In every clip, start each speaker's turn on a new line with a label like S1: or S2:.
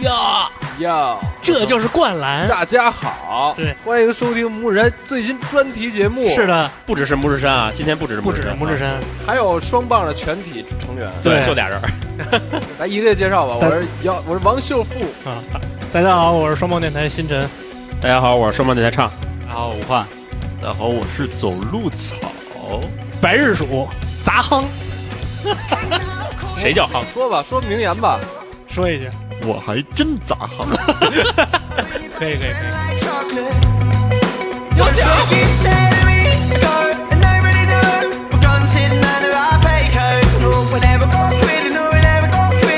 S1: 呀，
S2: 哟，
S1: 这就是灌篮。
S2: 大家好，
S1: 对，
S2: 欢迎收听木人最新专题节目，
S1: 是，的，
S3: 不只是拇指山啊，今天不只是
S1: 不
S3: 拇
S1: 止
S3: 指山啊，
S1: 拇指山，
S2: 还有双棒的全体成员，
S1: 对
S3: 就俩人儿。
S2: 来一个一个介绍吧。
S1: 但
S2: 我是姚，我是王秀富，
S1: 啊！大家好，我是双胞电台新晨。
S3: 大家好，我是双胞电台唱，
S4: 大家好，武汉。大家好，我是走路草。
S1: 白日鼠砸夯，
S3: 谁叫好？
S2: 说吧，说名言吧。
S1: 说一句，
S4: 我还真咋行？
S1: 可以可以可以。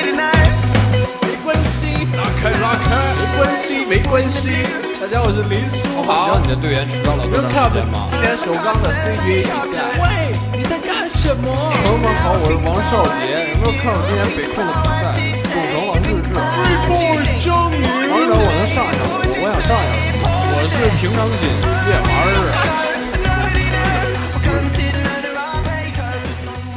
S2: 没关系，拉开拉开，没关系没关系。大家好，我是林书豪。你的队员迟到了多长时间吗？今年首钢的 CBA 比赛。喂，你在干什么？朋友们好，我是王少杰。有没有看我今年北控的比赛？总成王治郅。王者我能上一上，我想上一上。我是平常心，夜玩儿。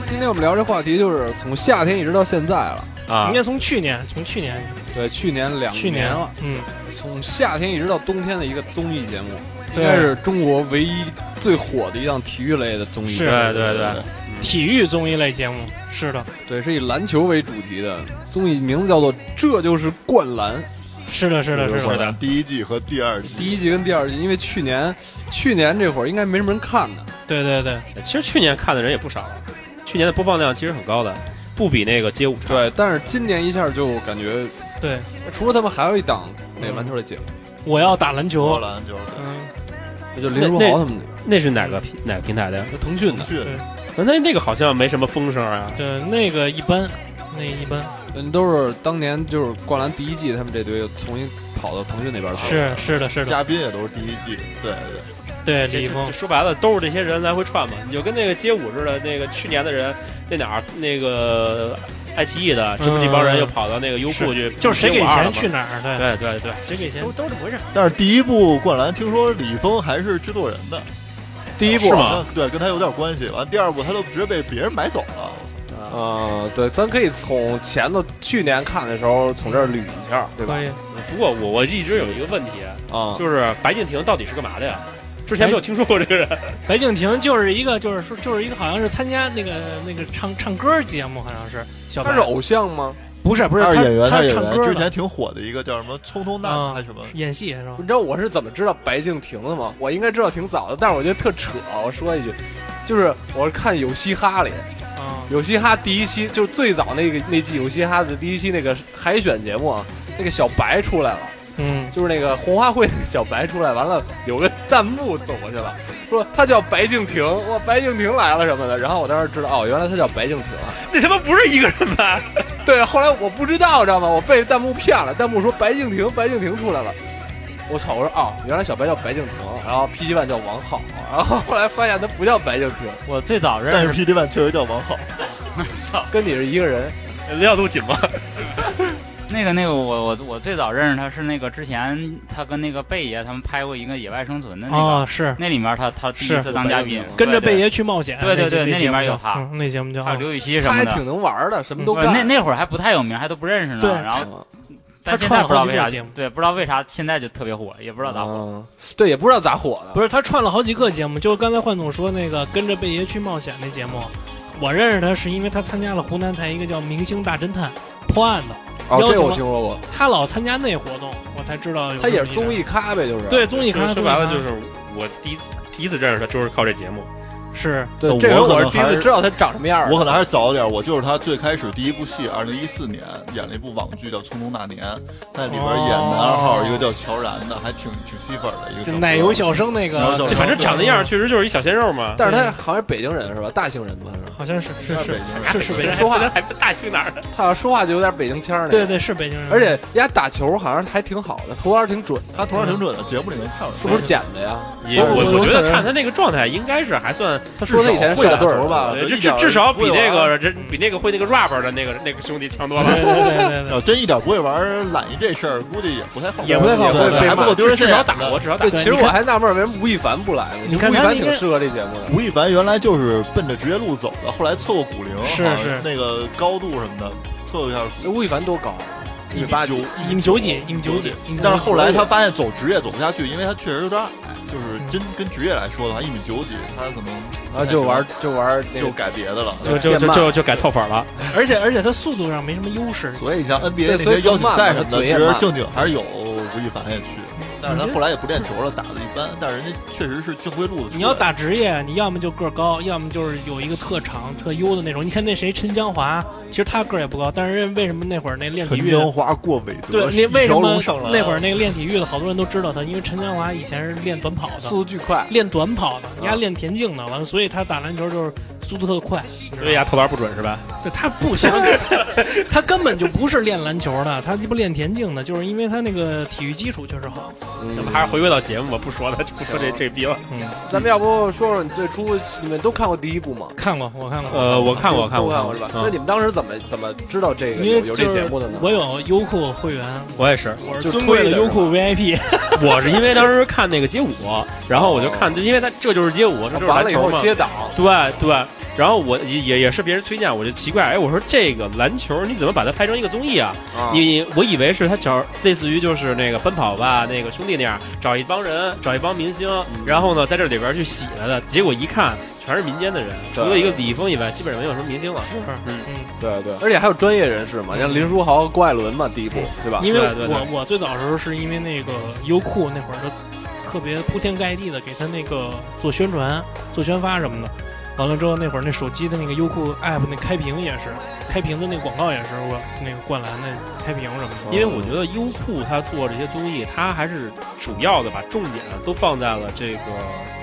S2: 今天我们聊这话题就是从夏天一直到现在了。
S3: 啊
S1: 应，该从去年，从去年，
S2: 对，去年两
S1: 去
S2: 年了
S1: 了。，嗯，
S2: 从夏天一直到冬天的一个综艺节目，应
S1: 对
S2: 该是中国唯一最火的一档体育类的综艺。
S1: 是
S3: 对对对，
S1: 体育综艺类节目，是的，
S2: 对，是以篮球为主题的综艺，名字叫做《这就是灌篮》。
S1: 是的，是的，是
S3: 是
S1: 的，
S3: 的
S4: 第一季和第二季，
S2: 第一季跟第二季，因为去年去年这会儿应该没什么人看的。
S1: 对对对，
S3: 其实去年看的人也不少啊，去年的播放量其实很高的，不比那个街舞差。
S2: 对，但是今年一下就感觉，
S1: 对，
S2: 除了他们还有一档那篮球类节目，
S1: 我要打篮
S4: 波
S1: 球，
S4: 兰就是
S1: 嗯，
S2: 那就林书豪他们的，
S3: 那是哪个平哪个平台的呀？
S2: 那腾讯的
S4: 腾，讯
S3: 那那个好像没什么风声啊。
S1: 对，那个一般，那一般，
S2: 嗯，都是当年就是灌篮第一季，他们这队又重新跑到腾讯那边去
S1: 是
S2: 了。
S1: 是的，是的，
S4: 嘉宾也都是第一季，对对，
S1: 对，
S3: 这
S1: 李易
S3: 这
S1: 峰
S3: 这，说白了都是这些人来回串嘛，你就跟那个街舞似的，那个去年的人那哪儿那个爱奇艺的，这不这帮人又跑到那个优酷去，
S1: 嗯就是谁给
S3: 街舞二了
S1: 钱去？
S3: 嘛
S1: 哪儿，对，
S3: 啊对对对，
S1: 谁给钱
S3: 都都是回事儿。
S4: 但是第一部《灌篮》，听说李易峰还是制作人的，
S2: 第一
S1: 啊
S2: 部啊
S3: 是吗
S4: 好像对，跟他有点关系。完第二部，他都直接被别人买走了。
S2: 嗯，对，咱可以从前头去年看的时候从这儿捋一下，对吧
S1: 可？以，
S3: 不过我我一直有一个问题，
S2: 啊，
S3: 就是白敬亭到底是干嘛的呀？之前没有听说过这个人，
S1: 白敬亭就是一个，就是说，就是一个，好像是参加那个那个唱唱歌节目，好像是小白
S2: 他是偶像吗？
S1: 不是不是
S4: 他是演员，
S1: 他是
S4: 是演
S1: 唱
S4: 员，
S1: 歌
S4: 之
S1: 的，
S4: 前挺火的一个叫什么“匆匆那
S1: 啊
S4: 喊”还是什么，
S1: 演戏是吧
S2: 你？知道我是怎么知道白敬亭的吗？我应该知道挺早的，但是我觉得特扯。我说一句，就是我是看《有嘻哈》里，
S1: 啊
S2: 《有嘻哈》第一期就是最早那个那季《有嘻哈》的第一期那个海选节目啊，那个小白出来了，
S1: 嗯，
S2: 就是那个红花会那个小白出来，完了有个弹幕走过去了，说他叫白敬亭，哇，白敬亭来了什么的。然后我当时知道，哦，原来他叫白敬亭 啊。
S3: 那他妈不是一个人吧？
S2: 对，后来我不知道，知道吗？我被弹幕骗了，弹幕说白敬亭，白敬亭出来了。我操！我说哦，原来小白叫白敬亭，然后 PG One 叫王浩，然后后来发现他不叫白敬亭，
S1: 我最早
S4: 但
S1: 认
S4: 是 P D One 确实叫王浩，
S2: 跟你是一个人。
S3: 料度紧吗？
S5: 那个那个，我我我最早认识他是那个之前他跟那个贝爷他们拍过一个《野外生存》的那个，
S1: 啊是
S5: 那里面他他第
S1: 是
S5: 一次当嘉宾，
S1: 跟着
S5: 对
S1: 贝，爷去冒险，
S5: 对对对
S1: 那
S5: 那里面
S1: 节目
S5: 有他
S1: 叫嗯那节目叫
S5: 对还有刘禹锡
S2: 他
S5: 什
S2: 还
S5: 么
S2: 挺
S5: 的。
S2: 能玩的，什么都
S5: 不是
S2: 干。
S3: 嗯
S5: 那那会儿还不太有名，还都不认识呢。
S1: 对
S5: 然后
S1: 他
S5: 但现
S1: 串
S5: 在不知道
S1: 了好几
S5: 为
S1: 个
S5: 啥
S1: 节目，
S5: 对，不知道为啥现在就特别火，也不知道咋火。
S2: 嗯，对，也不知道咋火的。
S1: 不是他串了好几个节目，就是刚才幻总说那个跟着贝爷去冒险那节目，我认识他是因为他参加了湖南台一个叫《明星大侦探》破案的，
S2: 哦，
S1: 邀请
S2: 这我
S1: 了
S2: 听说过，
S1: 他老参加那活动，我才知道有
S2: 他也
S1: 这么一人
S2: 是综艺咖呗，就是。
S1: 对综艺咖，
S3: 说说白了
S1: 综
S3: 就
S1: 艺咖
S3: 是我第一第一次认识他，就是靠这节目。
S1: 是
S2: 对，
S4: 我
S2: 这回
S4: 可
S2: 我是
S4: 能
S2: 第一
S4: 还
S2: 次
S4: 是
S2: 知道他长什么样儿。
S4: 我可能还是早一点，我就是他最开始第一部戏，二零一四年演了一部网剧叫《匆匆那年》，那里边演男二号一个叫乔然的，还挺挺吸粉儿的一
S1: 就
S4: 个
S1: 奶油小生那
S4: 奶
S1: 个
S4: 油小，
S3: 这
S4: 生
S3: 反正长那样儿确实就是一小鲜肉嘛。
S2: 但是他好像是北京人是吧？大兴人吧，他是
S1: 好像是是
S4: 是
S1: 是
S4: 北京人
S1: 是是北京人，
S2: 说话
S3: 还不大兴哪儿的？
S2: 他好像说话就有点北京腔儿那
S1: 对
S2: 个。
S1: 对是北京人，
S2: 而且人家打球好像还挺好的，投篮挺准，
S4: 他头上挺准的，节目里能看出来，
S2: 是不是剪的呀？
S3: 也
S2: 我
S3: 我
S2: 我
S3: 我
S2: 可
S3: 觉得
S2: 能
S3: 看他那个状态，应该是还算，
S2: 他说他以前是
S4: 会
S2: 校
S4: 打
S2: 队儿
S4: 球吧？
S3: 呃
S4: 就
S3: 至
S4: 一点儿
S3: 至少比
S4: 不会
S3: 那
S4: 玩儿。
S3: 个这比那个会那个 rapper 的那个那个兄弟强多了。
S1: 对对对 对
S4: 要真一点不会玩儿懒一这事儿，估计也不太好，
S2: 也不太好
S4: 对
S2: 会被
S4: 对还不
S2: 骂
S4: 够丢啊人
S3: 至
S4: 现
S3: 少
S4: 眼
S3: 打
S4: 的
S3: 过，至少打
S2: 对，
S3: 过。
S2: 其
S1: 对
S2: 实
S1: 你
S2: 我
S1: 看
S2: 还纳闷儿为什么吴亦凡不来呢？
S1: 你看
S2: 吴亦
S1: 他
S2: 凡
S1: 那
S2: 挺
S1: 个
S2: 适合这节目的。
S4: 吴亦凡原来就是奔着职业路走的，后来测过骨龄，
S1: 是
S4: 好像
S1: 是
S4: 那个高度什么的，测了一下骨
S2: 那
S4: 龄。
S2: 吴亦凡多高啊？
S4: 一嗯米
S2: 1.89
S4: 九
S1: 一米九几，一米九几，一米
S4: 但是
S1: 九
S4: 后来他发现走职业走不下去，因为他确实有点矮，就是真跟职业来说的话，一米九几，他可能
S2: 然后就玩就玩那
S4: 就
S2: 个，
S4: 改别的了。
S3: 就就就就就改操法了。
S1: 几而且而且他速度上没什么优势，
S4: 所以像 NBA
S2: 对
S4: 那
S2: 所以
S4: 些邀
S2: 就
S4: 请
S2: 慢
S4: 赛
S2: 嘛
S4: 什么
S2: 他
S4: 的，
S2: 嘴
S4: 其
S2: 也
S4: 实
S2: 慢
S4: 正经还是有吴亦凡也去，但是他后来也不练球了，打的一般。但是人家确实是正规路子出来。
S1: 你要打职业，你要么就个儿高，要么就是有一个特长、特优的那种。你看那谁陈江华，其实他个儿也不高，但是人为什么那会儿那练体
S4: 陈
S1: 育
S4: 江
S1: 的？
S4: 华过韦德，
S1: 对，
S4: 是
S1: 那
S4: 一
S1: 为什
S4: 条
S1: 么
S4: 龙上来
S1: 那会儿那个练体育的好多人都知道他？因为陈江华以前是练短跑的，
S2: 速度巨快，
S1: 练短跑的，人家练田径的，完了，所以他打篮球就是速度特快。
S3: 所以呀，投篮不准是吧？
S1: 对他不相信，他根本就不是练篮球的，他鸡巴练田径的，就是因为他那个体育基础确实好。
S3: 行吧，还是回归到节目吧，不说了，就不说这这逼了。
S1: 嗯，
S2: 咱们要不说说你最初你们都看过第一部吗？
S1: 看过，我看过。
S3: 呃，我看过，我看
S2: 都
S3: 过，嗯
S2: 看过
S3: 我
S2: 是嗯吧？那你们当时怎么怎么知道这个
S1: 因为
S2: 有有
S1: 就
S2: 这
S1: 是
S2: 节目的呢？
S1: 我有优酷会员，
S3: 我也是，
S1: 我是
S2: 就
S1: 尊贵
S2: 推
S1: 的
S2: 的
S1: 优
S2: 是
S1: 酷 VIP。
S3: 我是因为当时看那个街舞，然后我就看，就因为他这就是街舞，这就是
S2: 完
S3: 篮
S2: 了以
S3: 球
S2: 后
S3: 嘛。哦
S2: 接档，
S3: 对对，然后我也也也是别人推荐，我就奇怪，哎，我说这个篮球你怎么把它拍成一个综艺啊？
S2: 啊
S3: 你我以为是他找类似于就是那个奔跑吧那个兄弟那样，找一帮人，找一帮明星，然后呢在这里边去洗来的，结果一看全是民间的人，除了一个李易峰以外，基本上没有什么明星了。
S1: 哦
S2: 嗯
S1: 嗯
S2: 对对，嗯而且还有专业人士嘛，像林书豪和郭艾伦嘛，第一部对吧？
S1: 因为
S3: 对对对
S1: 我我最早的时候是因为那个优酷那会儿他特别铺天盖地的给他那个做宣传、做宣发什么的。完了之后，那会儿那手机的那个优酷 app 那开屏也是，开屏的那个广告也是我那个灌篮的开屏什么的。
S3: 因为我觉得优酷它做这些综艺，它还是主要的把重点都放在了这个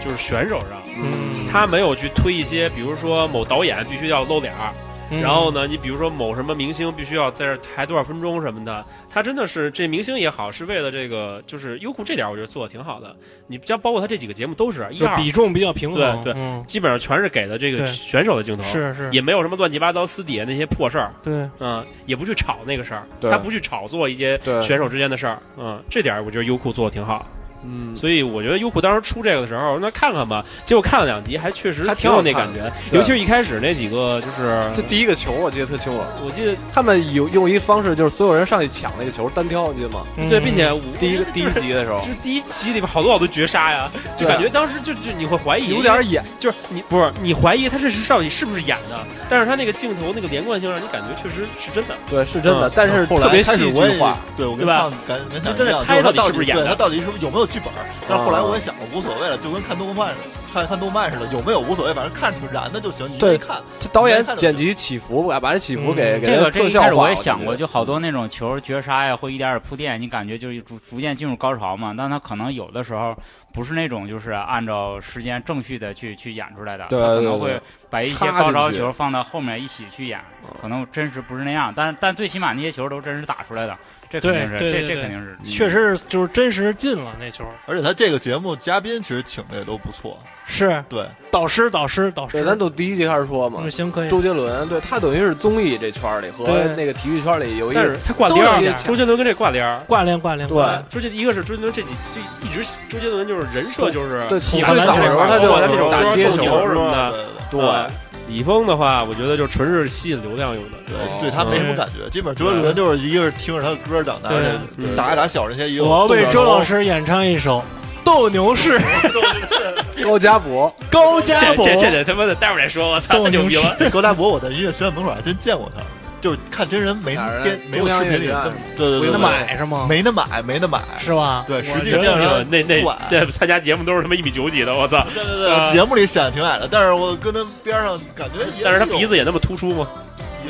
S3: 就是选手上，
S1: 嗯，
S3: 它没有去推一些，比如说某导演必须要露脸儿，
S1: 嗯
S3: 然后呢，你比如说某什么明星必须要在这儿抬多少分钟什么的，他真的是这明星也好，是为了这个，就是优酷这点儿我觉得做的挺好的。你像包括他这几个节目都是一
S1: 就
S3: 二，
S1: 比重比较平衡。
S3: 对对
S1: 嗯
S3: 基本上全是给的这
S1: 对
S3: 个选手的镜头，
S1: 是是，
S3: 也没有什么乱七八糟私底下那些破事儿，
S1: 对，
S3: 嗯，也不去炒那个事儿，
S2: 对
S3: 他不去炒作一些
S2: 对
S3: 选手之间的事儿，嗯，这点儿我觉得优酷做的挺好。
S2: 嗯，
S3: 所以我觉得优酷当时出这个的时候，那看看吧。结果看了两集，还确实
S2: 还挺
S3: 挺
S2: 好
S3: 有
S2: 看
S3: 那
S2: 的
S3: 感觉，
S2: 对
S3: 尤其是一开始那几个，就是
S2: 这第一个球我记得特清楚，
S3: 我记得
S2: 他们有用一方式就是所有人上去抢那个球，单挑，你记得吗？
S1: 嗯
S3: 对，并且我
S2: 第一个
S3: 就是
S2: 第一集的时候
S3: 就，是第一集里边好多好多绝杀呀，就
S2: 对啊
S3: 感觉当时就就你会怀疑，
S2: 有点演，
S3: 就是你不是你怀疑他这是到底是不是演的，但是他那个镜头那个连贯性让你感觉确实是真的。
S2: 对，是真的，
S3: 嗯
S2: 但是
S4: 后来
S2: 特别
S4: 开
S2: 戏
S4: 始
S2: 剧
S4: 我也
S2: 化。
S4: 对我
S3: 对
S4: 跟
S3: 吧
S4: 上感感
S3: 就
S4: 想
S3: 在
S4: 一
S3: 那
S4: 样，
S3: 猜
S4: 就
S3: 到
S4: 是他
S3: 底是不是演
S4: 对
S3: 的
S4: 他到底是不是有没有剧本？但是后来
S2: 啊
S4: 我也想过无所谓了，就跟看动漫似的，看看动漫似的，有没有无所谓，反正看着挺燃的就行。你
S2: 对
S4: 一看，
S2: 这导演
S4: 没看到
S2: 剪辑起伏，把把这起伏给
S1: 嗯
S2: 给
S5: 这个这
S2: 特
S5: 一
S2: 效
S5: 开始
S2: 化。
S5: 我也想过，
S2: 觉得
S5: 就好多那种球绝杀呀，会一点点铺垫，你感觉就是逐逐渐进入高潮嘛。但他可能有的时候不是那种就是按照时间正序的去去演出来的，
S2: 对
S5: 他可能
S2: 对对
S5: 会把一些
S2: 插进
S5: 高潮
S2: 去哦
S5: 球放到后面一起去演，可能真实不是那样。但但最起码那些球都真是打出来的，这肯定是
S1: 对对
S5: 这
S1: 对
S5: 这肯定是
S1: 确。实是就是真实进了那球，
S4: 而且他这个节目嘉宾其实请的也都不错，
S1: 是
S4: 对，
S1: 导师导师导
S2: 对，
S1: 师。
S2: 咱从第一集开始说嘛
S1: 嗯，。行可以。
S2: 周杰伦，对他等于是综艺这圈儿里和
S1: 对
S2: 那个体育圈儿里有一
S3: 但
S2: 个
S3: 是他挂
S1: 都
S3: 帘
S1: 有
S3: 儿
S1: 点
S3: 的，周杰伦跟这挂帘儿。
S1: 挂链挂链，
S2: 对
S1: 挂链
S3: 周杰一个是周杰伦这几就一直周杰伦就是人设就是
S2: 对
S1: 喜
S2: 最
S1: 欢
S2: 早
S1: 篮
S2: 的时
S1: 球
S2: 候他就
S3: 包括
S2: 有
S3: 这
S2: 那
S3: 种
S2: 种
S3: 打
S2: 打
S3: 街
S2: 街
S3: 球
S2: 球，
S3: 什么的
S4: 对对对
S2: 对，
S3: 呃李易峰的话，我觉得就纯是吸引流量用的。
S4: 对
S2: 哦，
S4: 对他没什么
S1: 嗯
S4: 感觉，基本上周杰伦就是一个是听着他的歌长大的，
S3: 对
S4: 打打打小这些也有。
S1: 我要为周老
S4: 老师，
S1: 师演唱一首《斗牛士》
S5: 嗯
S2: 高家博，
S1: 高家
S3: 这
S1: 宝
S3: 这这得他妈的待会儿再说，我操，
S1: 斗
S3: 太牛
S1: 牛
S3: 逼
S1: 士
S3: 了！
S4: 高大博，我在音乐学院门口还真见过他，就是看真人没
S2: 哪儿啊
S4: 电没有视频里
S2: 中央音乐学院
S4: 那么对对对
S1: 那
S4: 对，
S1: 买是吗？
S4: 没那买没那买，
S1: 是吧？
S4: 对，实际
S3: 我
S4: 见
S3: 想起了
S4: 着
S3: 那那
S4: 不矮
S3: 那参加节目都是他妈一米九几的，我操！
S4: 对对
S3: 呃
S4: 对，节目里显得挺矮的，但是我跟他边上感觉也，
S3: 但是他鼻子也那么突出吗？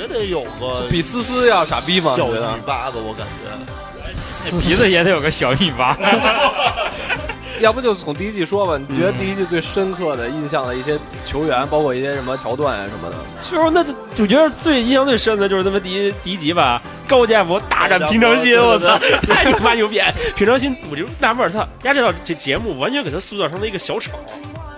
S4: 也得有个
S2: 比思思要傻逼嘛？
S4: 小
S2: 我觉得
S4: 一巴子，我感觉
S5: 鼻子也得有个小米八，
S2: 要不就从第一季说吧？你
S3: 嗯
S2: 觉得第一季最深刻的印象的一些球员，包括一些什么桥段啊什么的？
S3: 就是那我觉得最印象最深的就是他妈第一第一集吧，高建博大战平常心，
S4: 对对
S3: 我
S4: 对
S3: 操，太你妈牛逼！平常心，我就纳闷儿，操，丫这道这节目完全给他塑造成了一个小丑，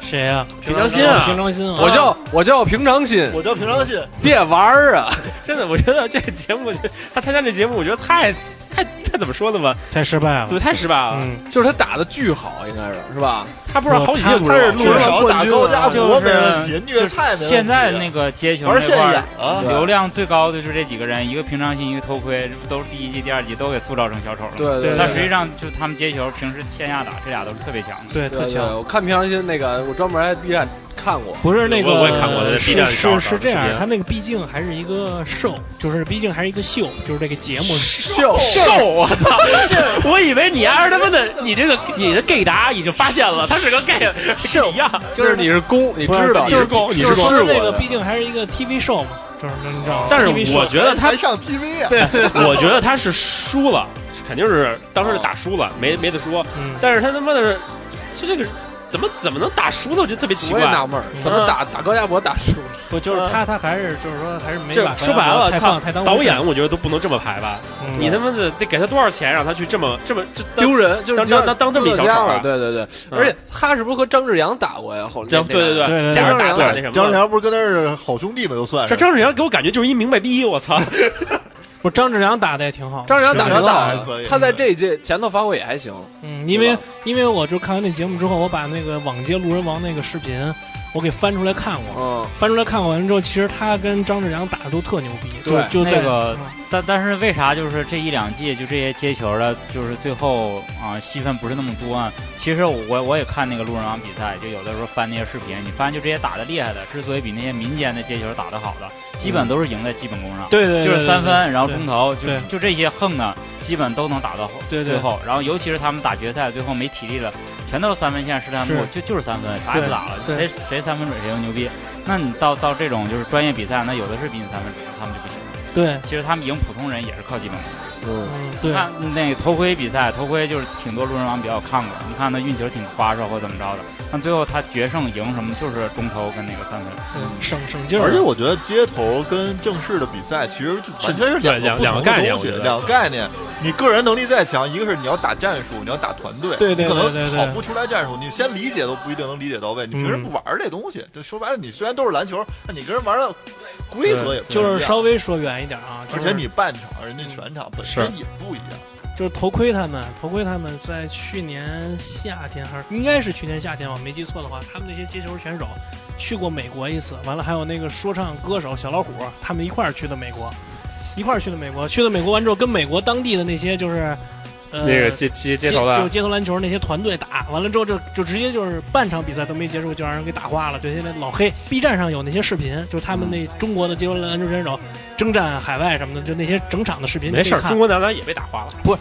S1: 谁呀？
S3: 平常心啊
S1: 平常心啊！
S2: 我叫我叫平常心，
S4: 我叫平常心，
S2: 别玩儿啊！
S3: 真的，我觉得这个节目，他参加这节目，我觉得太太太他怎么说呢吧，
S1: 太失败了。
S3: 对，太失败了。
S1: 嗯，
S2: 就是他打的巨好，应该是是吧？
S3: 他不是好几届不是
S2: 他是
S4: 至
S2: 路人
S4: 少打高
S3: 啊
S4: 价
S5: 就
S4: 国
S5: 是
S4: 没问题，虐菜没问题。
S5: 现在那个街球
S4: 玩
S5: 那
S4: 现
S5: 块
S4: 眼
S5: 儿。
S4: 啊，
S5: 流量最高的就这几个人，一个平常心，一个偷窥，这不都是第一季、第二季都给塑造成小丑了吗？
S2: 对
S1: 对
S5: 那
S2: 对，
S5: 实际上就他们接球，平时线下打，这俩都是特别强的。
S1: 对，特
S2: 对对，
S1: 强。
S2: 我看平常心那个，我专门还 B 站看过。
S1: 不是那个，
S3: 我我也看过在 B
S1: 是
S3: 站上
S1: 是
S3: 找
S1: 是
S3: 的
S1: 这
S3: 视
S1: 样，
S3: 频
S1: 他那个毕竟还是一个 show，就是毕竟还是一个秀，就是这个节目。
S2: 秀
S3: 瘦，我操！ 我以为你丫是他妈的，你这个你的 gay 达已经发现了，他是个 gay，是一样。
S2: 就是你是公，你
S1: 不是
S2: 知道，
S1: 就是是
S2: 公，你
S1: 就是
S2: 是
S1: 说
S2: 试
S1: 那
S2: 过
S1: 个
S2: 的，
S1: 毕竟还是一个 TV show 嘛，就是你知道吗？
S3: 但是
S1: TV show
S3: 我觉得他
S4: 还上 TV 啊，
S3: 对，我觉得他是输了，肯定是当时是打输了，没没得说。
S1: 嗯，
S3: 但是他他妈的，就这个怎么怎么能打输呢？我觉得特别奇
S2: 我
S3: 怪嗯
S2: 也。纳闷儿，怎么打打高价博打输了？
S1: 不就是他他还是就是说还是没
S3: 这
S1: 把
S3: 说白了，
S1: 太
S3: 操
S1: 放太当回
S3: 导
S1: 事
S3: 演，我觉得都不能这么排吧？
S1: 嗯
S3: 你他妈的得给他多少钱，让他去这么这么就
S2: 丢人，就是
S3: 当当当当这么一小
S2: 家
S3: 丑啊
S2: 了，对对对，
S3: 嗯
S2: 而且他是不是和张志阳打过呀？后来
S3: 对对
S1: 对对对
S3: 俩人打打那什
S4: 对，张志
S3: 么。
S4: 阳不是跟那儿好兄弟吗？就算
S3: 这
S4: 是
S3: 张志阳给我感觉就是一明白逼，我操！
S1: 不张志良打的也挺好。
S2: 张志阳打
S4: 张志
S2: 得
S4: 阳打
S2: 到
S4: 还可以
S2: 他在这一届前头发挥也还行，
S1: 嗯，因为
S2: 吧
S1: 因为我就看完那节目之后，我把那个网街路人王那个视频我给翻出来看过，
S2: 嗯，
S1: 翻出来看完之后，其实他跟张志良打的都特牛逼，就
S2: 对
S1: 就在
S5: 那个
S1: 嗯
S5: 但但是为啥就是这一两季就这些接球的，就是最后啊、戏份不是那么多啊？其实我我也看那个路人王比赛，就有的时候翻那些视频，你发现就这些打的厉害的，之所以比那些民间的接球打的好的，基本都是赢在基本功上，
S1: 嗯对对对
S5: 就是三分，然后中
S1: 对
S5: 投，就
S1: 对
S5: 就这些横的，基本都能打到后
S1: 对对
S5: 最后。然后尤其是他们打决赛，最后没体力了，全都是三分线试探步，就就是三分，啥也不打了，
S1: 对
S5: 谁谁三分准谁就牛逼。那你到到这种就是专业比赛，那有的是比你三分准，他们就不行。
S1: 对，
S5: 其实他们赢普通人也是靠基本功。
S2: 嗯，
S1: 嗯对，
S5: 看那个头盔比赛，头盔就是挺多路人王比较看过，你看他运球挺花哨或怎么着的，但最后他决胜赢什么就是中投跟那个三分。
S1: 嗯省省劲儿。
S4: 而且我觉得街头跟正式的比赛其实就完全是
S3: 对
S4: 两
S3: 两
S4: 个
S3: 两
S4: 不同
S3: 个
S4: 的
S3: 概念
S4: 东西
S3: 我觉得
S4: 两个概念。你个人能力再强，一个是你要打战术，你要打团队，
S1: 对对
S4: 你可
S1: 对对
S4: 能
S1: 对
S4: 跑不出来战术，你先理解都不一定能理解到位。你平时
S1: 嗯
S4: 不玩这东西，就说白了，你虽然都是篮球，那你跟人玩的规则也不
S1: 就
S4: 一
S1: 是
S4: 样
S1: 稍微说远一点啊，就
S4: 而
S1: 是
S4: 且你半场，人家全场本身也不一样。
S1: 就是头盔他们，头盔他们在去年夏天还是应该是去年夏天，我没记错的话，他们那些街球选手去过美国一次，完了还有那个说唱歌手小老虎，他们一块儿去的美国， 一块儿去的美国，去了美国完之后，跟美国当地的那些就是呃
S3: 那个街街街头
S1: 就
S3: 的，
S1: 街头篮球那些团队打完了之后就，就直接就是半场比赛都没结束就让人给打花了。对，现在老黑 B 站上有那些视频，就是他们
S3: 嗯
S1: 那中国的街头篮球选手征战海外什么的，就那些整场的视频你可
S3: 没
S1: 以
S3: 事儿，
S1: 看
S3: 中国男篮也被打花了。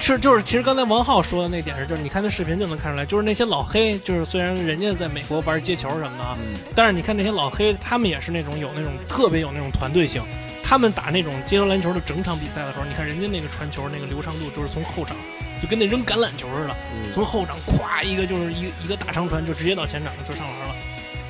S1: 是，就是其实刚才王浩说的那点是，就是你看那视频就能看出来，就是那些老黑，就是虽然人家在美国玩街球什么的啊，但是你看那些老黑，他们也是那种有那种特别有那种团队性。他们打那种街头篮球的整场比赛的时候，你看人家那个传球那个流畅度，就是从后场，就跟那扔橄榄球似的，从后场咵一个就是一个一个大长传，就直接到前场就上篮了，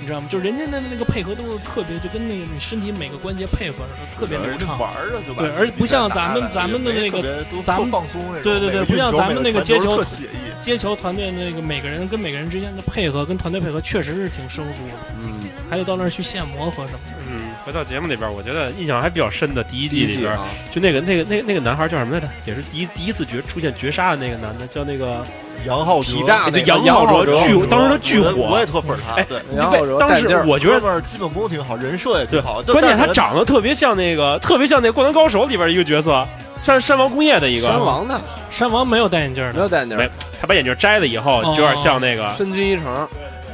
S1: 你知道吗？就人家的那个配合都是特别，就跟那个你身体每个关节配合似的，特别流
S4: 人家
S1: 畅。
S4: 玩的就把
S1: 对而不像咱们咱们的那个咱们
S4: 放松那种，
S1: 对对对
S4: 每个
S1: 不像
S4: 运球
S1: 咱们那
S4: 每
S1: 个
S4: 传
S1: 接球
S4: 特写意。
S1: 接球团队那个每个人跟每个人之间的配合，跟团队配合确实是挺生疏的，
S3: 嗯
S1: 还得到那儿去现磨合什么的。
S3: 嗯，回到节目里边，我觉得印象还比较深的第一
S2: 第
S3: 季
S2: 一
S3: 里
S2: 季
S3: 边，
S2: 啊
S3: 就那个那个那个那个男孩叫什么来着？也是第一第一次绝出现绝杀的那个男的，叫那个
S4: 杨浩
S2: 体大那个
S3: 这杨浩哲，
S2: 杨
S3: 巨
S2: 浩哲
S4: 嗯
S3: 当时他巨
S4: 我我
S3: 火
S4: 也，特粉他。
S3: 哎
S4: 对，
S2: 然后
S3: 当时我
S4: 我
S3: 觉得。
S4: 面基本功挺好，人设也挺
S3: 对
S4: 好，，但
S3: 关键他
S4: 但是
S3: 长得特别像那个，特别像那《灌篮高手》里边一个角色，山山王工业的一
S2: 山
S3: 个，嗯
S2: 王呢
S1: 山王没有戴眼镜
S2: 没
S1: 的，
S2: 有戴眼镜
S3: 没，他把眼镜摘了以后，
S1: 哦
S3: 就有点像那个
S2: 身金一城，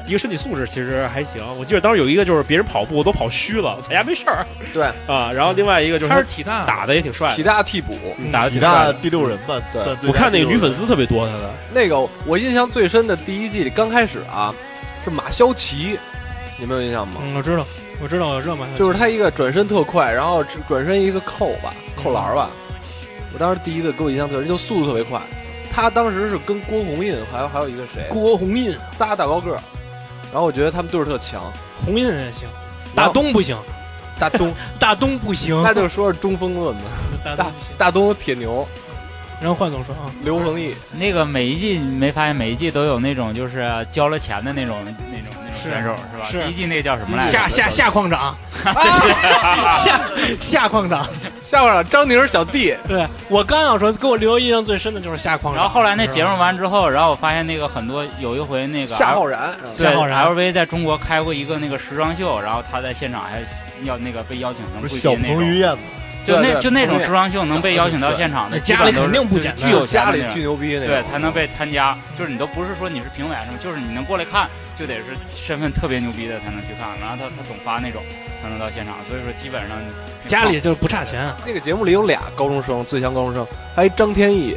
S3: 一个身体素质其实还行。我记得当时有一个就是别人跑步都跑虚了， 踩下没事儿
S2: 对
S3: 啊。然后另外一个就是
S1: 他
S3: 他
S1: 是体大，
S3: 打的也挺帅
S2: 体
S3: 的，
S2: 大替补，
S3: 嗯打的
S4: 体
S3: 挺帅
S4: 大
S3: 的。
S4: 第六人吧，
S2: 对
S4: 算最
S3: 我
S4: 大
S3: 看那
S4: 第
S3: 个
S4: 六
S3: 女
S4: 人
S3: 粉丝特别多，他的
S2: 那个我印象最深的第一季里刚开始啊，是马肖奇，你们有印象吗？
S1: 嗯，我知道，我知道，我知道嘛，
S2: 就是他一个转身特快，然后转身一个扣吧，扣篮儿吧。
S3: 嗯
S2: 我当时第一个给我印象特深，就速度特别快。他当时是跟郭宏印，还有还有一个谁，
S1: 郭红印，
S2: 仨大高个儿。然后我觉得他们队儿特强，
S1: 红印也行，大东不行，
S2: 大东，
S1: 大东不行，
S2: 那就说是中锋论吧。
S1: 大东
S2: 大
S1: 不行。
S2: 大东铁牛
S1: 然后换总说啊，
S2: 刘恒毅，
S5: 那个每一季你没发现每一季都有那种就是交了钱的那种那种那种
S1: 是
S5: 选手是吧？
S1: 是
S5: 第一季那个叫什么来着？
S1: 下下下矿长，下下矿长，
S2: 下半场张宁是小弟，
S1: 对我刚想说，给我留印象最深的就是夏匡。
S5: 然后后来那
S1: 是吧
S5: 节目完之后，然后我发现那个很多有一回那个
S2: 夏
S5: L-
S2: 浩然，
S5: 对
S1: 夏浩然
S5: LV 在中国开过一个那个时装秀，然后他在现场还要那个被邀请成
S6: 不
S5: 贵
S6: 是小
S5: 宾那
S6: 彭于
S5: 种，
S6: 晏吗？
S5: 就
S2: 嗯对
S5: 那
S2: 对
S5: 就那
S2: 彭
S5: 种
S2: 于晏
S5: 时装秀能被邀请到现场的，
S1: 那家里
S5: 基本都
S1: 肯
S5: 是
S1: 定不简单
S5: 具有
S2: 家里
S5: 钱的那种
S2: 巨牛逼那
S5: 对
S2: 种，
S5: 才能被参加，就是你都不是说你是评委啊什么，就是你能过来看，就得是身份特别牛逼的才能去看。然后他他总发那种才能到现场，所以说基本上
S1: 家里就是不差钱，
S2: 那个节目里有俩高中生，最强高中生，还有一张天翼，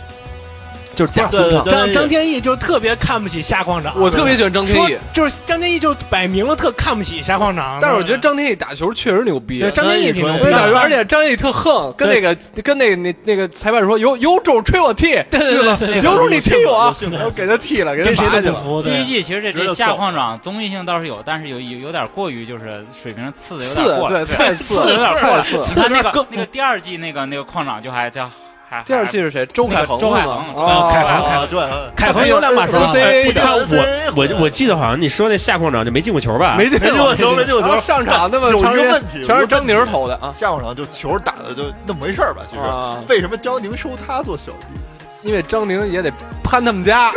S2: 就是假孙
S6: 对
S2: 唱
S6: 对。
S1: 张张天翼就特别看不起夏矿长，
S2: 我特别喜欢张
S1: 说
S2: 天翼，
S1: 就是张天翼就摆明了特看不起夏矿长，
S2: 但是我觉得张天翼打球确实牛逼。
S1: 对张天翼挺牛
S6: 对
S1: 逼
S2: 我跟你
S1: 的，
S2: 讲而且张天翼特横，跟那个跟那那那个裁判说有有种吹我踢，对
S1: 对对
S2: 吧？
S1: 对
S2: 有种你踢我啊
S4: 有性，格
S2: 然后给他踢了，给
S1: 跟
S2: 他
S1: 谁
S2: 罚去
S1: 都
S2: 了
S1: 不。服，
S5: 第一
S1: 对，
S5: 季其实这
S4: 直接
S5: 这夏
S4: 走
S5: 矿长综艺性倒是有，但是有有有点过于就是水平次的有
S2: 次
S5: 点过了，
S2: 对太次
S5: 有点过
S2: 太
S5: 了。
S2: 次。
S5: 你看那个那个第二季那个那个矿长就还叫还
S2: 第二季是谁？周凯恒
S5: 周凯
S2: 吗
S5: 恒
S2: 哦，
S1: 凯恒
S6: 啊，对，
S1: 凯鹏有两码事儿
S2: NCAA
S3: 他
S2: 的，
S3: 哎我我我记得好像你说那夏矿长就没进过球吧？
S2: 啊没进
S6: 没进过球，没进过
S2: 然后
S6: 球。
S2: 上场那么
S6: 有一
S2: 长时
S6: 个
S2: 间
S6: 问题，
S2: 全是张宁投的啊。
S6: 下半场就球打的就那么回事儿吧，其实。
S2: 啊，
S6: 为什么张宁收他做小弟？
S2: 因为张宁也得攀他们家，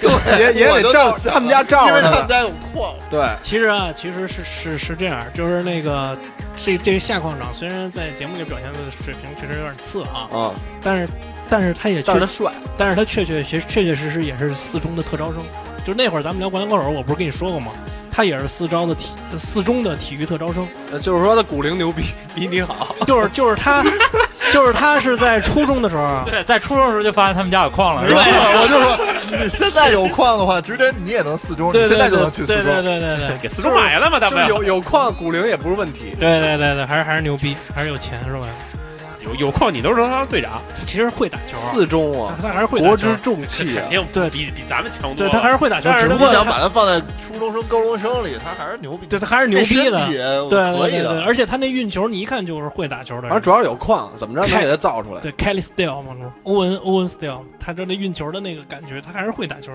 S6: 对
S2: 也也
S6: 我
S2: 得
S6: 就
S2: 照
S6: 这么想
S2: 他们家照
S6: 因为
S2: 着
S6: 他们
S2: 呢。
S6: 家有矿。
S2: 对，
S1: 其实啊，其实是是是这样，就是那个这这个夏矿长虽然在节目里表现的水平确实有点次啊，
S2: 啊，
S1: 但是但是他也确
S2: 但是他帅，
S1: 但是他确确确确确实实也是四中的特招生。就是那会儿咱们聊灌篮高手，我不是跟你说过吗？他也是四招的体四中的体育特招生，
S2: 呃就是说他骨龄牛逼，比你好。
S1: 就是就是他，就是他是在初中的时候啊，
S5: 对，在初中的时候就发现他们家有矿
S2: 啊
S5: 了，
S6: 没
S5: 是
S6: 错，
S5: 吧？
S6: 我就说你现在有矿的话，直接你也能四中，你
S1: 对
S6: 现
S1: 对
S6: 在
S1: 对
S6: 就能
S1: 对
S6: 去
S1: 对
S6: 四
S1: 对
S6: 中。
S1: 对对对
S3: 哎给四中买了嘛，大
S2: 就
S3: 不
S2: 是
S3: 了
S2: 有有矿骨龄也不是问题。
S1: 对对对对，还是还是牛逼，还是有钱是吧？
S3: 有有矿，你都是他当队长，
S1: 其实会打球啊，
S2: 四中啊，
S1: 他还是会打
S2: 国
S1: 球
S2: 之，重器啊
S3: 肯。定
S1: 对
S3: 比比咱们强多
S1: 对
S3: 了。
S1: 他还是会打球
S3: 但，是
S1: 只
S3: 他
S1: 不
S6: 你
S1: 过
S6: 想
S1: 他
S6: 把他放在初中生、高中生里，他还是牛逼。
S1: 对他还是牛
S6: 那
S1: 逼
S6: 身
S1: 的，
S6: 体
S1: 对
S6: 可
S1: 对
S6: 以
S1: 对对，
S6: 的。
S1: 而且他那运球你一看就是会打球的
S2: 反正
S1: 人
S2: 主。要有矿，怎么着能
S1: 开
S2: 给他造 出来？
S1: 对 Kelly Steele 嘛，是吧欧文欧文 Steele，他这那运球的那个感觉，他还是会打球。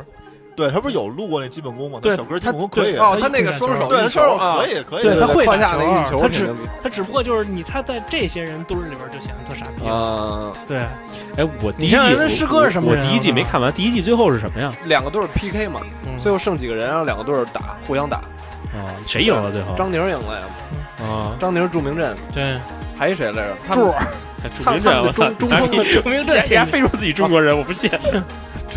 S6: 对他不是有录过那基本功吗？
S1: 对
S6: 小哥基
S1: 他
S6: 本功可以
S1: 对。
S4: 啊
S2: 哦，
S1: 他
S2: 他那个
S1: 一
S2: 双手
S6: 对，他
S2: 一
S6: 射
S2: 球
S6: 手
S2: 啊
S6: 可，以，可以
S1: 对
S6: 的。
S1: 他会打
S2: 胯下那
S1: 球
S2: 运球啊
S1: 他
S2: 挺
S1: 只
S2: 牛逼，
S1: 他只不过就是你，他在这些人堆儿里边就显得特傻逼。
S2: 啊，
S1: 对，
S3: 哎，我第一
S1: 你看
S3: 季
S1: 人家
S3: 我
S1: 师哥是什么
S3: 我
S1: 人啊
S3: 第一季没看完，第一季最后是什么呀？
S2: 两个队儿 PK 嘛，
S1: 嗯
S2: 最后剩几个人，然后两个队儿打，互相打。
S3: 啊，谁赢了最后？
S2: 张宁赢了呀，
S3: 啊，
S2: 张宁、祝明镇，
S1: 对，
S2: 还有谁来着？他们
S1: 柱
S3: 著
S2: 他
S3: 名
S2: 他
S3: 阵，
S2: 们
S3: 我
S2: 的
S3: 操，
S2: 中中锋 的
S1: 证明这
S3: 人家非说自己中国人，我不信。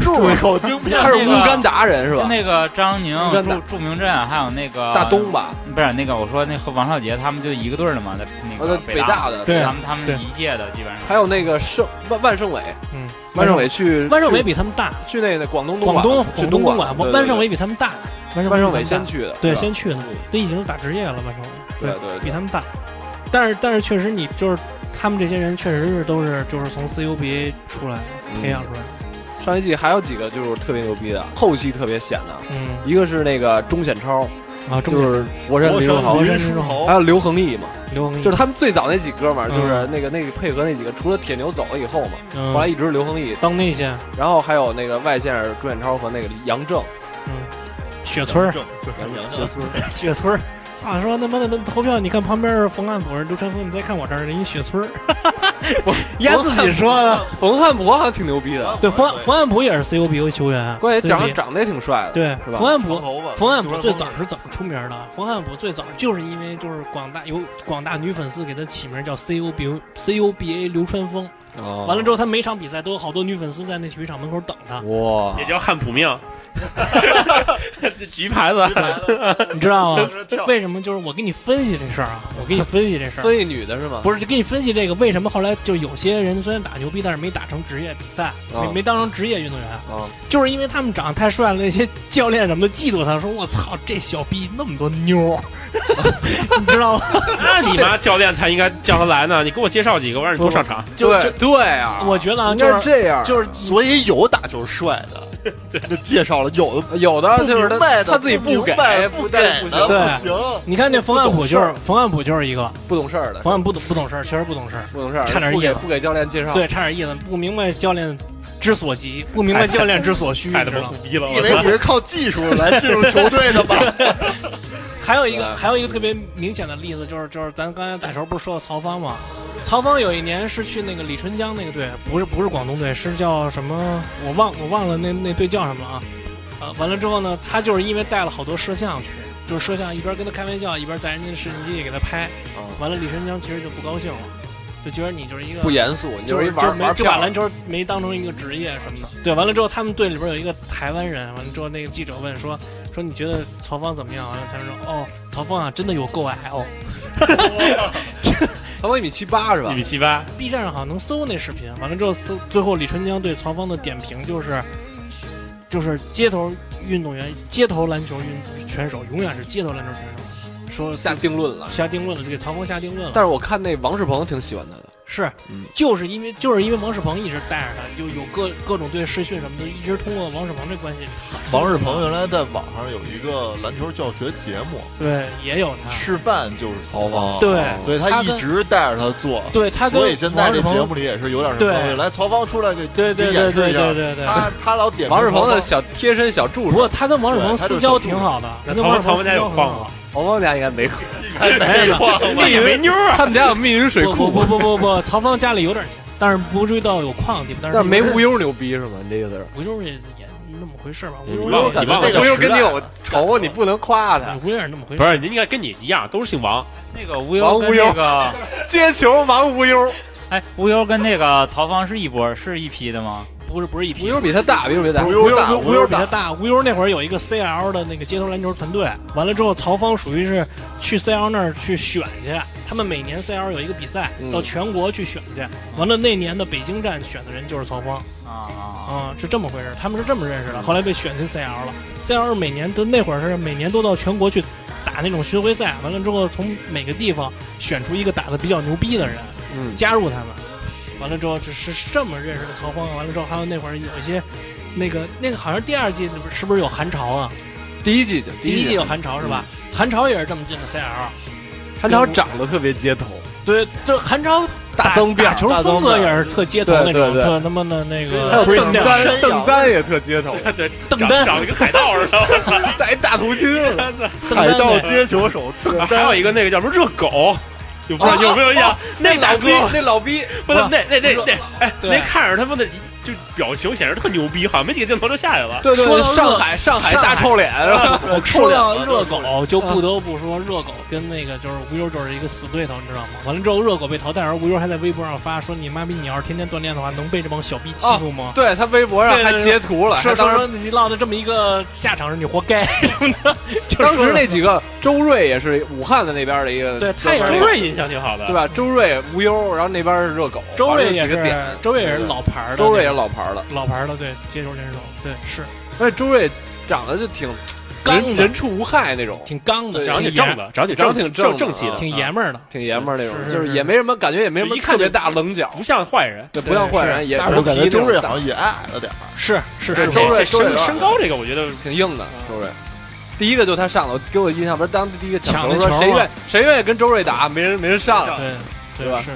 S6: 吐一口京片
S2: 他
S6: 儿
S2: 是
S5: 那
S2: 乌
S5: 个
S2: 干达人是
S5: 就
S2: 吧？
S5: 那个张宁
S2: 乌、干达
S5: 祝祝明镇，还有那个
S2: 大东吧，
S5: 不是那个，我说那和王少杰他们就一个队儿的嘛，在那
S2: 呃，
S5: 个
S2: 对
S5: 北
S2: 北
S5: 大，
S2: 大的。
S1: 对
S5: 他们他
S1: 对
S5: 们一届的基本上。
S2: 还有那个盛万万盛伟，
S1: 嗯，
S2: 万盛伟去
S1: 万盛伟比他们大，
S2: 去那个广东东
S1: 广
S2: 莞
S1: 东
S2: 去
S1: 广东
S2: 莞，
S1: 莞，
S2: 对对
S1: 万盛伟比他们大，万
S2: 对
S1: 盛
S2: 万盛
S1: 伟
S2: 伟
S1: 比他
S2: 先
S1: 们大
S2: 去的，
S1: 对
S2: 是吧嗯
S1: 先去的，都已经是打职业了，万盛伟，
S2: 对对对
S1: 比他们大。但是但是确实你就是他们这些人确实是都是就是从 CUBA 出来
S2: 嗯
S1: 培养出来的，
S2: 上一季还有几个就是特别牛逼的，后期特别显的，
S1: 嗯
S2: 一个是那个钟显超，
S1: 啊，中
S2: 就
S1: 国
S2: 是佛山
S6: 国
S2: 林
S6: 生
S2: 书豪，
S6: 林书
S2: 还
S6: 豪，
S2: 有刘恒毅嘛，
S1: 刘恒毅
S2: 就是他们最早那几哥们儿，
S1: 嗯
S2: 就是那个那个配合那几个，除了铁牛走了以后嘛，
S1: 嗯
S2: 后来一直是刘恒毅，
S1: 当内线，
S2: 然后还有那个外线是朱远超和那个杨正，
S1: 嗯，雪村儿
S6: 正对杨
S2: 小
S6: 正
S2: 孙
S1: 雪村儿。操！说他妈的那投票，你看旁边是冯汉普、刘传峰，你再看我这儿人一雪村儿， 丫自己说的。
S2: 冯汉博好像挺牛逼的，
S1: 对，冯冯汉普也是 CUBA 球员，啊
S2: 关键长
S1: CUBA
S2: 长得也挺帅的，
S1: 对
S2: 是吧
S1: 冯汉
S6: 长
S1: 普，
S6: 头发，
S1: 冯汉普最早是怎么出名的？冯汉普最早就是因为就是广大有广大女粉丝给他起名叫 CUBA CUBA 流川枫，
S2: 哦
S1: 完了之后他每场比赛都有好多女粉丝在那体育场门口等他，
S2: 哇
S3: 也，叫汉普命， 这橘牌 子。
S1: 你知道吗？
S6: 跳
S1: 为什么？就是我给你分析这事儿啊，我给你分析这事儿，
S2: 分一女的是吗？
S1: 不是，就给你分析这个为什么后来就有些人虽然打牛逼，但是没打成职业比赛，
S2: 啊
S1: 没没当成职业运动员，
S2: 啊，
S1: 就是因为他们长得太帅了，那些教练什么的嫉妒他，说我操，这小逼那么多妞 儿， 你知道吗？
S3: 那你妈教练才应该叫他来呢！你给我介绍几个，我让你多上场。
S1: 就
S2: 对
S1: 就
S2: 对啊，
S1: 我觉得啊，
S2: 应
S1: 就
S2: 该是
S1: 是
S2: 这样，
S1: 就是
S6: 所以有打就是帅的，就介绍了，有的
S2: 有的
S6: 不
S2: 就是
S6: 明白的
S2: 他他自己
S6: 不
S2: 给
S6: 明白，
S2: 不
S6: 给
S2: 但是
S6: 的
S2: 不
S6: 不
S2: 行，
S1: 对
S6: 行，
S1: 你看这冯汉普就是冯汉普就是一个
S2: 不懂事儿的，
S1: 冯汉普不懂事儿，确实不懂事儿，
S2: 不懂事儿，
S1: 差点
S2: 不
S1: 意
S2: 给
S1: 思
S2: 不给教练介绍，
S1: 对，差点意思，不明白教练之所急，不明白教练之所需，
S3: 太
S1: 你
S3: 他
S1: 知
S3: 妈
S1: 道
S3: 苦
S1: 吗？
S3: 逼了！
S6: 以
S3: 我
S6: 为
S3: 操
S6: 你！是靠技术来进入球队的吧？
S1: 还有一
S3: 对
S1: 个还有一个特别明显的例子，就是就是咱刚才打球不是说到曹芳吗？曹芳有一年是去那个李春江那个队，不是不是广东队，是叫什么？我忘我忘了那那队叫什么了啊？呃，完了之后呢，他就是因为带了好多摄像去，就是摄像一边跟他开玩笑，一边在人家摄影机里给他拍。
S3: 哦
S1: 完了，李春江其实就不高兴了，就觉得你就是一个
S2: 不严肃，你
S1: 就是是
S2: 一
S1: 就
S2: 玩
S1: 没
S2: 玩
S1: 就把
S2: 票
S1: 篮球没当成一个职业什么的。对，完了之后，他们队里边有一个台湾人，完了之后那个记者问说说你觉得曹芳怎么样？完了他说哦，曹芳啊真的有够矮哦。
S2: 曹芳一米七八是吧
S3: 一？米七八，
S1: B 站上好像能搜那视频。完了之后，搜最后李春江对曹芳的点评就是就是街头运动员、街头篮球运选手永远是街头篮球选手，说
S2: 下定论了。
S1: 下定论了，就给曹芳下定论了。
S2: 但是我看那王世鹏挺喜欢他的，
S1: 是
S2: 嗯，
S1: 就是因为就是因为王世鹏一直带着他，就有各各种对试训什么的，一直通过王世鹏这关系。
S4: 王世鹏原来在网上有一个篮球教学节目，
S1: 对也有他，
S4: 示范就是曹芳，
S1: 对
S2: 哦
S4: 所以他一直带着他做，
S1: 对他跟
S4: 所以现在
S1: 王
S4: 这
S1: 世
S4: 节
S1: 鹏，
S4: 目里也是有点什么东西
S1: 对
S4: 来曹芳出来给
S1: 对对对对对对对。
S4: 他他老解
S2: 王世鹏的
S4: 的
S2: 小贴身小助
S1: 不
S2: 手
S1: 过，他跟王世鹏私交挺好的，他跟
S3: 曹
S1: 王
S3: 芳
S1: 世鹏
S3: 曹芳家有
S1: 私交
S3: 矿
S1: 很好
S3: 吗？
S2: 王芳家应该没空，
S1: 没有
S3: 那也没妞儿啊，
S2: 他们家有密云水
S1: 不
S2: 库，
S1: 不不不不， 曹芳家里有点钱，但是不至于到有矿的地步，但
S2: 但
S1: 是
S2: 是没
S1: 无
S2: 无忧牛逼是吗？你这意思是？
S1: 无忧也也那么回事吧，无
S3: 你
S1: 忧
S3: 忘了
S1: 也
S3: 你忘了
S4: 这个
S2: 无忧跟你
S4: 时
S2: 有
S4: 代
S2: 仇，你不能夸他。
S1: 无忧也是那么回事
S3: 不，是，你应该跟你一样，都是姓王。
S5: 那个无
S2: 王
S5: 忧跟
S2: 无忧
S5: 那个，
S2: 接球王无忧，
S5: 哎，无忧跟那个曹芳是一波，是一批的吗？
S1: 不是不是一批
S2: 无。忧比他大，无忧比他大
S4: 无。
S1: 无
S4: 忧大，
S1: 忧
S4: 无
S1: 无
S4: 忧
S1: 忧比他
S4: 大，
S1: 大，无忧那会儿有一个 CL 的那个街头篮球团队，完了之后，曹芳属于是去 CL 那儿去选去，他们每年 CL 有一个比赛，
S2: 嗯
S1: 到全国去选去，完了那年的北京站选的人就是曹芳，
S5: 啊啊
S1: 啊、是这么回事，他们是这么认识的，后来被选进 CL 了，CL 每年都那会儿是每年都到全国去打那种巡回赛，完了之后从每个地方选出一个打的比较牛逼的人，
S2: 嗯，
S1: 加入他们。完了之后，这是是这么认识的曹芳。完了之后，还有那会儿有一些，那个那个好像第二季里边是不是有韩潮啊？
S2: 第一季就
S1: 第一季有韩潮是吧？韩潮也是这么进的 CL。
S2: 韩潮长得特别街头，
S1: 对，这韩潮
S2: 大脏辫儿
S1: 打球
S2: 大
S1: 风
S2: 脏辫
S1: 格
S2: 儿
S1: 也是特街头
S2: 对
S1: 那
S2: 对
S1: 种，
S2: 对
S1: 特他妈的那
S4: 还
S1: 个
S4: 有
S2: 邓
S4: 邓
S2: 丹
S4: 丹
S2: 邓丹也特街头，
S1: 邓
S3: 长
S1: 丹，
S3: 长得跟海盗似的。
S2: 戴一大头巾，
S1: 邓丹
S4: 海盗
S1: 对
S4: 接球手邓
S3: 还有一个那个叫什么热狗，就不知道你有没有印象？那大
S2: 老
S3: 哥
S2: 逼，那老逼，
S3: 不是那那那那哎，
S1: 对
S3: 那看着他们的就表情显示特牛逼，好像没几个镜头就下来了。
S2: 对
S1: 对
S2: 对，
S1: 上
S2: 上海上海
S1: 上海
S2: 大臭脸是吧？
S4: 我
S1: 说到热狗，就
S2: 嗯
S1: 不得不说热狗跟那个就是无忧就是一个死对头，你知道吗？完了之后，热狗被淘汰，而无忧还在微博上发说：“你妈逼，你要是天天锻炼的话，能被这帮小逼欺负吗？”
S2: 对他微博上
S1: 对对
S2: 还
S1: 对
S2: 截图了，
S1: 说
S2: 还哦当
S1: 说
S2: 时
S1: 说你落到这么一个下场，你活该什么 的。就是
S2: 当时
S1: 说
S2: 那几个周睿也是武汉的那边的一个，
S1: 对他也
S3: 周
S1: 是
S3: 瑞印象挺好的，
S2: 对吧？周睿、无忧，然后那边是热狗，
S1: 周
S2: 反
S1: 瑞
S2: 正
S1: 也
S2: 有几个
S1: 是
S2: 点，
S1: 周瑞也是老牌儿的，
S2: 周睿也是老牌的，
S1: 老牌儿的，对接球选手，对是
S2: 但是周睿长得就挺
S1: 刚
S2: 人
S1: 的
S2: 人畜无害那种，
S1: 挺刚的，
S2: 对
S3: 长得
S1: 挺
S3: 挺正
S1: 爷
S3: 的，长得
S2: 长得
S3: 挺
S2: 挺正嗯
S3: 正
S2: 的
S3: 正气的，
S1: 挺
S3: 啊
S1: 爷们儿的。
S2: 挺爷们儿那种
S1: 是，是
S2: 就是也没什么感觉，也没什么
S3: 就一看
S2: 特别
S3: 就
S2: 大棱角，
S3: 不像坏人。
S2: 对，不像坏人，也
S4: 但是我感觉
S2: 脾气
S4: 周
S2: 挺
S4: 瑞
S2: 大
S4: 好像也矮了点儿，
S1: 是是
S2: 对
S1: 是，
S2: 周
S1: 我
S2: 瑞
S3: 这
S2: 周
S3: 身
S2: 瑞啊
S3: 身高这个，我觉得
S2: 挺硬的周睿。第一个就是他上头给我印象，不是当第一个抢
S1: 抢那
S2: 说
S1: 球
S2: 谁
S1: 嘛
S2: 愿谁愿意跟周睿打，没人没人上了，
S1: 对
S2: 对吧
S1: 是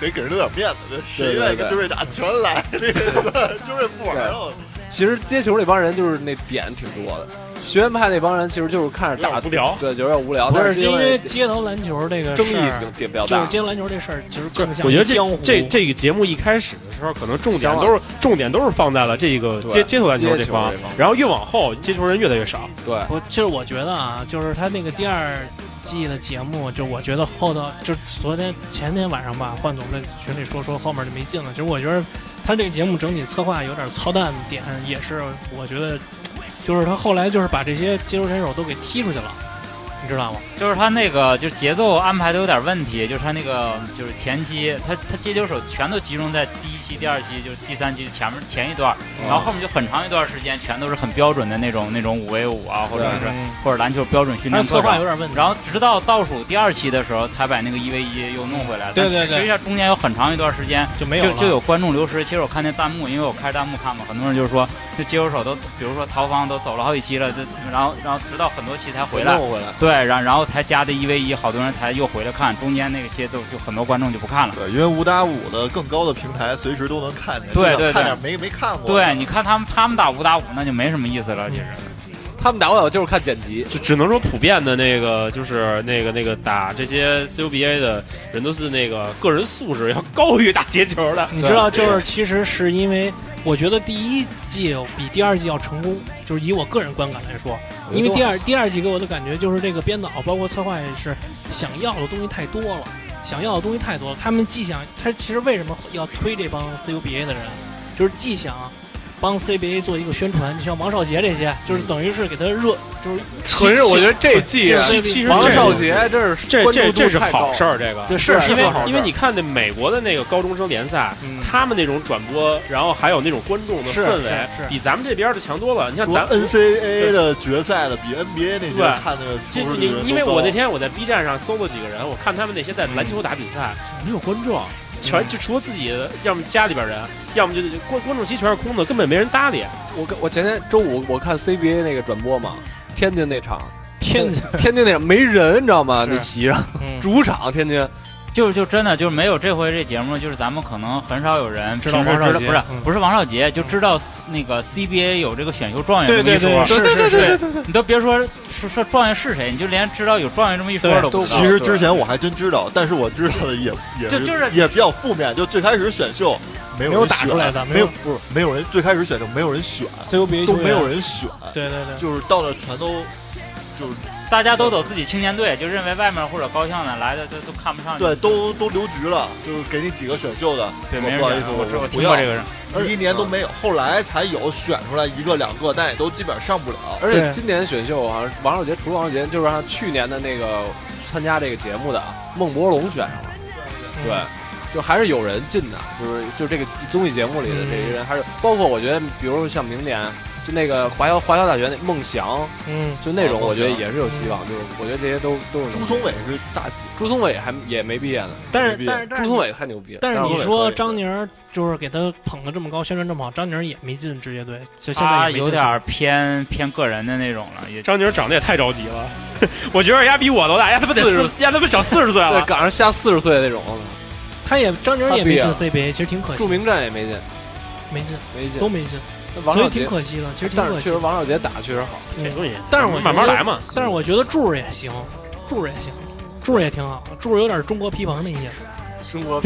S4: 得给人留点面子。谁
S2: 对对
S4: 愿意跟
S2: 对
S4: 周瑞打，全来。 周瑞不玩了，
S2: 其实接球那帮人就是那点挺多的，学院派那帮人其实就是看着
S3: 有
S2: 打
S3: 点无，聊。
S2: 对，有点无聊。
S1: 不
S2: 但
S1: 是
S2: 是
S1: 因为
S2: 点
S1: 街头篮球这个
S2: 争
S1: 事
S2: 议
S1: 儿
S2: 挺挺比较
S1: 就是
S2: 大，
S1: 街头篮球这事儿，其实更像
S3: 我觉得
S1: 江湖
S3: 这这这个节目一开始的时候，可能重点
S2: 向往
S3: 都是重点都是放在了这个
S2: 对
S3: 街街头篮球
S2: 街
S3: 这
S2: 球
S3: 方
S2: 这方，
S3: 然后越往后接球人越来越少。
S2: 对，
S1: 我其实我觉得啊，就是他那个第二季的节目，就我觉得后头就是昨天前天晚上吧，换总在群里说说后面就没劲了。其实我觉得他这个节目整体策划有点操蛋的点，也是我觉得就是他后来就是把这些接球选手都给踢出去了，你知道吗？
S5: 就是他那个就是节奏安排的有点问题，就是他那个就是前期他他接球手全都集中在第一期、第二期，就是第三期前面前一段，然后后面就很长一段时间全都是很标准的那种那种五 v 五啊，或者
S2: 对
S5: 是或者篮球标准训
S1: 他
S5: 练
S1: 策
S5: 课
S1: 划
S5: 程
S1: 有。点问题。
S5: 嗯然后直到倒数第二期的时候，才把那个一 v 一又弄回来。
S1: 对对
S5: 但
S1: 对
S5: 实际上中间有很长一段时间
S1: 就没有
S5: 就
S1: 了
S5: 就有观众流失。其实我看那弹幕，因为我开弹幕看嘛，很多人就是说，这接球手都，比如说曹芳都走了好几期了，这然后然后直到很多期才回来。
S2: 弄回来。
S5: 对，然然后才加的一 v 一，好多人才又回来看，中间那些都就很多观众就不看了。
S4: 对，因为五打五的更高的平台随时都能看见，
S5: 对
S4: 就想
S5: 对
S4: 看
S5: 对
S4: 点没没看过。
S5: 嗯对，你看他们他们打五打五，那就没什么意思了，其实。
S2: 他们打不了就是看剪辑，
S3: 就只能说普遍的那个就是那个那个打这些 CUBA 的人都是那个个人素质要高于打街球 的。
S1: 你知道，就是其实是因为我觉得第一季比第二季要成功，就是以我个人观感来说，因为第二第二季给我的感觉就是这个编导包括策划也是想要的东西太多了，想要的东西太多了。他们既想他其实为什么要推这帮 CUBA 的人，就是既想。帮 CBA 做一个宣传，就像王少杰这些，就是等于是给他热，就是
S2: 可是我觉得嗯这季啊
S1: 其实其实
S2: 王
S1: 这
S2: 少杰这是
S3: 这
S2: 关注
S3: 这
S2: 度
S3: 这是
S2: 太高
S3: 好事儿，这个
S1: 对是
S2: 是
S3: 因为
S2: 好事儿
S3: 因为你看那美国的那个高中生联赛，
S1: 嗯
S3: 他们那种转播，然后还有那种观众的
S1: 是
S3: 氛
S1: 是
S3: 围
S1: 是，
S3: 比咱们这边儿的强多了。你像
S4: 说
S3: 咱
S4: NCAA 的决赛的比 NBA 那
S3: 对
S4: 些看那个
S3: 这
S4: 球
S3: 你
S4: 的人
S3: 因为
S4: 都
S3: 我
S4: 高
S3: 那天我在 B 站上搜了几个人，我看他们那些在篮球打比赛，没有观众，全就除了自己，要么家里边人，要么就就观观众席全是空的，根本没人搭理。
S2: 我跟我前天周五我看 CBA 那个转播嘛，天津那场，
S1: 天津，
S2: 天津那场没人，你知道吗？
S1: 是
S2: 那席上
S1: 嗯
S2: 主场天津，
S5: 就是就真的就是没有这回这节目，就是咱们可能很少有人
S1: 知道
S5: 平时
S1: 王少
S5: 知道
S1: 杰
S5: 不是
S1: 嗯
S5: 不是王少杰，就知道那个 CBA 有这个选秀状元
S1: 对
S5: 这
S1: 对
S5: 么
S1: 对，
S5: 一说，
S1: 是是是，
S5: 对你都别说说说状元是谁，你就连知道有状元这么一说
S1: 对
S5: 都不知道
S4: 其。实之前我还真知道，但是我知道的也也
S5: 就就是
S4: 也比较负面。就最开始选秀没有
S1: 没有
S4: 人
S1: 打
S4: 选
S1: 出来的没
S4: 没
S1: 有
S4: 不是没有人最开始选秀没有人选，
S1: CUBA
S4: 都没有
S1: 人，
S4: 人选，
S1: 对对对，
S4: 就是到那全都就是
S5: 大家都走自己青年队，就认为外面或者高校的来的都都看不上你。
S4: 对都都留局了，就是给你几个选秀的，
S5: 对，
S4: 我
S5: 没人
S4: 不好
S5: 讲
S4: 意思，
S5: 我知道我
S4: 不
S5: 听过
S4: 要
S5: 这个人，嗯
S4: 第一年都没有，后来才有选出来一个两个，但也都基本上不了。
S2: 而且
S1: 对
S2: 今年选秀好像王少杰除了王少杰，就是让去年的那个参加这个节目的孟博龙选上了，
S1: 嗯
S2: 对。就还是有人进的，就是就这个综艺节目里的这些人，还是包括我觉得，比如说像明年，就那个华侨华侨大学那孟翔，
S1: 嗯，
S2: 就那种，
S4: 哦
S2: 我觉得
S4: 孟翔
S2: 也是有希望。就是我觉得这些都都是
S4: 朱宗伟是大几？
S2: 朱宗伟还也没毕业呢，
S1: 但
S4: 没
S1: 是
S4: 必要
S1: 但是但
S2: 朱
S1: 是
S2: 宗伟太牛逼了。
S1: 但是
S2: 朱宗
S1: 你
S2: 伟
S1: 说张宁儿就是给他捧的这么高，宣传这么好，张宁儿也没进职业队，就现在
S5: 他
S1: 也没
S5: 啊有
S1: 进
S5: 点儿偏偏个人的那种了，也
S3: 张宁长得也太着急了，我觉得丫比我都大，丫他妈得
S2: 40
S3: 四，丫他妈小四十岁
S2: 对
S1: 啊
S3: 了。
S2: 赶上下四十岁那种，
S1: 他也张宁儿也没进 CBA，其实挺可惜
S2: 著，名战也没进，
S1: 没进
S2: 没进
S1: 都。没进，
S2: 那王
S1: 所以
S2: 少
S1: 挺
S2: 杰，
S1: 可惜的，其实挺
S2: 但是
S1: 可
S2: 确
S1: 惜
S2: 实。王少杰打的确实好。
S3: 这
S1: 嗯
S3: 东西，
S1: 但是我觉得
S3: 慢慢来嘛。
S1: 但是我觉得柱儿也行，柱儿也行，柱儿也挺好，柱儿有点中国皮蓬那意思。
S2: 中国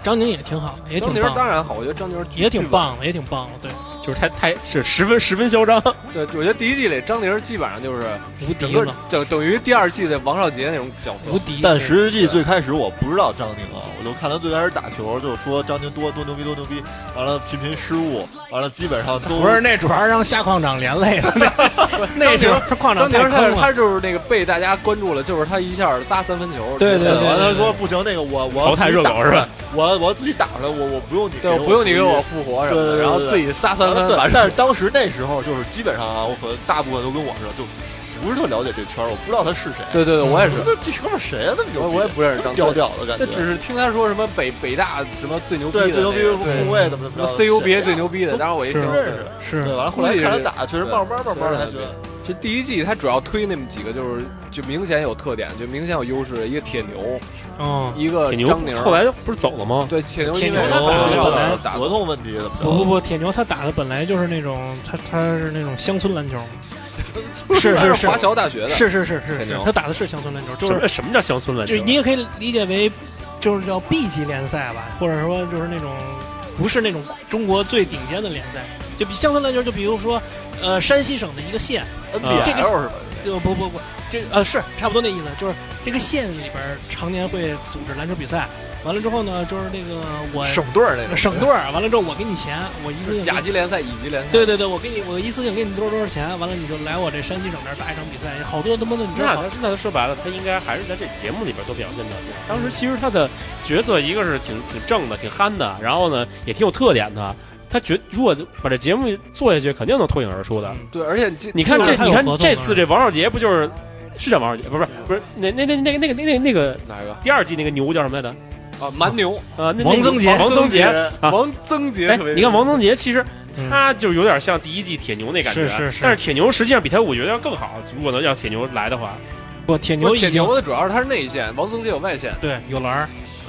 S1: 张宁也挺好，也
S2: 张
S1: 挺
S2: 宁儿当
S1: 棒，
S2: 然好，我觉得张宁儿巨
S1: 也挺。棒的，也挺棒的，对，
S3: 就是太太是十分十分嚣张，
S2: 巨棒对，我觉得第一季里张宁儿基本上就是
S1: 无
S2: 整
S1: 敌
S2: 个
S1: 了，
S2: 等等于第二季的王少杰那种角色
S1: 无。敌。
S4: 但实际最开始我不知道张宁啊，我就看他最开始打球，就是说张宁多多牛逼多牛逼，完了频频失误，完了基本上都
S1: 不是那主要让下矿长连累了，那那主要是矿
S2: 张
S1: 长
S2: 宁
S1: 太
S2: 儿
S1: 坑了。
S2: 他他就是那个被大家关注了，就是他一下仨三分球。
S1: 对对
S4: 对，
S1: 对
S4: 完了
S1: 对
S4: 他说不行，那个我我要
S3: 淘汰
S4: 自己
S3: 热
S4: 打
S3: 狗是吧？
S4: 我我要自己打出来，我我不用你给
S2: 对，
S4: 我，
S2: 不用你给我复活什么
S4: 对对
S2: 的，
S4: 对
S2: 然后自己仨三分，
S4: 对
S2: 完，事
S4: 但
S2: 儿
S4: 是当时那时候就是基本上啊，我可能大部分都跟我似的，就不是特了解这圈儿，我不知道他是谁。
S2: 对对对，我也是
S4: 我，说这这哥们儿谁啊？那么牛
S2: 我
S4: 逼，
S2: 我也不认识张宁
S4: 屌
S2: 儿。
S4: 屌的感
S2: 这只
S4: 觉。
S2: 是听他说什么北北大什么最牛逼的
S4: 对，
S2: 那个，
S4: 最牛逼的
S2: 对
S4: 后卫怎么怎
S2: 什
S4: 么
S2: 么
S4: 着
S2: CUBA 最牛
S4: 逼。
S2: 逼的，
S4: 都
S2: 当然我一
S4: 不
S2: 听，
S4: 认识，
S1: 是
S4: 对，完了后来看他打，确实
S2: 对
S4: 慢慢慢慢的还觉
S2: 对
S4: 得，
S2: 就第一季他主要推那么几个，就是就明显有特点，就明显有优势，一个铁牛，
S1: 嗯，
S2: 一个
S3: 铁牛
S2: 张宁，
S3: 后来不是走了吗？
S2: 对铁牛
S1: 铁
S2: 因
S1: 牛
S2: 为
S1: 他
S2: 他
S1: 打的
S2: 打学
S1: 本来
S2: 校打
S4: 合同问题怎么着？
S1: 不不不，铁牛他打的本来就是那种，他他是那种乡村篮 球，是
S2: 他
S1: 是
S2: 是华侨大学的，
S1: 是是是
S2: 铁
S1: 是是
S2: 牛，
S1: 他打的是乡村篮球，就
S3: 什
S1: 是
S3: 么什么叫乡村篮球
S1: 就？你也可以理解为，就是叫 B 级联赛吧，或者说就是那种不是那种中国最顶尖的联赛，就比乡村篮球，就比如说呃山西省的一个县，
S4: NBL
S1: 这个
S4: 呃是吧？
S1: 就不不不，这呃是差不多那意思，就是这个县里边儿常年会组织篮球比赛，完了之后呢，就是那个我
S4: 省队儿那种
S1: 省队儿，完了之后我给你钱，我一次性给
S2: 甲
S1: 你
S2: 级联赛、乙级联赛，
S1: 对对对，我给你，我一次性给你多少多少钱，完了你就来我这山西省这儿打一场比赛，好多他妈的你知道
S3: 那
S1: 好
S3: 他那他说白了，他应该还是在这节目里边多表现表现。当时其实他的角色一个是挺挺正的、挺憨的，然后呢也挺有特点的。他觉如果把这节目做下去，肯定能脱颖而出的。
S1: 嗯
S2: 对，而且这
S3: 你看
S1: 就是
S3: 这，
S1: 他
S3: 你
S1: 有
S3: 看
S1: 合同
S3: 这
S1: 的
S3: 次这王少杰不就是是叫王少杰？不是不是那那那那那个那那那个
S2: 哪个
S3: 第二季那个牛叫什么来着？
S2: 啊？蛮牛，
S3: 啊，那
S1: 王增杰
S3: 王增杰。啊
S2: 王增杰
S3: 哎
S2: 特别，，
S3: 你看王增杰，其实
S1: 嗯
S3: 他就有点像第一季铁牛那感觉，
S1: 是是是
S3: 但是铁牛实际上比他我觉得要更好。如果能要铁牛来的话，
S1: 不，铁
S2: 不
S1: 牛
S2: 是铁
S1: 已经
S2: 牛的主要是他是内线，王增杰有外线，
S1: 对有篮儿，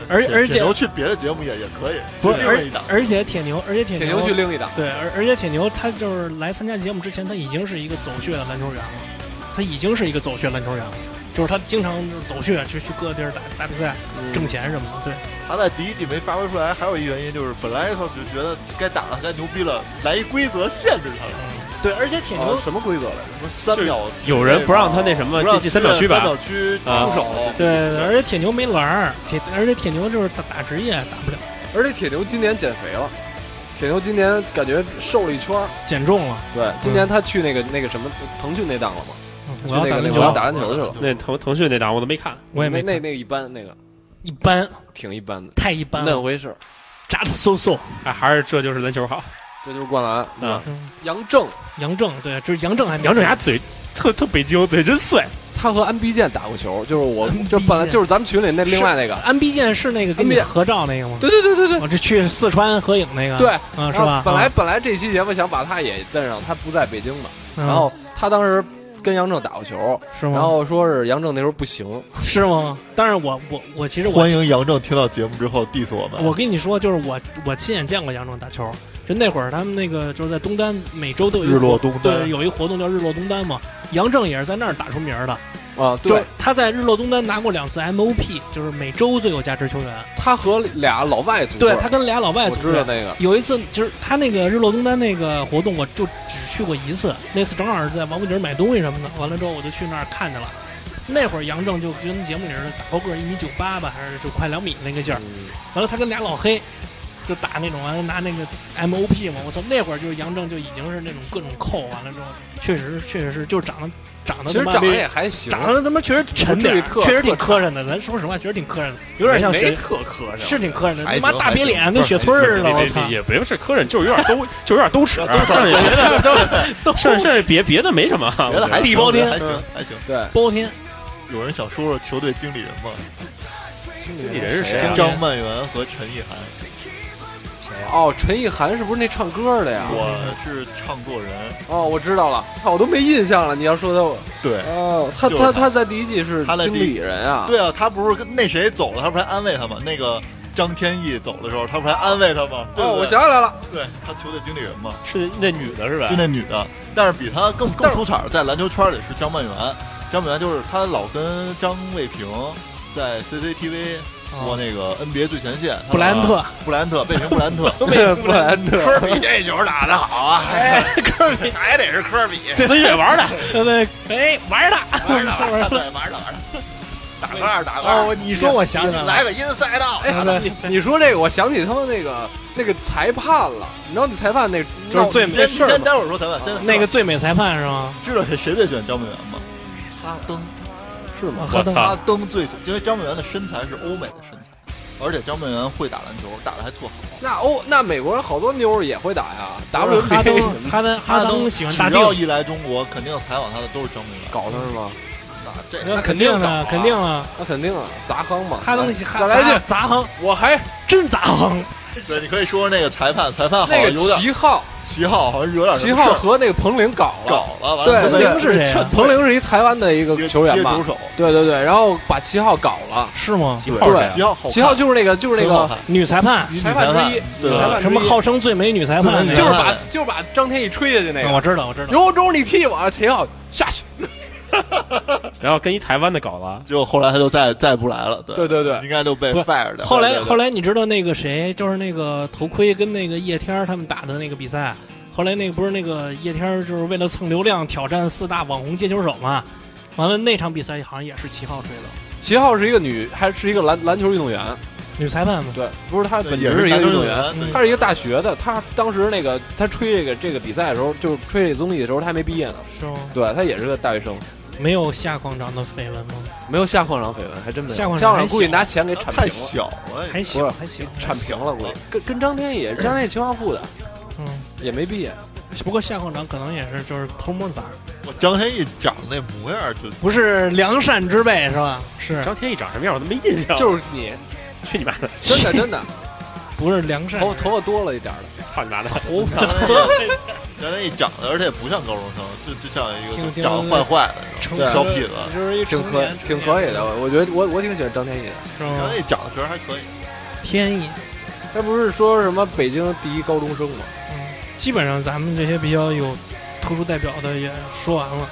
S1: 而而
S4: 铁
S1: 且
S4: 牛去别的节目也也可以，
S1: 不是
S4: 去另外一档
S1: 而而且铁牛，而且铁
S2: 铁牛去另一档，
S1: 对，而而且铁牛他就是来参加节目之前，他已经是一个走穴的篮球员了，他已经是一个走穴篮球员了，就是他经常就是走穴去去各个地儿打打比赛挣钱什么的。对，
S4: 他在第一季没发挥出来，还有一原因就是本来他就觉得该打了，该牛逼了，来一规则限制他了。
S1: 嗯，对，而且铁
S2: 哦
S1: 牛
S4: 什么规则来着？什么三秒之内吧？
S3: 有人不让他那什么
S4: 不让
S3: 进进三秒区吧
S4: 三秒区
S3: 啊
S4: 出手，
S1: 对，对对而且铁牛没篮儿，铁而且铁牛就是打打职业打不了，
S2: 而且铁牛今年减肥了，铁牛今年感觉瘦了一圈儿。
S1: 减重了。
S2: 对，今年他去那个那个什么腾讯那档了吗？
S1: 嗯我
S2: 去
S1: 要
S2: 那
S1: 打
S2: 个那
S1: 篮
S2: 个我要打
S1: 球，
S2: 篮球去了。
S3: 那腾腾讯那档我都没看，
S1: 我也没
S2: 那那那个一般，那个
S1: 一般，
S2: 挺一般的，
S1: 太一般
S2: 那
S1: 了，
S2: 回事儿。
S1: 扎的嗖嗖。
S3: 哎，还是这就是篮球好。
S2: 这就是灌篮。对吧
S3: 啊，
S1: 嗯，
S2: 杨正
S1: 杨正对，就是杨正还没
S3: 杨正牙嘴特特北京，嘴真碎。
S2: 他和安必健打过球，就是我
S1: 安，
S2: 就
S1: 必
S2: 本来
S1: 健
S2: 就是咱们群里那另外那个。
S1: 安必健是那个跟
S2: 安
S1: 你
S2: 必健
S1: 合照那个吗？哦
S2: 对对对对对
S1: 我这去四川合影那个，
S2: 对，
S1: 嗯，
S2: 然
S1: 是
S2: 后
S1: 吧？
S2: 本来
S1: 嗯，
S2: 本来这期节目想把他也带上，他不在北京嘛。
S1: 嗯
S2: 然后他当时跟杨正打过球，
S1: 是吗？
S2: 然后说是杨正那时候不行，
S1: 是吗？但是我我我其实我
S6: 欢迎杨正听到节目之后 diss 我们。
S1: 我跟你说，就是我我亲眼见过杨正打球，就那会儿他们那个就是在东单每周都有一个
S6: 日落
S1: 活
S6: 东单
S1: 对，有一活动叫日落东单嘛。杨正也是在那儿打出名儿的，
S2: 啊，
S1: 就
S2: 对
S1: 他在日落东单拿过两次 MOP，就是每周最有价值球员。
S2: 他和俩老外组
S1: 对
S2: 队
S1: 他跟俩老外
S2: 我
S1: 组
S2: 知道
S1: 队。
S2: 那个，
S1: 有一次，就是他那个日落东单那个活动，我就只去过一次。那次正好是在王府井买东西什么的，完了之后我就去那儿看去了。那会儿杨正就跟节目里似的，打高个儿一米九八吧，还是就快两米那个劲儿。
S2: 嗯
S1: 完了他跟俩老黑就打那种，完了拿那个 MOP 嘛，我操，那会儿就是杨正就已经啊是那种各种扣，完了之后确实确实是就长得长得
S2: 其
S1: 他
S2: 实
S1: 妈
S2: 长得也还行，
S1: 长得他妈确实沉点儿
S2: 不至于特，
S1: 确实挺磕碜的，咱说实话确实挺磕碜的，有点像
S2: 没
S1: 雪
S2: 没特磕碜，
S1: 是挺磕碜的，他
S4: 还
S1: 妈
S4: 行
S1: 大瘪脸
S4: 还行
S1: 跟雪村儿似的，我
S3: 别
S1: 操
S3: 别，也不是磕碜，就是有点兜，就有点兜
S4: 啊
S3: 尺。剩下
S1: 都
S3: 剩剩下别别的没什么。啊
S4: 别的还
S1: 地
S4: 行
S1: 包天
S4: 还行还行。
S2: 对，
S1: 包天
S6: 有人想说说球队经理人吗？
S3: 经理人是谁啊？
S6: 张曼媛和陈意涵，
S2: 哦，陈意涵是不是那唱歌的呀？
S6: 我是唱作人。
S2: 哦，我知道了，我都没印象了。你要说他，我
S6: 对
S2: 哦，他
S6: 就是
S2: 他
S6: 他
S2: 他在第一季是
S6: 他在
S2: 经
S6: 第
S2: 理人啊，
S6: 对啊，他不是跟那谁走了，他不是还安慰他吗？那个张天翼走的时候，他不是还安慰他吗？对
S2: 哦，
S6: 不
S2: 我
S6: 对？
S2: 想起来了，
S6: 对他球队经理人嘛，
S3: 是那女的是吧
S1: 哎
S6: 就？那女的，但是比他更
S2: 但
S6: 更
S2: 是
S6: 出彩儿，在篮球圈里是张曼媛。张曼媛就是他老跟张卫平在 CCTV 播那个 NBA 最前线，他
S1: 布莱恩
S3: 啊
S1: 特，
S6: 布莱恩特，贝宁布莱恩 特，
S2: 布莱恩特，
S4: 科比这球打得好啊，科比还得是科比，
S3: 孙悦玩 的，
S1: 对对，哎，玩儿他，
S4: 玩了玩了玩了玩了，打个二打个
S1: 哦
S4: 二，，
S1: 你说我想起来了，
S4: 来个 inside out，
S2: 哎，你你说这个，我想起他们那个那个裁判了，你知道那裁判那
S1: 就是最
S4: 你
S1: 美
S2: 这
S4: 先
S2: 事儿
S4: 先
S2: 吗？
S4: 待会儿说咱们先
S1: 那个最美裁判是吗？
S6: 知道谁谁最喜欢张曼媛吗？哈登，
S2: 是吗？
S3: 我
S6: 哈
S3: 操！
S6: 登最喜，因为张曼媛的身材是欧美的身材，而且张曼媛会打篮球，打的还特好。
S2: 那欧那美国人好多妞儿也会打呀
S1: 不是哈登
S2: ，WNBA
S1: 哈登哈登喜欢大
S6: 只
S1: 腚
S6: 要。一来中国，肯定采访他的都是张曼媛。
S2: 搞他是吗？
S6: 那啊这
S1: 那
S2: 那
S1: 肯
S2: 肯
S1: 定
S2: 定
S1: 的，
S2: 的
S1: 肯定啊！
S2: 那肯定啊，砸夯嘛。
S1: 哈登
S2: 来
S1: 喜哈哎
S2: 再来一
S1: 砸
S2: 句，
S1: 砸行，
S2: 我还
S1: 真砸行，
S6: 对，你可以说说那个裁判，裁判好
S2: 那
S6: 像
S2: 个
S6: 有点
S2: 齐昊，
S6: 齐昊，好像有点什
S2: 齐
S6: 么
S2: 昊
S6: 事儿
S2: 和那个彭凌搞了。
S6: 搞了，完
S2: 对
S6: 了他被
S2: 那个
S1: 是谁啊
S6: 被劝退
S2: 彭凌是一台湾的一个
S6: 接
S2: 球员
S6: 接
S2: 吧
S6: 球？手，
S2: 对对对，然后把齐昊搞了。
S1: 是吗？
S6: 对
S3: 号是谁啊
S6: 齐昊好看，
S2: 齐昊就是那个就是那
S6: 很好
S2: 个
S6: 看
S1: 女裁判，
S6: 女
S2: 裁
S6: 裁
S2: 判
S6: 判
S2: 之一，
S6: 对
S2: 女裁判
S1: 什么
S2: 之一
S1: 号称最美女裁判那个，
S2: 就是
S6: 裁
S2: 把
S6: 判
S2: 就是把张天翼吹下去那
S1: 嗯
S2: 个
S1: 我。知道，我知道，
S2: 有种你踢我，秦昊下去。
S3: 然后跟一台湾的搞了，
S6: 结果后来他就再再也不来了，对
S2: 对对对
S6: 应该都被
S1: 不
S6: fire 掉。
S1: 后来后
S6: 来
S1: 来你知道那个谁，就是那个头盔跟那个叶天儿他们打的那个比赛，后来那个不是那个叶天儿就是为了蹭流量挑战四大网红接球手嘛，完了那场比赛好像也是齐昊吹的，
S2: 齐昊是一个女，还是一个篮篮球运动员。
S1: 女裁判嘛，
S2: 对，不是他本
S6: 也
S2: 职一
S6: 篮
S2: 个
S6: 球运
S2: 运动
S6: 动
S2: 员。嗯
S6: 员，对
S2: 他是一个大学的，他当时那个他吹这个这个比赛的时候，就是吹这综艺的时候，他还没毕业呢。
S1: 是吗？
S2: 对他也是个大学生，
S1: 没有下矿长的绯闻吗？
S2: 没有下矿长绯闻，还真没有。
S1: 下矿长
S2: 下矿
S1: 还
S2: 长估计
S1: 小
S2: 拿钱给
S6: 他
S2: 铲平
S6: 太
S2: 了，
S6: 小了，哎
S1: 还
S2: 不
S1: 行
S2: 是
S1: 还行，
S2: 铲平了估计。跟跟张天翼也是，张天翼清华附的，
S1: 嗯，
S2: 也没毕业。
S1: 不过下矿长可能也是就是偷摸砸，
S6: 我张天翼长那模样就
S1: 不是良善之辈是吧？是，
S3: 张天翼长什么样我都没印
S6: 哦
S3: 象。
S2: 就是你，
S3: 去你妈的！
S2: 真的真的，
S1: 不是良善之
S2: 头
S1: 辈？
S2: 头发多了一点儿的，
S3: 操你妈的！
S1: 头发
S6: 张天翼长得，而且不像高中生，就就像一
S1: 挺
S6: 个
S1: 挺
S6: 长得坏坏的那
S1: 成
S6: 种小痞子。
S1: 就是一
S2: 挺
S1: 成
S2: 可
S1: 年
S2: 挺可以的。我我觉得我我挺喜欢张天翼的。
S1: 是
S6: 张
S1: 吗？
S6: 天翼长得确实还可以，
S1: 天意。
S2: 他不是说什么北京第一高中生吗？
S1: 嗯，基本上咱们这些比较有突出代表的也说完了。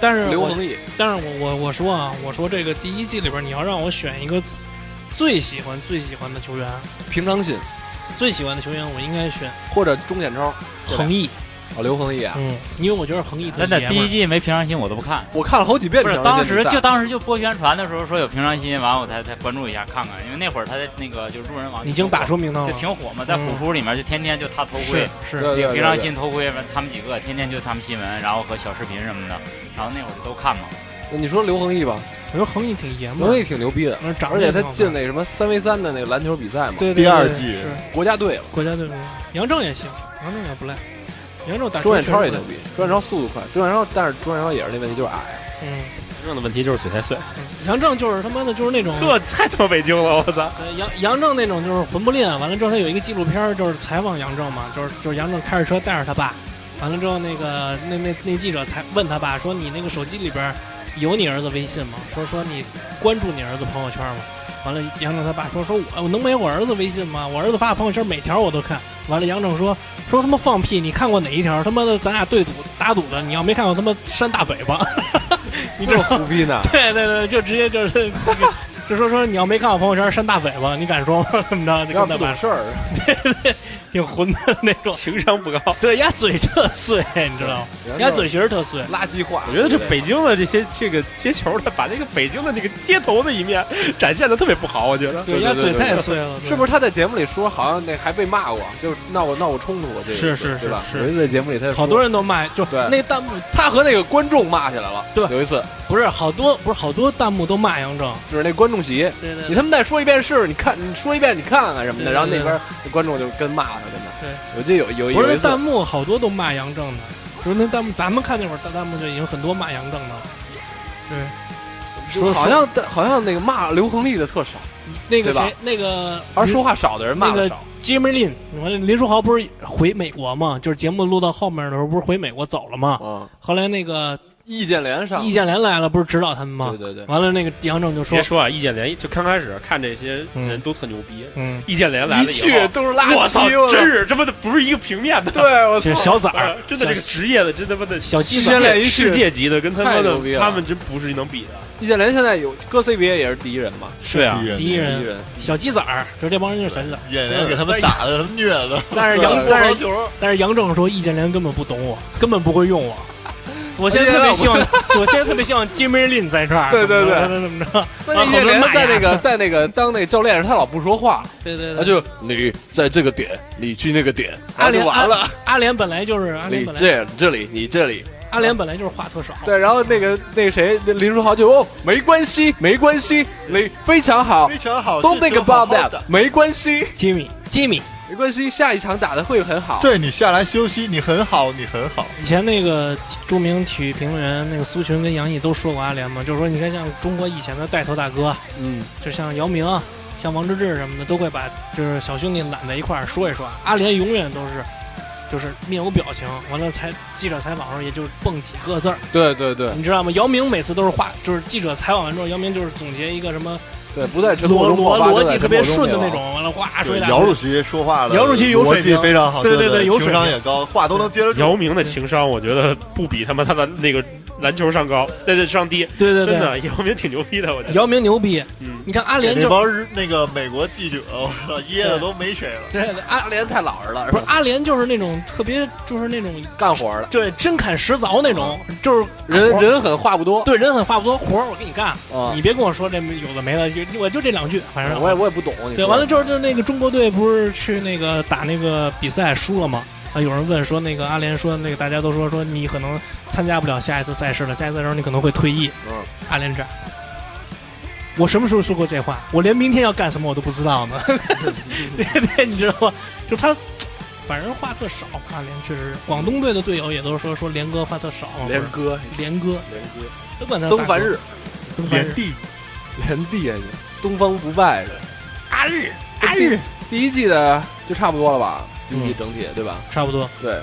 S1: 但是
S2: 刘
S1: 我
S2: 恒毅，
S1: 但是我我我说啊，我说这个第一季里边，你要让我选一个最喜欢最喜欢的球员，
S2: 平常心
S1: 最喜欢的球员，我应该选
S2: 或者钟显超，
S1: 恒毅。
S2: 哦，刘恒毅啊，
S1: 嗯，因为我觉得恒毅特
S5: 真的
S1: 爷
S5: 第
S1: 们
S5: 一
S1: 儿。
S5: 季没平常心我都不看，
S2: 我看了好几遍
S5: 不
S2: 平常
S5: 是当
S2: 心
S5: 时
S2: 比赛。
S5: 就当时就播宣传的时候说有平常心，完了我才才关注一下看看，因为那会儿他在那个就是路人网
S1: 已经打出名堂
S5: 就
S1: 了，
S5: 挺火嘛，在虎扑里面就天天就他头盔
S1: 是。是，
S2: 对对对
S5: 平常
S2: 对
S5: 心头盔，完他们几个天天就他们新闻，然后和小视频什么的，然后那会儿都看嘛。
S2: 你说刘恒毅吧，
S1: 我觉得恒毅挺爷们
S2: 刘
S1: 儿
S2: 恒
S1: 的，
S2: 毅挺牛逼的，
S1: 那嗯长得
S2: 而且
S1: 也
S2: 他
S1: 挺好看
S2: 进那什么三 v 三的那个篮球比赛嘛，
S1: 对对对
S4: 第二
S1: 对
S4: 季
S1: 是
S2: 国家队了。
S1: 国家队伍，杨正也行，杨正也不赖，杨正打
S2: 钟
S1: 中
S2: 显超也牛逼，钟显超速度快，钟显超但是钟显超也是那问题，就是矮。啊
S1: 嗯，
S3: 真正的问题就是嘴太碎，
S1: 嗯杨正就是他妈的就是那种
S3: 这太他妈北京了，我 操！
S1: 呃，杨杨正那种就是魂不吝，完了之后他有一个纪录片儿，就是采访杨正嘛，就是就是杨正开着车带着他爸，完了之后那个那那那记者才问他爸说你那个手机里边儿有你儿子微信吗？说说你关注你儿子朋友圈吗？完了，杨正他爸说说我我能没有我儿子微信吗？我儿子发的朋友圈每条我都看。完了，杨正说说他妈放屁，你看过哪一条？他妈的咱俩对赌打赌的，你要没看过他妈扇大嘴巴。 你这
S2: 这胡 逼呢？
S1: 对对对，就直接就是 就说说你要没看我朋友圈扇大嘴巴，你敢说吗？怎么着？
S2: 有
S1: 就跟
S2: 点不
S1: 他
S2: 懂
S1: 爸
S2: 事儿。
S1: 挺混的那 种。
S3: 情商不高。
S1: 对，丫嘴特碎，你知道吗？
S2: 人家
S1: 丫嘴型特碎。
S2: 垃圾话，
S3: 我觉得这北京的这些这个接球的，把这个北京的那个街头的一面展现的特别不好，我觉得。
S2: 对
S1: 丫嘴太
S2: 对
S1: 碎了，
S2: 是不是他在节目里说好像那还被骂过，就是闹过闹过冲突过这个
S1: 是
S2: 意思
S1: 是是
S2: 对吧？
S1: 是
S2: 有一次在节目里他就
S1: 好多人都骂？就
S2: 对
S1: 那弹幕
S2: 说他和那个观众骂起来了，
S1: 对
S2: 有一次
S1: 不是好多，不是好多弹幕都骂杨正。
S2: 就是那观众席，
S1: 对对
S2: 你他妈再说一遍是，你看你说一遍你看看什么
S1: 对对
S2: 的，然后那
S1: 对
S2: 边那观众就跟骂他，真的。
S1: 对，
S2: 我记得有有
S1: 不是
S2: 有一
S1: 那
S2: 次
S1: 弹幕好多都骂杨正的，就是那弹幕，咱们看那会儿弹弹幕就已经很多骂杨正的了。对，
S2: 就是好像好像那个骂刘恒利的特少，
S1: 那个
S2: 对吧
S1: 谁，那个
S2: 而说话少的人骂
S1: 那
S2: 的
S1: 个
S2: 少。
S1: Jimmy Lin，完了林书豪不是回美国吗？就是节目录到后面的时候，不是回美国走了吗？
S2: 嗯，
S1: 后来那个
S2: 易建联上，
S1: 易建联来了，不是指导他们吗啊
S2: 对？对对，
S1: 完了，那个杨正就说
S3: 别：“说啊，易建联就刚开始看这些人都特牛逼，
S1: 嗯，
S3: 易建联来了以
S2: 去
S3: 后，
S2: 都是垃圾，
S3: 我操，
S2: 我
S3: 真是他妈的不是一个平面的。
S2: 对我
S1: 这
S2: 操，
S1: 小崽
S3: 啊
S1: 儿，
S3: 真的，这个职业的，真他妈的
S1: 小鸡
S3: 世
S1: 仔
S2: 先来一
S3: 界
S2: 世
S3: 世界级的，跟他妈
S2: 太
S3: 的
S2: 牛逼了
S3: 他们真不是能比的。
S2: 易建联现在有搁 CBA 也是第一人嘛，
S3: 对啊，
S1: 第一
S2: 第一
S1: 人，
S2: 人，
S1: 小鸡仔儿，就这帮人就是小鸡仔儿。
S4: 演员给他们打的虐的，
S1: 但是
S4: 打
S1: 杨，
S4: 不
S1: 但
S4: 着
S1: 是
S4: 球，
S1: 但是杨正说，易建联根本不懂我，根本不会用我。我现在
S2: 而且
S1: 特别
S2: 我
S1: 希望， 我现在特别希望 Jimmy Lin 在这儿。
S2: 对对对
S1: 怎么着怎么着？
S2: 那易建联在那个在那个当那个教练时，他老不说 话，
S1: 对对
S2: 他
S1: 对。
S2: 就你在这个点，你去那个点，
S1: 阿
S2: 然后
S1: 联
S2: 就完了，
S1: 阿联本来就是阿联
S2: 你
S1: 本来
S2: 这这里你这里，
S1: 阿联本来就是话特少。
S2: 对，然后那个那个谁那林书豪就哦没关系没关系，你非常好
S4: 非常好，
S2: ，Don't
S4: 这
S2: think
S4: 球好
S2: about
S4: 好
S2: that，
S4: 的。
S2: 没关系
S1: Jimmy Jimmy
S2: 没关系，下一场打的会很好，
S4: 对你下来休息，你很好，你很好。
S1: 以前那个著名体育评论员那个苏群跟杨毅都说过阿联嘛，就是说你看像中国以前的带头大哥，
S2: 嗯，
S1: 就像姚明、啊像王治郅什么的，都会把就是小兄弟揽在一块儿说一说。阿联永远都是就是面无表情，完了采记者采访的时候也就蹦几个字儿，
S2: 对对对
S1: 你知道吗？姚明每次都是话，就是记者采访完之后，姚明就是总结一个什么
S2: 对，不在沉默
S1: 逻
S2: 中爆
S1: 逻
S2: 发
S1: 逻
S2: 就在
S1: 辑
S2: 沉
S1: 特别
S2: 默中
S1: 顺的
S2: 灭
S1: 那
S2: 亡
S1: 种，完了哗说
S4: 对
S1: 一大
S4: 姚主
S1: 堆。
S4: 席说话了，
S1: 姚主席有水
S4: 逻辑
S1: 平
S4: 非常好，
S1: 对对
S4: 对
S1: 对有水
S4: 情商
S1: 平
S4: 也高，话都能接得住。
S3: 姚明的情商，我觉得不比他妈他的那个篮球上高，但是上低，
S1: 对对对，
S3: 真的姚明挺牛逼的，我觉得。
S1: 姚明牛逼。
S3: 嗯，
S1: 你看阿
S4: 给
S1: 联
S4: 那
S1: 就
S4: 帮日那个美国记者，我操，噎的都没水了。
S2: 对， 阿联太老实了，啊是
S1: 不是
S2: 吧？
S1: 阿联就是那种特别就是那种
S2: 干活儿的，
S1: 对，真砍实凿那种，
S3: 嗯
S1: 就是
S2: 人
S1: 活儿
S2: 人狠话不多
S1: 对人狠话不多，活儿我给你干，
S2: 啊。
S1: 你别跟我说这有的没的，就我就这两句，反正
S2: 我也我也不懂，你
S1: 对。
S2: 说
S1: 完了之后，就是那个中国队不是去那个打那个比赛输了吗？啊，有人问说那个阿联说那个大家都说说你可能参加不了下一次赛事了，下一次的时候你可能会退役。
S2: 嗯，
S1: 阿联这儿，我什么时候说过这话？我连明天要干什么我都不知道呢。 对对，你知道吗？就他，反正话特少。阿联确实是，广东队的队友也都说说连哥话特少，
S2: 连哥
S1: 连哥
S2: 连哥
S1: 都管他
S2: 曾凡日，
S1: 曾凡
S4: 连
S1: 日
S4: 地
S2: 连帝也行，东方不败的
S1: 阿日阿日，
S2: 第一季的就差不多了吧？第一季
S1: 嗯
S2: 整体对吧？
S1: 差不多。
S2: 对，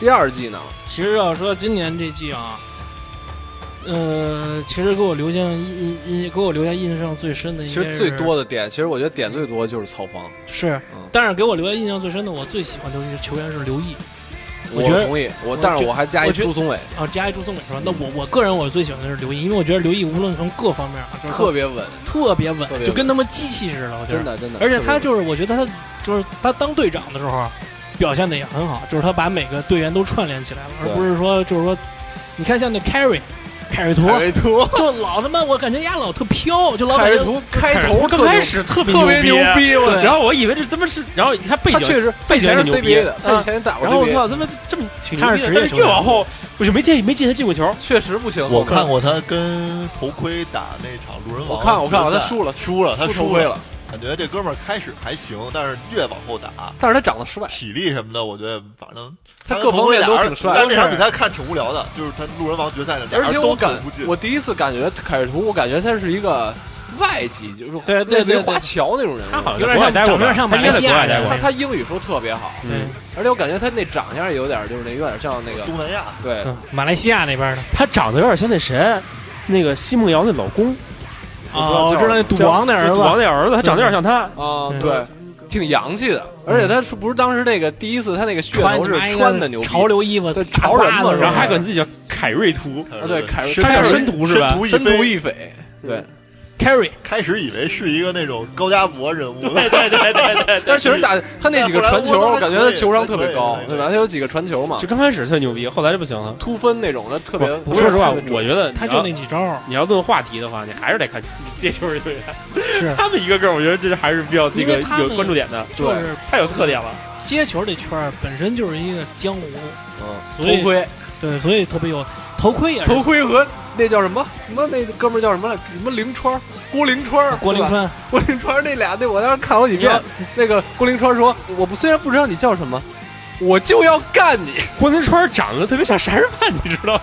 S2: 第二季呢？
S1: 其实要说今年这季啊，呃，其实给我留下印印给我留下印象最深的应
S2: 其
S1: 该
S2: 实最
S1: 是
S2: 多的点，其实我觉得点最多就是曹芳，
S1: 是
S2: 嗯，
S1: 但是给我留下印象最深的，我最喜欢的球员是刘毅我
S2: 我
S1: 觉得
S2: 同意，我
S1: 我
S2: 但是
S1: 觉
S2: 我还加一
S1: 我觉
S2: 朱宗伟，
S1: 啊，加一朱宗伟是吧？那我我个人我最喜欢的是刘毅，因为我觉得刘毅无论从各方面啊，就是
S2: 特别稳，
S1: 特别稳
S2: 特别，稳
S1: 就跟他妈机器似的，我觉得
S2: 真。的真的。
S1: 而且他
S2: 特别稳
S1: 就是，我觉得他就是他当队长的时候，啊表现的也很好，就是他把每个队员都串联起来了，而
S4: 对
S1: 不是说就是说，你看像那凯瑞，凯瑞图
S2: 凯瑞图，
S1: 就老他妈，我感觉丫老特飘，就老
S2: 凯
S1: 感
S2: 瑞
S1: 觉
S2: 图开头特
S3: 刚
S2: 别
S3: 开始特别
S2: 特别牛逼，我
S1: 对
S3: 然后我以为这他妈是，然后你看背
S2: 他
S3: 景
S2: 确实
S3: 背景
S2: 前
S3: 是
S2: 是
S3: 牛逼
S2: CBA 的，他以
S3: 啊
S2: 前打过
S3: 然后我
S2: CBA，
S3: 操，他妈这么挺
S1: 他
S3: 牛
S1: 是职
S3: 逼的，
S1: 业
S3: 但是
S1: 球
S3: 越
S1: 员
S3: 往后我就没见没见他进过球，
S2: 确实不行。
S4: 我看过他跟头盔打那场路人王，
S2: 我看我看过他输了，
S4: 输了，他
S2: 输头
S4: 输
S2: 盔了，，
S4: 感觉这哥们儿开始还行，但是越往后打，
S2: 但是他长得帅，
S4: 体力什么的，我觉得反正
S2: 他
S4: 跟
S2: 各方面
S4: 头盔
S2: 都
S4: 俩人
S2: 挺帅
S4: 但是那场比赛看挺无聊的，就是他路人王决赛那俩
S2: 而
S4: 人
S2: 且
S4: 都
S2: 我感
S4: 走不进
S2: 我。第一次感觉凯瑞图，我感觉他是一个外籍，就是
S1: 对对
S2: 类似于
S1: 对对
S2: 华侨那种人物。
S3: 他好像
S1: 有点像
S3: 在国外待过
S1: 长得有
S3: 吧，
S1: 点像
S3: 他应该在国外
S1: 马来西亚
S3: 待
S1: 人
S3: 过
S2: 他。他英语说特别好，
S1: 嗯
S3: 嗯，
S2: 而且我感觉他那长相有点就是那有点像那个
S4: 东南亚，
S2: 对
S1: 嗯马来西亚那边的
S3: 他长得有点像那谁，那个奚梦瑶那老公，
S1: 啊，我知道那赌
S3: 叫
S1: 王那儿
S3: 赌王
S1: 子，
S3: 那儿子，他长得有点像他。
S2: 啊
S1: 嗯
S2: 对，挺洋气的。而且他是不是当时那个第一次他那个噱
S1: 穿
S2: 头
S1: 你妈
S2: 是
S1: 一
S2: 穿
S1: 个
S2: 的牛逼，
S1: 潮流衣服，
S2: 对
S1: 大
S2: 潮人嘛
S1: 褂子
S3: 然后还
S1: 是吧
S3: 管自己叫凯瑞图，
S2: 啊对凯瑞
S4: 深
S2: 他
S3: 有
S2: 是
S3: 深图是吧
S4: 深途
S2: 深
S4: 非
S2: 途一匪，对，
S1: 嗯凯瑞，
S4: 开始以为是一个那种高加博人物，
S3: 对对对对对
S2: 但是确实打他那几个传球，我感觉他球商特别高
S4: 可以，可以
S2: 对吧？他有几个传球嘛
S3: 就，刚开始特牛逼，后来就不行了。
S2: 突分那种的特别。
S3: 不说实话，我觉得
S1: 他
S3: 你
S1: 就
S3: 要
S1: 那几招儿，
S3: 你要论话题的话，你还是得看这就是队员，
S1: 是
S3: 他们一个个，我觉得这还是比较那
S1: 因为
S3: 个
S1: 他们
S3: 有关注点的，
S1: 就是
S3: 太有特点了。
S1: 接球这圈儿本身就是一个江湖，
S2: 嗯
S1: 所以
S2: 头盔
S1: 对，所以特别有头盔 也是
S2: 头盔和那叫什么什么那哥们儿叫什么来？什么凌川，郭凌川，
S1: 郭林
S2: 对吧
S1: 川，
S2: 郭凌川那俩，那我当时看好几遍。那个郭凌川说：“我不虽然不知道你叫什么，我就要干你。
S3: 郭林川长得特别像杀人犯，你知道吗？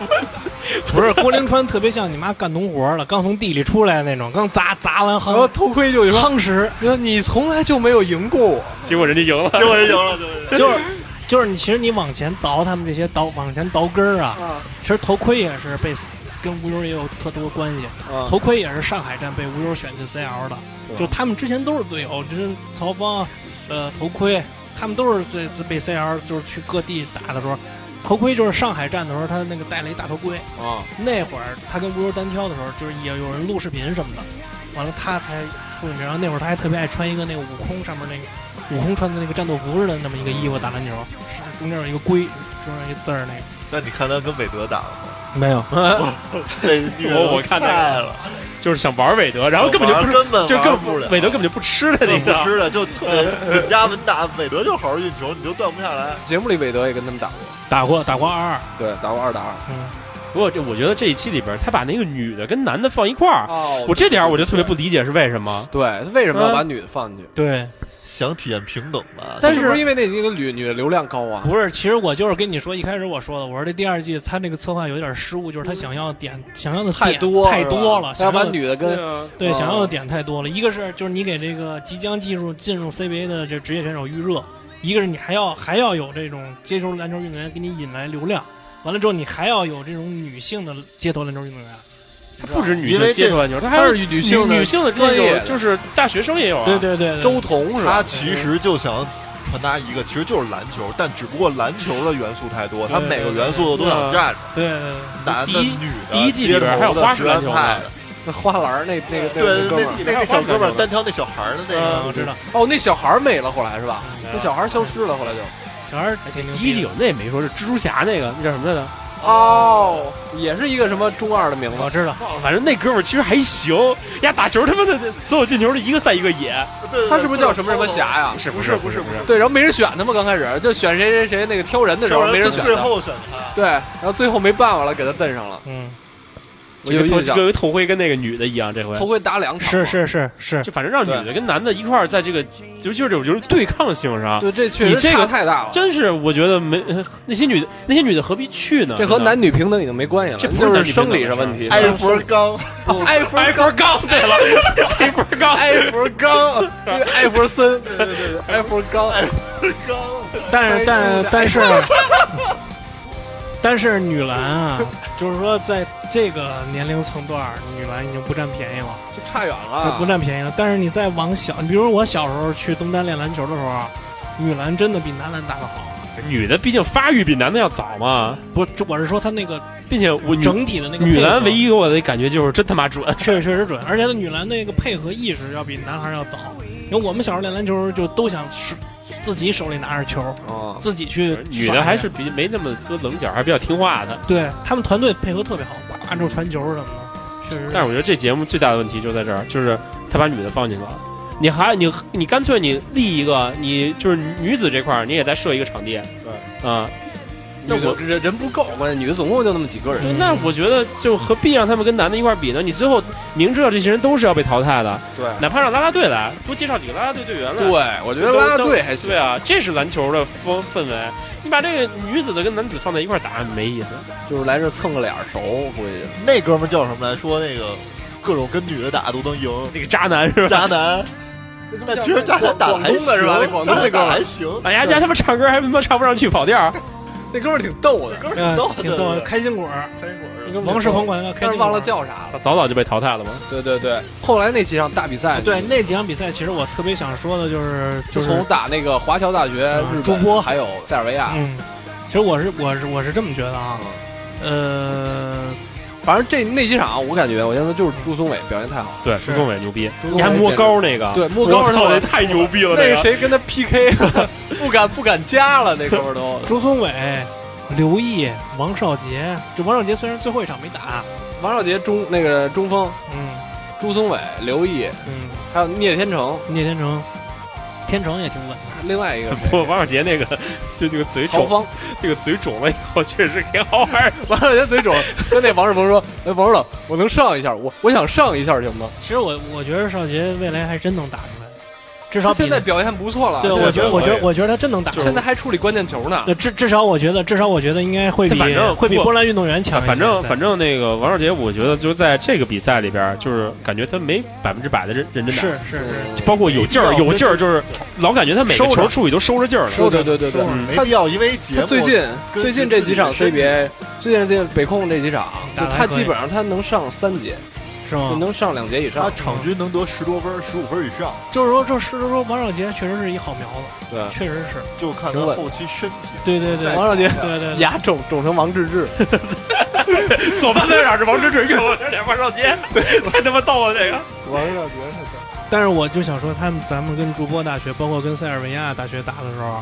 S1: 不是郭林川特别像你妈干农活儿了，刚从地里出来那种，刚砸砸完”
S2: 然
S1: 夯
S2: 后头盔就哦说
S1: 夯实，：“
S2: 你说你从来就没有赢过我。
S3: 结果人家赢了。
S4: 结果就赢了，结果就赢
S1: 就
S4: 了
S1: 是就是你其实你往前倒他们这些倒往前倒根儿啊，
S2: 啊
S1: 其实头盔也是被跟吴优也有特多关系，”
S2: 啊
S1: 头盔也是上海站被吴优选进 CL 的，就他们之前都是队友，就是曹芳，呃，头盔，他们都是这这被 CL 就是去各地打的时候，头盔就是上海站的时候，他那个戴了一大头盔，
S2: 啊！
S1: 那会儿他跟吴优单挑的时候，就是也有人录视频什么的，完了他才出去，然后那会儿他还特别爱穿一个那个悟空上面那个悟空穿的那个战斗服似的那么一个衣服打篮球，是中间有一个龟，中间有一个字儿那个
S4: 但你看他跟韦德打 了吗？
S1: 没有，
S4: 这虐得
S3: 我我看那个
S4: 菜了，
S3: 就是想玩韦德，然后根本就不
S4: 玩
S3: 是
S4: 儿，根本
S3: 就
S4: 玩
S3: 根
S4: 儿不了，
S3: 本韦德根本就不吃的那
S4: 根本不
S3: 个。
S4: 吃的就特 别，你家文大韦德就好好运球，你就断不下来。
S2: 节目里韦德也跟他们打过，
S1: 打过打过二二，
S2: 对，打过二打二。
S3: 啊
S1: 嗯，
S3: 不过这我觉得这一期里边，他把那个女的跟男的放一块儿，
S2: 哦
S3: 我这点儿我就特别不理解是为什么。
S2: 对，为什么要把女的放进去？
S1: 对，
S4: 想体验平等吧，
S3: 但
S2: 是不
S3: 是
S2: 是因为那几个女女的流量高啊？
S1: 不是，其实我就是跟你说，一开始我说的，我说这第二季他那个策划有点失误，就是他想要点想要的
S2: 太
S1: 点
S2: 多
S1: 太多了，
S2: 他要
S1: 想
S2: 把
S1: 要的
S2: 女的跟
S3: 啊，
S1: 对
S2: 哦
S1: 想要的点太多了。一个是就是你给这个即将进入进入 CBA 的这职业选手预热，一个是你还要还要有这种街头篮球运动员给你引来流量，完了之后你还要有这种女性的街头篮球运动员，
S3: 他不止女
S4: 因为
S3: 性
S4: 这
S3: 接触篮球，他还
S2: 她
S3: 有
S2: 是女
S3: 女
S2: 性的
S3: 女性的
S2: 专
S3: 专
S2: 业
S3: 业，
S2: 的
S3: 就是大学生也有啊。
S1: 对对对，对
S2: 周彤是吧？
S4: 他其实就想传达一个，其实就是篮球，但只不过篮球的元素太多，他
S1: 对
S4: 每个元素都想占着，
S1: 对对对，
S4: 男的、
S3: 第一
S4: 女的，
S3: 第一季里边还有花式篮球呢
S4: 街头的学院派的
S2: 那花篮儿那那个那
S4: 对
S2: 个哥们
S4: 那
S2: 儿，
S4: 那那小哥们儿单挑那小孩儿的那
S1: 对
S4: 个，
S1: 啊我知道，
S2: 哦，那小孩儿没了，后来是吧？
S1: 嗯
S2: 那小孩儿消失了，后来就
S1: 小孩儿挺牛
S3: 第一季
S1: 逼
S3: 有
S1: 的。
S3: 那也没说，是蜘蛛侠那个，那叫什么来着？
S2: 哦，也是一个什么中二的名
S1: 我
S2: 字，
S1: 知道，
S3: 忘了，反正那哥们儿其实还行，呀，打球他妈的所有进球是一个赛一个野，
S4: 对对
S2: 他是不是叫什么什么侠呀？
S4: 对不是不是不是，
S2: 对，然后没人选他嘛，刚开始就选谁谁谁那个挑人的时候
S4: 人
S2: 没人
S4: 就
S2: 选
S4: 最
S2: 他，
S4: 后选他，
S2: 对，然后最后没办法了，给他蹬上了。
S1: 嗯，
S2: 我
S3: 这
S2: 有
S3: 个头
S2: 印
S3: 这
S2: 象，
S3: 个头盔跟那个女的一样，这回
S2: 头盔打两场，
S1: 是。是是是，
S3: 就反正让女的跟男的一块儿在这个，就就是这种就是对抗性上，
S2: 对，这确
S3: 你
S2: 实
S3: 这
S2: 差
S3: 个
S2: 太大了，
S3: 真是我觉得没呃那些女的那些女的何必去呢？
S2: 这和
S3: 真的
S2: 男女平等已经没关系了，
S3: 这不是
S2: 就
S3: 男
S2: 是
S3: 女
S2: 生理
S3: 平
S2: 上
S3: 等的
S2: 问题。
S3: 事
S4: 艾弗刚，
S2: 艾弗
S3: 艾弗刚对了，艾弗刚，
S2: 艾弗刚，因为艾弗森，对对对，艾弗刚，
S1: 但是但但是， 但是女篮啊，就是说在这个年龄层段儿，女篮已经不占便宜了，
S2: 就差远
S1: 就
S2: 了。
S1: 不占便宜了。但是你再往小，你比如我小时候去东单练篮球的时候，啊女篮真的比男篮打得好。
S3: 女的毕竟发育比男的要早嘛，
S1: 不，这我是说她那个
S3: 并且我女
S1: 整体的那个
S3: 女
S1: 配合
S3: 篮唯一给我的感觉就是真他妈准。
S1: 确实确实准，而且女篮那个配合意识要比男孩要早。因为我们小时候练篮球就都想是自己手里拿着球，
S2: 哦，
S1: 自己去耍一下。
S3: 呃女的还是比没那么多棱角，还比较听话的。
S1: 对他们团队配合特别好，呱按住传球什么的，确实。
S3: 但是我觉得这节目最大的问题就在这儿，就是他把女的放进去了。你还你你干脆你立一个，你就是女子这块儿你也再设一个场地，对啊、
S2: 那
S3: 女的
S2: 我人人不够，关键女的总共就那么几个人。
S3: 对，那我觉得就何必让他们跟男的一块儿比呢？你最后明知道这些人都是要被淘汰的，
S2: 对
S3: 哪怕让啦啦队来，多介绍几个啦啦队队员来。
S2: 对，我觉得啦啦队还行
S3: 对。啊，这是篮球的氛氛围。你把这个女子的跟男子放在一块儿打没意思。
S2: 就是来这蹭个脸熟，估计
S6: 那哥们儿叫什么来说那个各种跟女的打都能赢，
S3: 那个渣男是吧？
S6: 渣男。但其实渣男打得
S2: 广
S6: 还
S2: 东
S6: 行
S2: 的是吧？那广东
S6: 渣
S2: 那
S6: 男
S2: 哥
S6: 打
S2: 们
S6: 得
S2: 儿，
S6: 还行，
S3: 哎呀，家他妈唱歌还他妈唱不上去，跑调儿。
S2: 那哥们儿挺逗的，
S6: 哥们
S1: 嗯
S6: 儿逗的，
S1: 挺逗的，
S6: 对
S1: 开心果儿，
S6: 开心果儿
S1: 一个王世鹏管叫开
S2: 但
S1: 心
S2: 是
S1: 果儿
S2: 忘了。叫啥了。
S3: 早早早就被淘汰了嘛。
S2: 对对对，后来那几场大比赛，
S1: 哎对那几场比赛，其实我特别想说的就是，就
S2: 就是从打那个华侨大学、
S1: 嗯
S2: 日朱波还有塞尔维亚，
S1: 嗯，其实我是我是我是这么觉得啊，呃，
S2: 反正这那几场我感觉，我先说就是朱松伟表现太好了。
S3: 对，
S1: 是
S3: 朱宗伟牛逼，
S1: 朱宗
S3: 你还
S1: 伟
S3: 摸高那个，
S2: 对，莫
S3: 我
S2: 高尔
S3: 操，
S2: 特
S3: 这太牛逼了，
S2: 那
S3: 这
S2: 个
S3: 个。
S2: 谁跟他 PK，不 敢不敢加了，那哥们儿都。
S1: 朱松伟、刘毅、王少杰，这王少杰虽然最后一场没打，啊
S2: 王少杰中那个中锋，
S1: 嗯
S2: 朱松伟、刘毅，
S1: 嗯，
S2: 还有聂天成，
S1: 聂天成，天成也挺稳的，
S2: 另外一个 是谁
S3: 不，王小杰那个 就那个嘴
S2: 曹
S3: 肿，
S2: 芳。
S3: 那个嘴肿了以后，确实挺好玩儿。
S2: 王少杰嘴肿，跟那王世鹏说：“哎，王指导，我能上一下，我我想上一下行 吗
S1: 其实我我觉得少杰未来还真能打出来，至？”少
S2: 他
S1: 比
S2: 现在表现不错了，
S1: 对，
S2: 现
S1: 我
S2: 在
S1: 觉得我觉得我觉得他真能打出来
S2: 现在还处理关键球呢。
S1: 对，至至少我觉得，至少我觉得应该会比
S3: 反正
S1: 会比
S3: 不
S1: 波兰运动员强一些。
S3: 反正
S1: 对
S3: 反正那个王少杰，我觉得就是在这个比赛里边儿，就是感觉他没百分之百的认认真打，
S1: 是是是，
S3: 包括有劲儿
S6: 没必要
S3: 有劲儿，就是老感觉他每个球处理都收着劲儿了。
S2: 对对对对对，
S3: 嗯
S6: 没必要，因为节
S2: 他
S6: 目
S2: 最近
S6: 跟
S2: 最近这几场
S6: 跟自己的
S2: CBA，最近这北控这几场，
S1: 打
S2: 就
S1: 得还
S2: 他
S1: 可以
S2: 基本上他能上三节，
S1: 是
S2: 就
S1: 吗？
S2: 能上两节以
S6: 他
S2: 上。
S6: 场均能得十多分、十五分以上，
S1: 就是说，这是说王少杰确实是一好苗子，
S2: 对，
S1: 确实是
S6: 就看他
S2: 挺稳
S6: 后期身体。
S1: 对对对
S6: 在
S2: 王少杰
S1: 对对对。
S2: 牙肿肿成王治郅，
S3: 左半边儿是王治郅，右半边儿王少 杰，太他妈逗了这个。
S2: 王少杰
S1: 但是我就想说，他们咱们跟筑波大学，包括跟塞尔维亚大学打的时候，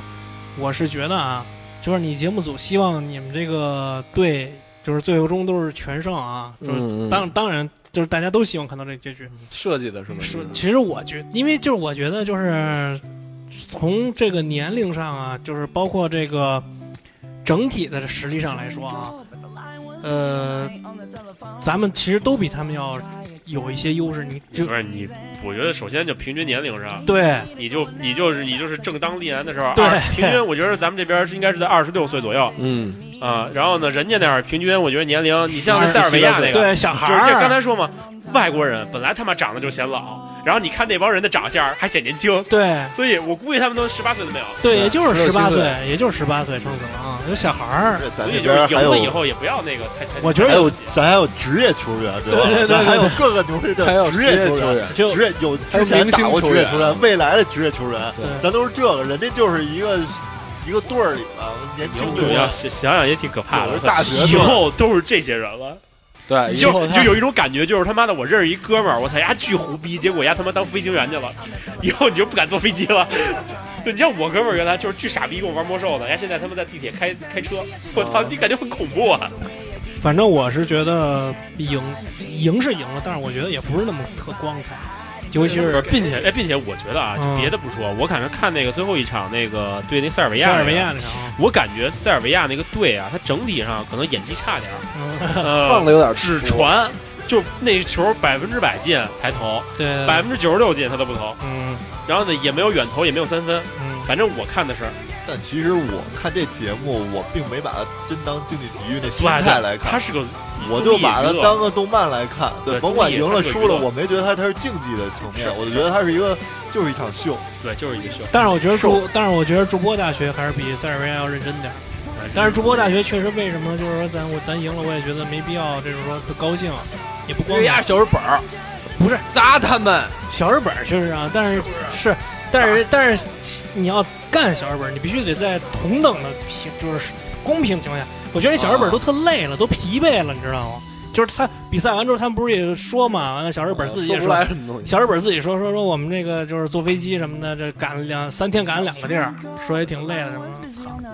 S1: 我是觉得啊，就是你节目组希望你们这个队就是最后终都是全胜啊，就是
S2: 嗯嗯嗯
S1: 当当然就是大家都希望看到这个结局。
S2: 设计的是吗？
S1: 是，其实我觉，因为就是我觉得就是从这个年龄上啊，就是包括这个整体的实力上来说啊，呃，咱们其实都比他们要有一些优势。你就
S3: 不是你，我觉得首先就平均年龄上，
S1: 对
S3: 你就你就是你就是正当立男的时候，
S1: 对
S3: 二平均我觉得咱们这边是应该是在二十六岁左右
S2: 嗯，
S3: 啊、然后呢，人家那儿平均我觉得年龄，你像那塞尔维亚那个，
S1: 对，小孩
S3: 就是这刚
S1: 儿，
S3: 才说嘛，外国人本来他妈长得就显老，然后你看那帮人的长相还显年轻，
S1: 对
S3: 所以我估计他们都十八岁都没有。
S1: 对，也就是十八
S2: 16
S1: 岁
S2: 岁，
S1: 也就是十八岁，成成啊，有小孩儿。
S6: 这咱
S3: 所
S6: 这
S3: 以就是
S6: 边
S3: 赢
S6: 还
S3: 了以
S6: 有
S3: 后也不要那个太太。
S1: 我觉得
S6: 还有
S1: 有，
S6: 咱还有职业球员，对吧？
S1: 对对对对
S6: 咱还有各个牛逼
S2: 还有
S6: 的职
S2: 职业
S6: 球
S2: 球员，
S1: 就
S6: 职业有
S2: 还有
S6: 之前
S2: 明
S6: 打
S2: 星
S6: 过职
S2: 球
S6: 业
S2: 员
S6: 球员，未来的职业球员，
S1: 对
S6: 咱都是这个，人家就是一个一个队儿里边年轻队
S3: 你要
S6: 员，
S3: 想想想也挺可怕
S6: 有
S3: 的
S6: 的，大学
S3: 以
S6: 队
S3: 后都是这些人了，
S2: 对，
S3: 你
S2: 以后
S3: 就你就
S2: 他
S3: 有一种感觉，就是他妈的我认识一哥们儿，我操，丫巨胡逼，结果丫他妈当飞行员去了，以后你就不敢坐飞机了。 对你像我哥们儿原来就是巨傻逼，跟我玩魔兽呢，人家现在他妈在地铁开开车，我
S1: 哦
S3: 操，你感觉很恐怖啊！
S1: 反正我是觉得赢赢是赢了，但是我觉得也不是那么特光彩，尤其
S3: 不是
S1: 是
S3: 并且哎，并且我觉得啊，
S1: 嗯
S3: 别的不说，我感觉看那个最后一场那个对那塞尔维亚
S1: 塞
S3: 那个，
S1: 尔维亚那场啊，
S3: 我感觉塞尔维亚那个队啊，他整体上可能演技差点 儿，
S1: 嗯，
S2: 放
S3: 呃，
S2: 的有点
S3: 只
S2: 多
S3: 传就那球百分之百进才投，
S1: 对对，对
S3: 百分之九十六进他都不投，
S1: 嗯
S3: 然后呢也没有远投，也没有三分，
S1: 嗯，
S3: 反正我看的是，
S6: 但其实我看这节目，我并没把它真当竞技体育那心
S3: 对
S6: 态来
S3: 他
S6: 看，
S3: 是个，
S6: 我就把它
S3: 综艺娱乐
S6: 当个动漫来看。
S3: 对
S6: 对，甭管
S3: 综艺
S6: 赢了
S3: 它是个
S6: 输了，
S3: 娱乐
S6: 我没觉得它它是竞技的层面
S3: 是，
S6: 我就觉得它是一个就是一场秀。
S3: 对，就是一个秀。
S1: 但是我觉得主，但是我觉得筑波大学还是比塞尔维亚要认真点儿。
S3: 哎
S1: 但是筑波大学确实为什么就是说咱我咱赢了，我也觉得没必要，就是说特高兴，也不光
S2: 这压小日本儿
S1: 不是
S2: 砸他们，
S1: 小日本儿确实啊，但是是。但是但是，你要干小日本儿，你必须得在同等的平，就是公平情况下。我觉得这小日本儿都特累了，都疲惫了，你知道吗？就是他比赛完之后，他们不是也说嘛，完了小日本儿自己也
S2: 说不
S1: 说，
S2: 来什么东西。
S1: 小日本自己说说说我们这个就是坐飞机什么的，这赶了两三天赶了两个地儿，说也挺累的什么的。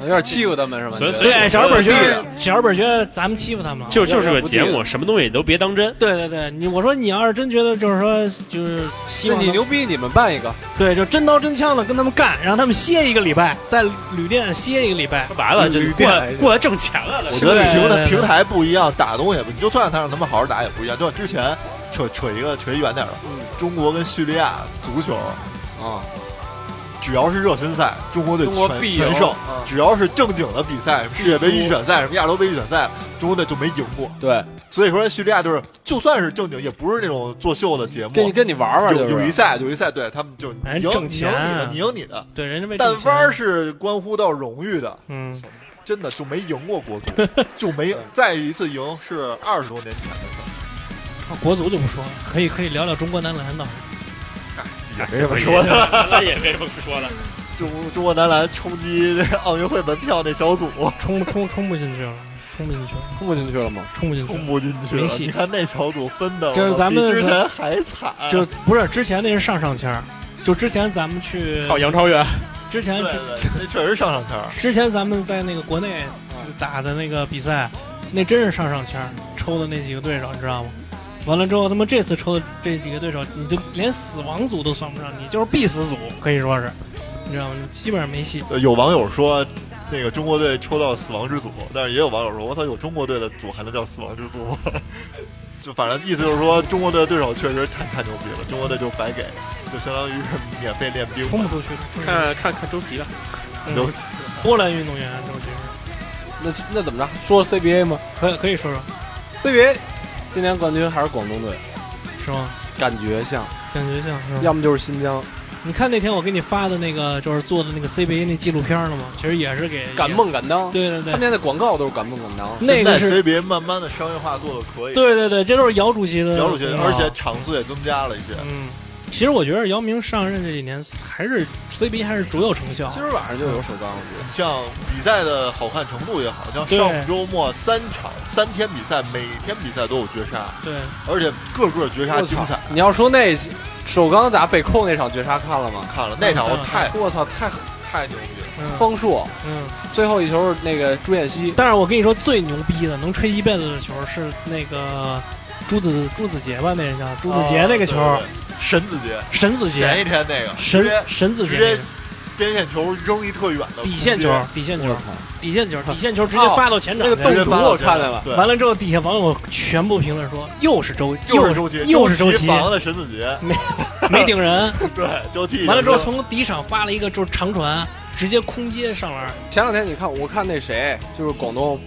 S2: 有点欺负他们是吧？
S3: 所以
S2: 你觉得
S3: 所以
S1: 对，小日本觉
S2: 地
S1: 得
S2: 的
S1: 小日本觉得咱们欺负他们了。
S3: 就就是个节目，什么东西都别当真。
S1: 对对对，你我说你要是真觉得就是说就是希
S2: 那
S1: 望
S2: 你
S1: 能
S2: 牛逼，你们办一个，
S1: 对就真刀真枪的跟他们干，让他们歇一个礼拜，在旅店歇一个礼拜
S3: 说。白
S6: 嗯
S3: 了，就
S2: 旅
S3: 过
S2: 店
S3: 来过来挣钱来了。
S4: 我觉得
S1: 对
S4: 平
S1: 对对
S4: 台平台不一样，打的东西也不，就算他让他们好好打也不一样。就像之前扯扯一个扯一远点儿的，中国跟叙利亚足球
S2: 啊，
S4: 只要是热身赛，中国队
S2: 中国
S4: 全
S2: 必
S4: 全
S2: 赢
S4: 胜；
S2: 啊
S4: 只要是正经的比赛，世界杯预选赛、什么亚洲杯预选赛，中国队就没赢过。
S2: 对，
S4: 所以说，叙利亚就是就算是正经，也不是那种作秀的节目。
S2: 跟你跟你玩玩
S4: 有
S2: 就
S4: 有一
S2: 是。
S4: 赛有一赛，对他们就
S1: 哎
S4: 赢
S1: 挣
S4: 赢你
S1: 钱啊
S4: 的，你赢你的。
S1: 对，人家为
S4: 但
S1: 挣钱
S4: 弯儿是关乎到荣誉的，
S1: 嗯，
S4: 真的就没赢过国 足，就没再一次赢是二十多年前的事儿
S1: 啊国足就不说了，可以可以聊聊中国男篮的。，
S4: 也没什么说 的。
S3: 那也没什么可说的。
S4: 中中国男篮冲击奥运会门票那小组
S1: 冲冲冲不进去了，冲不进去了，
S2: 冲不进去了吗？
S1: 冲不进去了
S4: 冲。不进去
S1: 没
S4: 了，
S1: 戏
S4: 你看那小组分的，
S1: 就是
S4: 我
S1: 咱们
S4: 比之前还惨，
S1: 就不是之前那是上上签儿，就之前咱们去
S3: 靠杨超越，
S1: 之前
S4: 对
S1: 之
S4: 对，对那确实上上签儿。
S1: 之前咱们在那个国内
S2: 啊
S1: 就打的那个比赛，那真是上上签儿抽的那几个对手，你知道吗？完了之后，他妈这次抽的这几个对手，你就连死亡组都算不上，你就是必死组，可以说是，你知道吗？基本上没戏。
S4: 呃有网友说，那个中国队抽到死亡之组，但是也有网友说，我操，有中国队的组还能叫死亡之组吗？ 就反正意思就是说，中国队的对手确实太太牛逼了，中国队就白给，就相当于是免费练兵
S1: 冲不
S4: 吧。
S1: 出去，冲不出
S3: 看看看周琦吧。
S1: 去
S4: 尤
S1: 嗯
S4: 其
S1: 波兰运动员，这我觉得
S2: 那那怎么着？说 CBA 吗
S1: 可以可以说说
S2: ？CBA 今年冠军还是广东队，
S1: 是吗？
S2: 感觉像，
S1: 感觉像是吧？
S2: 要么就是新疆。
S1: 你看那天我给你发的那个，就是做的那个 CBA 那纪录片了吗？其实也是给
S2: 敢，梦敢当，
S1: 对对对
S2: 他们，家的广告都是敢梦敢当。
S1: 那
S4: 现在
S1: 个是
S4: CBA 慢慢的商业化做的可以，
S1: 对嗯对对，这都是姚主席的
S4: 姚主席，
S1: 功劳
S4: 而且场次也增加了一些。
S1: 嗯，其实我觉得姚明上任这几年还是 CBA 还是卓有成效啊
S2: 今。儿晚上就有首钢，我觉得。
S4: 像比赛的好看程度也好，像
S1: 对
S4: 上周末三场三天比赛，每天比赛都有绝杀，
S1: 对，
S4: 而且个个绝杀
S2: 我
S4: 精
S2: 操
S4: 彩。！
S2: 你要说那首钢打北控那场绝杀看了吗？
S4: 看了那场，我
S1: 嗯
S4: 太
S2: 我操，太
S4: 太牛逼了！
S1: 嗯
S2: 方硕
S1: 嗯。
S2: 最后一球那个朱彦曦，
S1: 但是我跟你说，最牛逼的能吹一辈子的球是那个朱子朱子杰吧？那人叫朱子杰那个球，
S4: 啊对对对神子杰，
S1: 神子
S4: 前
S1: 杰，
S4: 一天那个
S1: 神
S4: 直接
S1: 神子杰
S4: 直
S1: 那
S4: 接
S1: 个，
S4: 边线球扔一特远的
S1: 底线球
S4: 空接，
S1: 底线
S2: 我
S1: 球，
S2: 操！
S1: 底线球，底线球直接发到前场
S2: 那个
S1: 去。
S2: 动
S4: 直接
S2: 图
S4: 发到
S2: 我
S4: 前
S2: 看
S4: 场
S2: 来了
S4: 对，
S1: 完了之后，底下网友全部评论说，又是周，
S4: 又
S1: 是
S4: 是周琦，
S1: 又是周
S4: 琦
S1: 琦，
S4: 防的神子杰，
S1: 没顶人。
S4: 对，周琦
S1: 完了之后，从底场发了一个就是长传，直接空接上篮。
S2: 前两天你看，我看那谁，就是广东，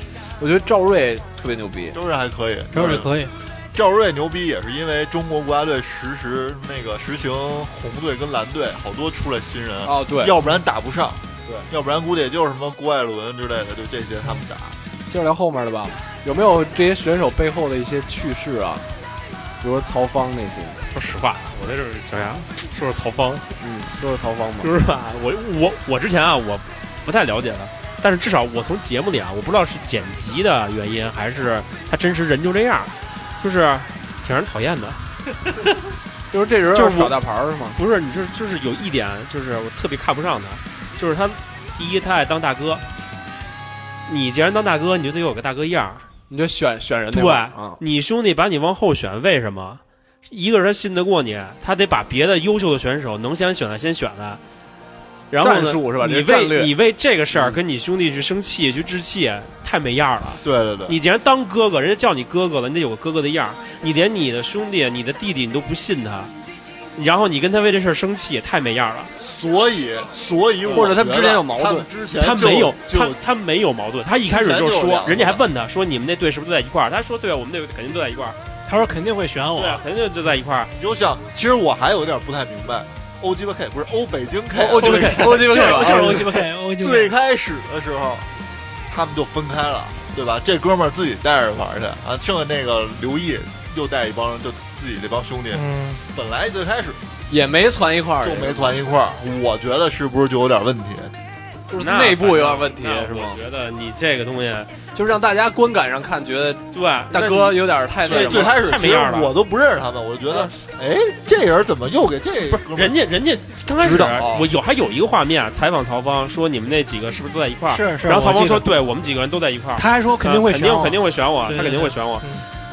S2: 我觉得赵睿特别牛逼。
S4: 周润还可以，
S1: 这也可以，
S4: 赵睿牛逼也是因为中国国家队实时那个实行红队跟蓝队，好多出来新人，
S2: 哦，对，
S4: 要不然打不上，
S2: 对，
S4: 要不然估计也就是什么郭艾伦之类的，就这些他们打。
S2: 接着聊后面的吧。有没有这些选手背后的一些趣事啊？比如说曹芳那些，
S3: 说实话，我在这儿小杨说说曹 芳，
S2: 嗯，就是曹芳嘛。
S3: 就是吧？我我我之前啊，我不太了解他，但是至少我从节目里啊，我不知道是剪辑的原因，还是他真实人就这样，就是挺让人讨厌的。
S2: 就是这人
S3: 就是我
S2: 耍大牌儿是吗？
S3: 不是，你就是就是有一点，就是我特别看不上他，就是他第一他爱当大哥，你既然当大哥，你就得有个大哥样儿。
S2: 你就选选人那
S3: 对
S2: 会儿啊，
S3: 你兄弟把你往后选，为什么？一个是他信得过你，他得把别的优秀的选手能先选的先选了，然后
S2: 战
S3: 呢，
S2: 术是吧？
S3: 你
S2: 这战略
S3: 为你为这个事儿
S2: 嗯
S3: 跟你兄弟去生气去置气，太没样儿了。
S4: 对对对，
S3: 你既然当哥哥，人家叫你哥哥了，你得有个哥哥的样儿。你连你的兄弟、你的弟弟你都不信他，然后你跟他为这事儿生气，太没样儿了。
S4: 所以所以我
S2: 或者他们之间有矛盾
S4: 觉得他们之前
S3: 他
S4: 就
S3: 没有，
S4: 就
S3: 他他没有矛盾。他一开始就
S4: 之前就有两
S3: 说，
S4: 个
S3: 人家还问他说：“你们那队是不是都在一块儿？”他说：“对，啊我们队肯定都在一块儿，啊
S1: 他说肯定会选我。
S3: 对，肯定都在一块儿。
S4: 你就像，其实我还有点不太明白，欧鸡巴 K 不是欧北京
S3: 哦
S4: K，
S2: 欧欧鸡巴 K，欧鸡巴
S1: 就是
S2: K 吧，嗯
S1: 就是欧鸡巴 K，欧鸡巴 K
S4: 最开始的时候，他们就分开了，对吧？这哥们儿自己带着玩儿去啊，剩下那个刘毅又带一帮，就自己这帮兄弟，
S1: 嗯，
S4: 本来最开始
S2: 也没传一块儿，
S4: 就没攒一块儿，我觉得是不是就有点问题？
S2: 就是
S3: 那
S2: 内部有点
S3: 反正
S2: 问题
S3: 那
S2: 是吗
S3: 我？觉得你这个东西，
S2: 就是让大家观感上看，觉得
S3: 对吧，
S2: 大
S3: 那
S2: 哥
S3: 你
S2: 有点太
S3: 所
S2: 那
S3: 以
S2: 什
S4: 最
S2: 么了。
S4: 开始
S3: 太没
S4: 其实
S3: 样了嗯
S4: 我都不认识他们，我就觉得，哎，这人怎么又给这
S3: 不是
S4: 哥们儿
S3: 人家人家刚开始
S4: 指导啊
S3: 我有还有一个画面啊采访曹芳说你们那几个是不是都在一块儿？
S1: 是是。
S3: 然后曹
S1: 我
S3: 芳
S1: 记
S3: 说
S1: 得，
S3: 对我们几个人都在一块儿。
S1: 他还说肯定会
S3: 呃肯
S1: 选
S3: 定
S1: 我，
S3: 肯定会选我，
S1: 对
S3: 他
S1: 对
S3: 肯定
S1: 对
S3: 会选我。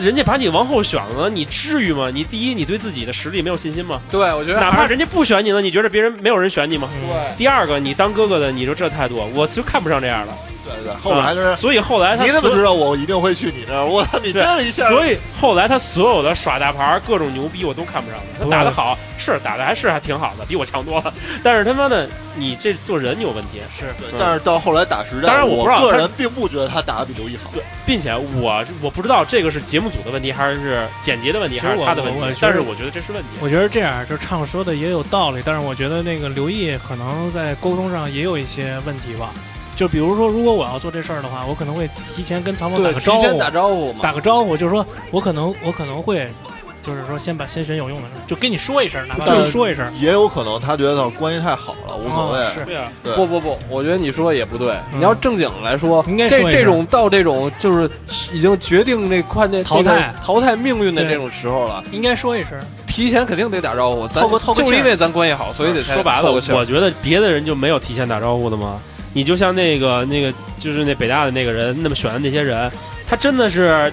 S3: 人家把你往后选了，你至于吗？你第一，你对自己的实力没有信心吗？
S2: 对，我觉得
S3: 哪怕
S2: 还是
S3: 人家不选你呢，你觉得别人没有人选你吗？
S1: 对，
S3: 第二个，你当哥哥的，你就这态度，我就看不上这样的。
S4: 对对，后边还跟人，
S3: 所以后哎来他
S4: 你怎么
S3: 所
S4: 知道我一定会去你那儿？我操，你
S3: 对
S4: 这一下，
S3: 所以后来他所有的耍大牌儿、各种牛逼，我都看不上他。他打得好，是打的还是还挺好的，比我强多了。 但是他妈的，你这做人有问题。
S1: 是
S4: 对但是到后来打实战，
S3: 当然我
S4: 我
S3: 不知道
S4: 个
S3: 他
S4: 人并不觉得他打的比刘毅好。
S3: 对，并且我我不知道这个是节目组的问题，还是剪辑的问题，
S1: 其实
S3: 还是
S1: 我
S3: 他的问
S1: 我我
S3: 题
S1: 觉。
S3: 但
S1: 得
S3: 是我觉得这是问题。
S1: 我觉得这样，就畅说的也有道理，但是我觉得那个刘毅可能在沟通上也有一些问题吧。就比如说，如果我要做这事儿的话，我可能会提前跟曹芳打
S2: 对
S1: 个
S2: 提
S1: 招
S2: 前
S1: 呼，
S2: 打招呼嘛。
S1: 打个招呼，就是说我可能我可能会，就是说先把先选有用的，就跟你说一声，哪怕
S4: 对
S1: 跟你说一声，
S4: 也有可能他觉得关系太好了，无所谓。
S1: 哦是
S3: 对啊，
S4: 对
S2: 不不不，我觉得你说的也不对。
S1: 嗯
S2: 你要正经来说，
S1: 应该说一声
S2: 这这种到这种就是已经决定那快那
S1: 淘汰
S2: 那个淘汰命运的
S1: 对
S2: 这种时候了，
S1: 应该说一声。
S2: 提前肯定得打招呼。咱
S1: 透个透个
S2: 就
S1: 气
S2: 是
S1: 儿
S2: 因为咱关系好，所以得才
S3: 啊说白了，
S2: 透个气儿
S3: 我觉得别的人就没有提前打招呼的吗？你就像那个那个，就是那北大的那个人，那么选的那些人，他真的是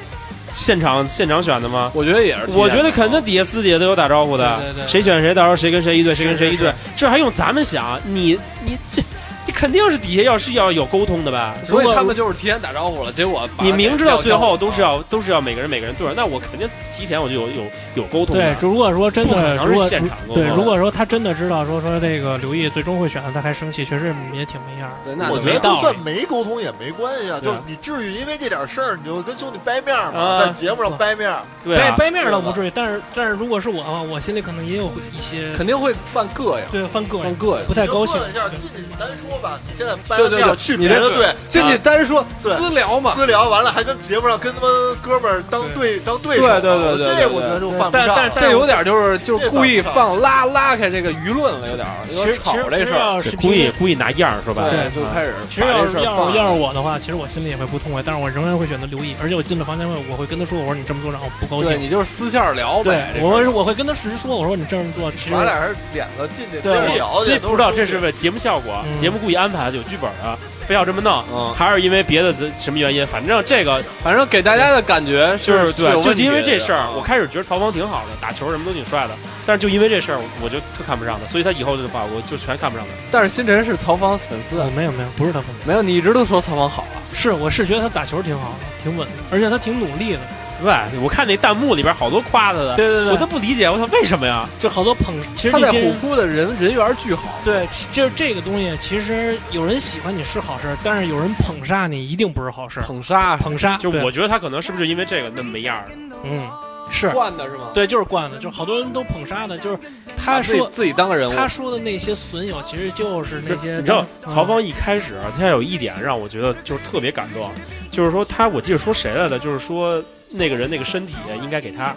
S3: 现场现场选的吗？
S2: 我觉得也是提前的。
S3: 我觉得肯定底下私底下都有打招呼的，
S1: 对对对
S3: 谁选谁，到时候谁跟谁一队，
S1: 是
S3: 谁跟谁一队，这还用咱们想？你你这你肯定是底下要是要有沟通的吧？
S2: 所以
S3: 如果
S2: 他们就是提前打招呼了，结果把啊
S3: 你
S2: 他
S3: 明
S2: 给
S3: 知道
S2: 撂
S3: 最
S2: 挑
S3: 后
S2: 了
S3: 都是要都是要每个人每个人对着，那我肯定提前我就有有有沟通的。
S1: 对，如果说真
S3: 不可
S1: 的，
S3: 能
S1: 如
S3: 是
S1: 果
S3: 现场沟
S1: 对，
S3: 通
S1: 如果说他真的知道说说这个刘毅最终会选择他还生气，确实也挺没样儿的。
S2: 对那
S4: 我
S2: 就
S4: 觉
S2: 没
S4: 得
S1: 道
S2: 道
S4: 就
S1: 理
S4: 算没沟通也没关系啊，
S3: 对
S4: 就
S3: 啊
S4: 是你至于因为这点事儿你就跟兄弟掰面儿吗？
S3: 啊
S4: 在节目上掰面儿，
S3: 对啊、
S1: 掰面儿倒不至于，但是但是如果是我的话，我心里可能也有一些
S2: 肯定会犯膈应，
S1: 对犯膈
S2: 犯
S1: 应，
S2: 膈应
S1: 不。太高兴
S4: 你就。问一下，进去咱说吧，你现在掰
S2: 对
S4: 了
S2: 对
S4: 面
S2: 对
S4: 儿，去
S2: 你
S4: 别的
S2: 这
S4: 队
S2: 进去单说
S4: 对
S2: 私聊嘛，
S4: 私聊完了，还跟节目上跟他们哥们儿当对当对手，啊
S2: 对对对对对
S4: 这我觉得就犯不
S1: 但
S4: 上
S1: 但
S4: 了。
S2: 这有点就是就是
S4: 这
S2: 故意
S4: 倒是
S2: 放拉拉开这个舆论了，有点儿有
S1: 其
S2: 点
S1: 实
S2: 儿
S1: 其
S2: 吵
S1: 实
S2: 这
S1: 其
S2: 事
S1: 实
S2: 儿，
S1: 要是
S3: 这
S1: 是
S3: 故意故意拿样儿说白了，
S2: 对，就
S3: 啊
S2: 开始
S1: 其实
S2: 把
S1: 要
S2: 这
S1: 是
S2: 事儿
S1: 要
S2: 放
S1: 是
S2: 了
S1: 要是我的话，其实我心里也会不痛快，但是我仍然会选择刘毅。而且我进了房间后，我会跟他说，我说你这么做让我不高
S2: 对
S1: 兴。
S2: 你就是私下聊呗，这事儿
S1: 我会我会跟他实说，我说你这么做其实
S4: 咱俩人脸子进去接
S1: 对
S4: 着聊
S3: 所
S4: 去，
S3: 以
S4: 都
S3: 不知道这是
S4: 啊
S3: 为了节目效果，啊
S1: 嗯
S3: 节目故意安排的，有剧本的，非要这么弄，
S2: 嗯
S3: 还是因为别的子什么原因？反正这个
S2: 反正给大家的感觉
S3: 就是是对，
S2: 有
S3: 就
S2: 问题
S3: 因为
S2: 的
S3: 这事儿
S2: 啊，
S3: 我开始觉得曹芳挺好的，打球什么都挺帅的，但是就因为这事儿，我就特看不上他，所以他以后的话，我就全看不上他。
S2: 但是星辰是曹芳粉丝
S1: 我
S2: 啊，
S1: 嗯没有没有不是他粉丝，
S2: 没有你一直都说曹芳好啊，
S1: 是我是觉得他打球挺好的，挺稳的，而且他挺努力的。
S3: 对，我看那弹幕里边好多夸他的，
S1: 对对
S3: 我都不理解，我操，为什么呀？
S1: 就好多捧，其实
S2: 他
S1: 这
S2: 在
S1: 些
S2: 虎
S1: 人
S2: 扑的人人缘巨好，
S1: 对，就是这个东西，其实有人喜欢你是好事，但是有人捧杀你一定不是好事。
S2: 捧杀
S1: 捧杀，
S3: 就
S1: 对
S3: 我觉得他可能是不是因为这个那么没样儿？
S1: 嗯，是
S2: 惯的是吗？
S1: 对，就是惯的，就是好多人都捧杀的，就是
S2: 把
S1: 他
S2: 自己
S1: 说
S2: 自己当个人物，
S1: 他说的那些损友，其实就是那些
S3: 你知道
S1: 嗯
S3: 曹芳一开始啊他有一点让我觉得就是特别感动，啊就是说他我记得说谁来的，就是说那个人那个身体应该给他，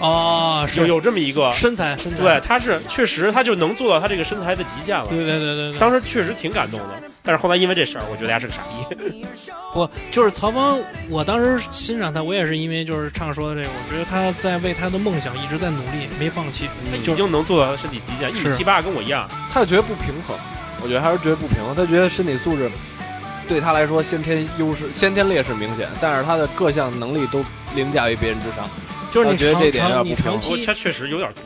S1: 哦，
S3: 有
S1: 是
S3: 有这么一个，
S1: 身材身材，
S3: 对，他是确实他就能做到他这个身材的极限了。
S1: 对对对对对，
S3: 当时确实挺感动的，但是后来因为这事儿，我觉得他是个傻逼。
S1: 不就是曹芳，我当时欣赏他，我也是因为就是唱说的这个，我觉得他在为他的梦想一直在努力，没放弃，
S3: 他已
S1: 就是
S3: 经能做到身体极限，一
S1: 嗯
S3: 米
S1: 是
S3: 七八跟我一样。
S2: 他觉得不平衡，我觉得还是觉得不平衡。他觉得身体素质对他来说先天优势、先天劣势明显，但是他的各项能力都凌驾于别人之上。
S1: 就是
S2: 我
S1: 你
S2: 觉得这
S1: 长长
S2: 点有点
S1: 你
S2: 不平
S1: 长
S2: 衡
S3: 不过
S1: 期
S3: 他确实有点毒，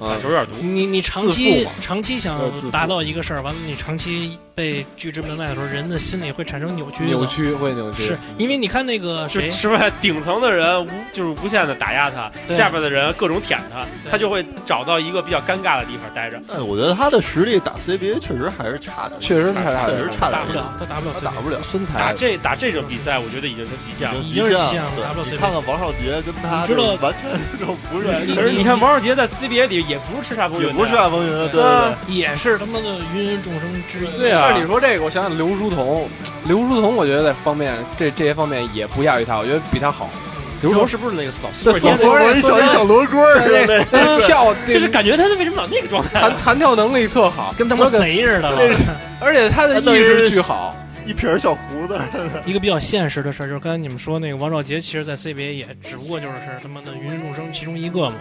S1: 嗯
S3: 打
S2: 嗯
S3: 球有点毒。
S1: 你你长
S2: 自负
S1: 期
S2: 嘛
S1: 长期想
S2: 就是自负
S1: 达到一个事儿，完了你长期被拒之门外的时候，人的心里会产生扭曲的。
S2: 扭曲会扭曲，
S1: 是因为你看那个
S3: 就
S1: 谁，
S3: 是吧？顶层的人无就是无限的打压他，
S1: 对
S3: 下边的人各种舔他，
S1: 对
S3: 他就会找到一个比较尴尬的地方待着。
S6: 但我觉得他的实力打 CBA 确实还是差点，
S2: 确实是差
S6: 确
S2: 点
S6: 实差
S1: 打
S6: 点
S1: 不，了，他打不了
S6: 他
S1: 随便，
S6: 打不了，
S2: 身材
S3: 打这打这种比赛，我觉得已经是极限了。
S1: 已
S6: 已经
S1: 经是
S6: 极
S1: 极
S6: 限
S1: 限了打不了
S6: 对，你
S1: 随便
S6: 看看王少杰跟他
S1: 你知道
S6: 就是完全就不是，
S1: 你
S3: 可是你看王少杰在 CBA 里也不是叱咤风云
S6: 也
S3: 的呀，
S6: 不是啊，风云，对对
S3: 啊
S6: 对，
S1: 也是他妈的芸芸众生之一。
S3: 对啊
S2: 但是你说这个，我想想刘书桐，刘书桐，我觉得在方面这这些方面也不亚于他，我觉得比他好。
S1: 嗯
S2: 刘书
S3: 说
S2: 桐
S3: 是不是那个老
S2: 对
S3: 苏
S6: 索
S2: 索索
S6: 索
S2: 尔
S6: 尔一小一小罗锅儿似的，
S2: 那跳
S3: 就是 感觉他为什么老那个状态？
S2: 弹弹跳能力特好，
S1: 跟他妈
S2: 我感
S1: 贼似的。
S2: 这是而且他的意识巨好，
S6: 一撇小胡子，
S1: 一个比较现实的事儿，就是刚才你们说那个王兆杰，其实在 CBA 也只不过就是他妈的芸芸众生其中一个嘛。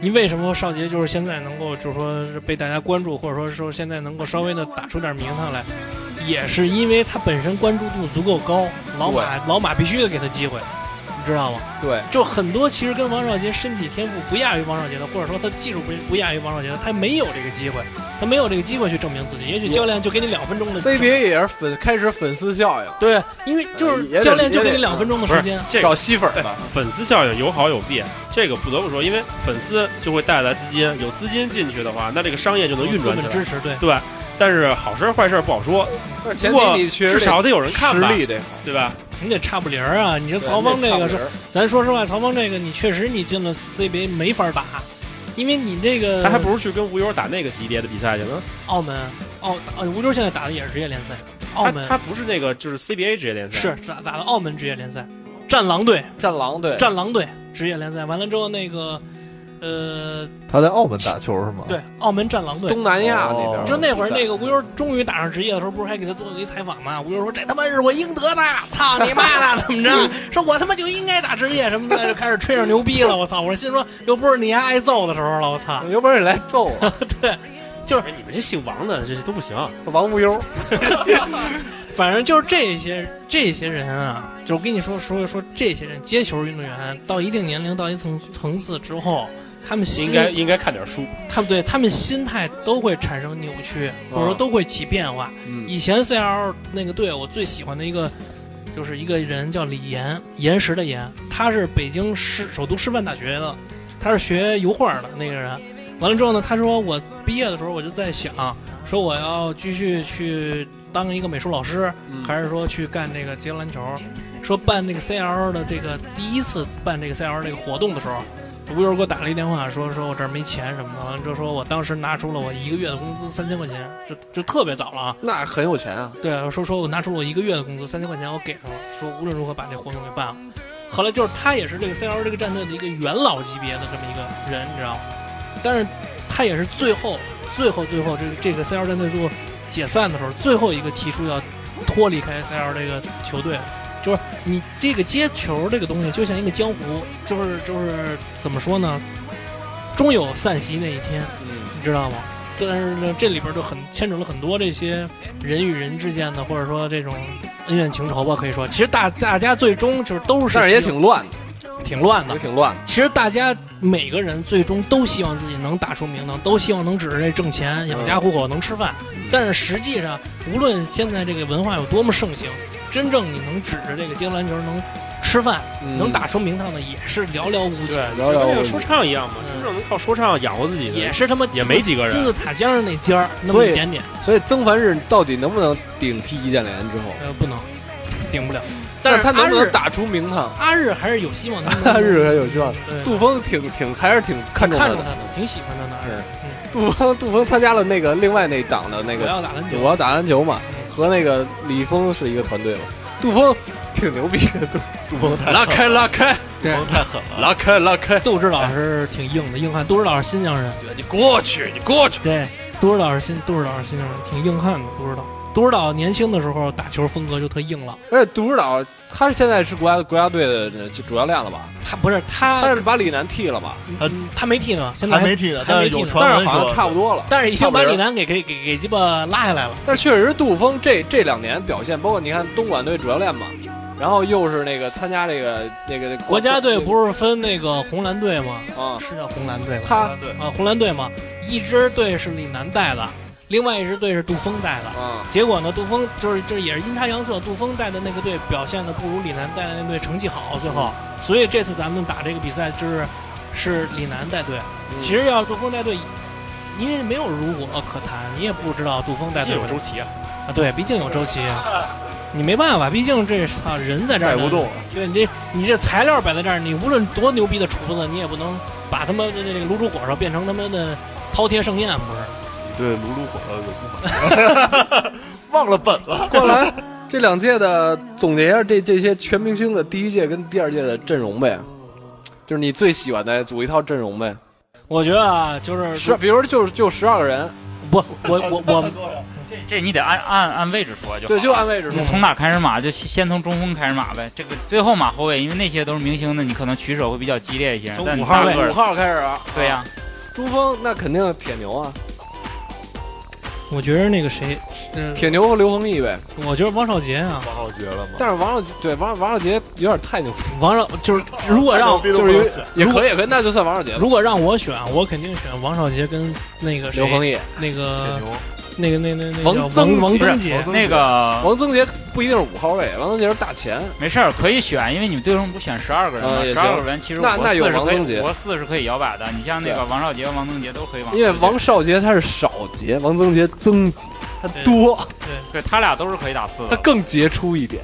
S1: 你为什么少杰就是现在能够就是说是被大家关注，或者说说现在能够稍微的打出点名堂来，也是因为他本身关注度足够高，老马老马必须得给他机会，你知道吗？
S2: 对，
S1: 就很多其实跟王少杰身体天赋不亚于王少杰的，或者说他技术不不亚于王少杰的，他没有这个机会，他没有这个机会去证明自己。也许教练就给你两分钟的
S2: CBA 也是粉开始粉丝效应，
S1: 对，因为就是
S2: 也得
S1: 教练就给
S2: 也
S1: 你
S2: 得嗯
S1: 两分钟的时间，
S3: 这
S2: 找
S3: 个
S2: 吸粉吧。
S3: 粉丝效应有好有弊，这个不得不说，因为粉丝就会带来资金，有资金进去的话，那这个商业就能运
S1: 资
S3: 转起
S1: 本
S3: 来
S1: 支。持，对，
S3: 对，但是好事儿坏事儿不好说，
S2: 但是前
S3: 不
S2: 提
S3: 过
S2: 你确实
S3: 至少得有人看吧
S2: 实，力得好。
S3: 对吧？
S1: 你得差不离儿啊！你这曹芳这个是，咱说实话，曹芳这个你确实你进了 CBA 没法打，因为你这个
S3: 他还不如去跟吴优打那个级别的比赛去呢。
S1: 澳门澳呃吴洲现在打的也是职业联赛，澳
S3: 他
S1: 门
S3: 他不是那个就是 CBA 职业联赛，
S1: 是打打的澳门职业联赛，战狼队
S2: 战狼队，
S1: 战狼队职业联赛完了之后那个呃
S6: 他在澳门打球是吗？
S1: 对澳门战狼队
S2: 东南亚那边
S6: 哦
S2: 儿，
S1: 你就那会儿，那个
S2: 个
S1: 吴优终于打上职业的时候，不是还给他做过一采访吗？吴优说：“这他妈是我应得的，操你妈的，怎么 着？说我他妈就应该打职业什么的，就开始吹上牛逼了。我操！我心说，又不是你挨揍的时候了，我操！
S2: 有本事来揍我，
S3: 哎你们这姓王的这都不行。
S2: 王无忧。
S1: 反正就是这些这些人啊，就我跟你说说说这些人，接球运动员到一定年龄到一层层次之后，他们心
S3: 应该应该看点书，
S1: 他们对他们心态都会产生扭曲，或
S3: 嗯
S1: 者说都会起变化。
S2: 嗯
S1: 以前 CL 那个队，我最喜欢的一个就是一个人叫李岩，岩石的岩，他是北京师首都师范大学的，他是学油画的那个人。完了之后呢，他说我毕业的时候我就在想，说我要继续去当一个美术老师，还是说去干这个街头篮球？说办那个 CL 的这个第一次办这个 CL 这个活动的时候，吴友给我打了一电话，说说我这儿没钱什么的，完了之后说我当时拿出了我一个月的工资三千块钱，就就特别早了啊。
S2: 那很有钱啊，
S1: 对，说说我拿出了我一个月的工资三千块钱，我给上了，说无论如何把这活动给办了。后来就是他也是这个 CL 这个战队的一个元老级别的这么一个人，你知道吗？但是他也是最后最后最后这个这个 CL 战队最后解散的时候，最后一个提出要脱离开 CL 这个球队。就是你这个接球这个东西，就像一个江湖，就是就是怎么说呢，终有散席那一天。
S2: 嗯，
S1: 你知道吗？但是呢，这里边就很牵扯了很多这些人与人之间的，或者说这种恩怨情仇吧，可以说，其实大大家最终就是都是，
S2: 但是也挺乱的，
S1: 挺乱的
S2: 也。挺乱的。
S1: 其实大家每个人最终都希望自己能打出名堂，都希望能指着这挣钱养家糊口，能吃饭。但是实际上，无论现在这个文化有多么盛行，真正你能指着这个街头篮球能吃饭、
S2: 嗯
S1: 能打出名堂的，也是寥寥无几
S3: 对，，
S2: 聊
S3: 就
S2: 聊
S3: 跟
S2: 我
S3: 那个说唱一样嘛，
S1: 嗯
S3: 真正能靠说唱养活自己的
S1: 也是他妈
S3: 也没几个
S1: 金
S3: 人。
S1: 字塔尖上那尖儿那么
S2: 所以
S1: 一点点。
S2: 所以曾凡是到底能不能顶替易建联之后？
S1: 呃，不能，顶不了。
S2: 但是他能不能
S1: 打
S2: 打出名 堂？。
S1: 阿日还是有希望的
S2: 他日还有希望。
S1: 对
S2: 杜峰挺挺还是挺看重他
S1: 看着
S2: 的。
S1: 他的，挺喜欢他的阿日。嗯，
S2: 杜峰杜峰参加了那个另外那档的那
S1: 我
S2: 个
S1: 要打篮
S2: 我
S1: 球。
S2: 要打篮球嘛，
S1: 嗯
S2: 和那个李峰是一个团队嘛。杜峰挺牛逼的，杜
S6: 杜峰太
S2: 拉开拉开
S6: 杜峰太狠了，
S2: 拉开拉开，
S1: 杜指导是挺硬的，硬汉。杜指导是新疆人，
S2: 你过去你过去。
S1: 对，杜指导是新，杜指导是新疆人，挺硬汉的。杜指导，杜指导年轻的时候打球风格就特硬朗。
S2: 而且杜指导他现在是国家国家队的主教练了吧？
S1: 他不是他，
S2: 他是把李楠踢了吧？
S1: 嗯嗯他没踢呢，现在
S4: 还没，踢呢，
S1: 还
S4: 但
S1: 没
S4: 是
S1: 踢
S4: 有
S1: 呢
S4: 传
S2: 但
S4: 闻
S2: 是好像
S4: 说，
S2: 差不多了。
S1: 但是已经把
S2: 上边
S1: 李楠给给给给鸡巴拉下来了。
S2: 但是确实，杜峰这这两年表现，包括你看东莞队主教练嘛，然后又是那个参加这个那个
S1: 国家队
S2: 是
S1: 不是分那个红蓝队吗？
S2: 啊，
S1: 呃是叫红蓝队吗？
S2: 他
S6: 对，
S1: 啊，红蓝队嘛，一支队是李楠带的，另外一支队是杜锋带的。
S2: 啊，
S1: 结果呢，杜锋就是就是也是阴差阳错，杜锋带的那个队表现的不如李楠带的那队成绩好，最后，所以这次咱们打这个比赛就是是李楠带队。
S4: 嗯
S1: 其实要杜锋带队，因为没有如果可谈，你也不知道杜锋带队
S3: 有周
S1: 会啊，对，毕竟有周琦，你没办法，毕竟这操人在这儿
S4: 带
S1: 呢
S4: 不动，
S1: 对你这你这材料摆在这儿，你无论多牛逼的厨子，你也不能把他妈的这个卤煮火烧变成他妈的饕餮盛宴，不是？
S4: 你对卢卢火烧有不满？忘了本了，
S2: 过来这两届的总结一下 这这些全明星的第一届跟第二届的阵容呗，就是你最喜欢的组一套阵容呗，
S1: 我觉得啊，就是
S2: 十，比如说就是就十二个人，
S1: 不，我我我
S5: 这这你得按按按位置说就好
S2: 对，就按位置
S5: 你
S1: 嗯
S2: 说，
S5: 从哪开始码就先先从中锋开始码呗，这个最后码后卫，因为那些都是明星的，你可能取舍会比较激烈一些。
S1: 从
S5: 但
S1: 五
S5: 你
S1: 号
S5: 大个
S1: 位
S5: 儿
S2: 五号开始啊，
S5: 对呀、
S2: 朱峰那肯定铁牛啊，
S1: 我觉得那个谁，嗯、
S2: 铁牛和刘恒毅呗，
S1: 我觉得王少杰啊，
S4: 王浩杰了吗？
S2: 但是王少对王王少杰有点太牛逼，
S1: 王少就是如果 让
S4: 逼都
S2: 就
S4: 不
S2: 是
S4: 能
S2: 有
S4: 选
S2: 也可以，也可以，那就算王少杰了，
S1: 如果让我选，我肯定选王少杰跟那个
S2: 刘恒
S1: 谁，
S2: 毅，
S1: 那
S4: 铁
S1: 个
S4: 牛，
S1: 那个那那那
S2: 王
S1: 叫
S2: 增
S1: 王王
S2: 杰
S1: 增杰
S4: 王，增
S5: 那个
S2: 王增杰不一定是五号位，王增杰是大前，
S1: 啊
S5: 没事儿可以选，因为你们最终不选十二个人
S2: 啊
S5: 吗？
S2: 也
S5: 十
S2: 行
S5: 二个人其实
S2: 那
S5: 我
S2: 那有
S5: 四是
S2: 王
S5: 可
S2: 宗杰啊
S5: 以，我四是可以摇摆的。你像那个王少杰、王增杰都可以往四
S2: 因
S5: 队，
S2: 为王少杰他是少杰，王增杰增杰，他
S1: 对啊
S2: 多，
S5: 对他俩都是可以打四
S2: 他
S5: 的。
S2: 更杰出一点，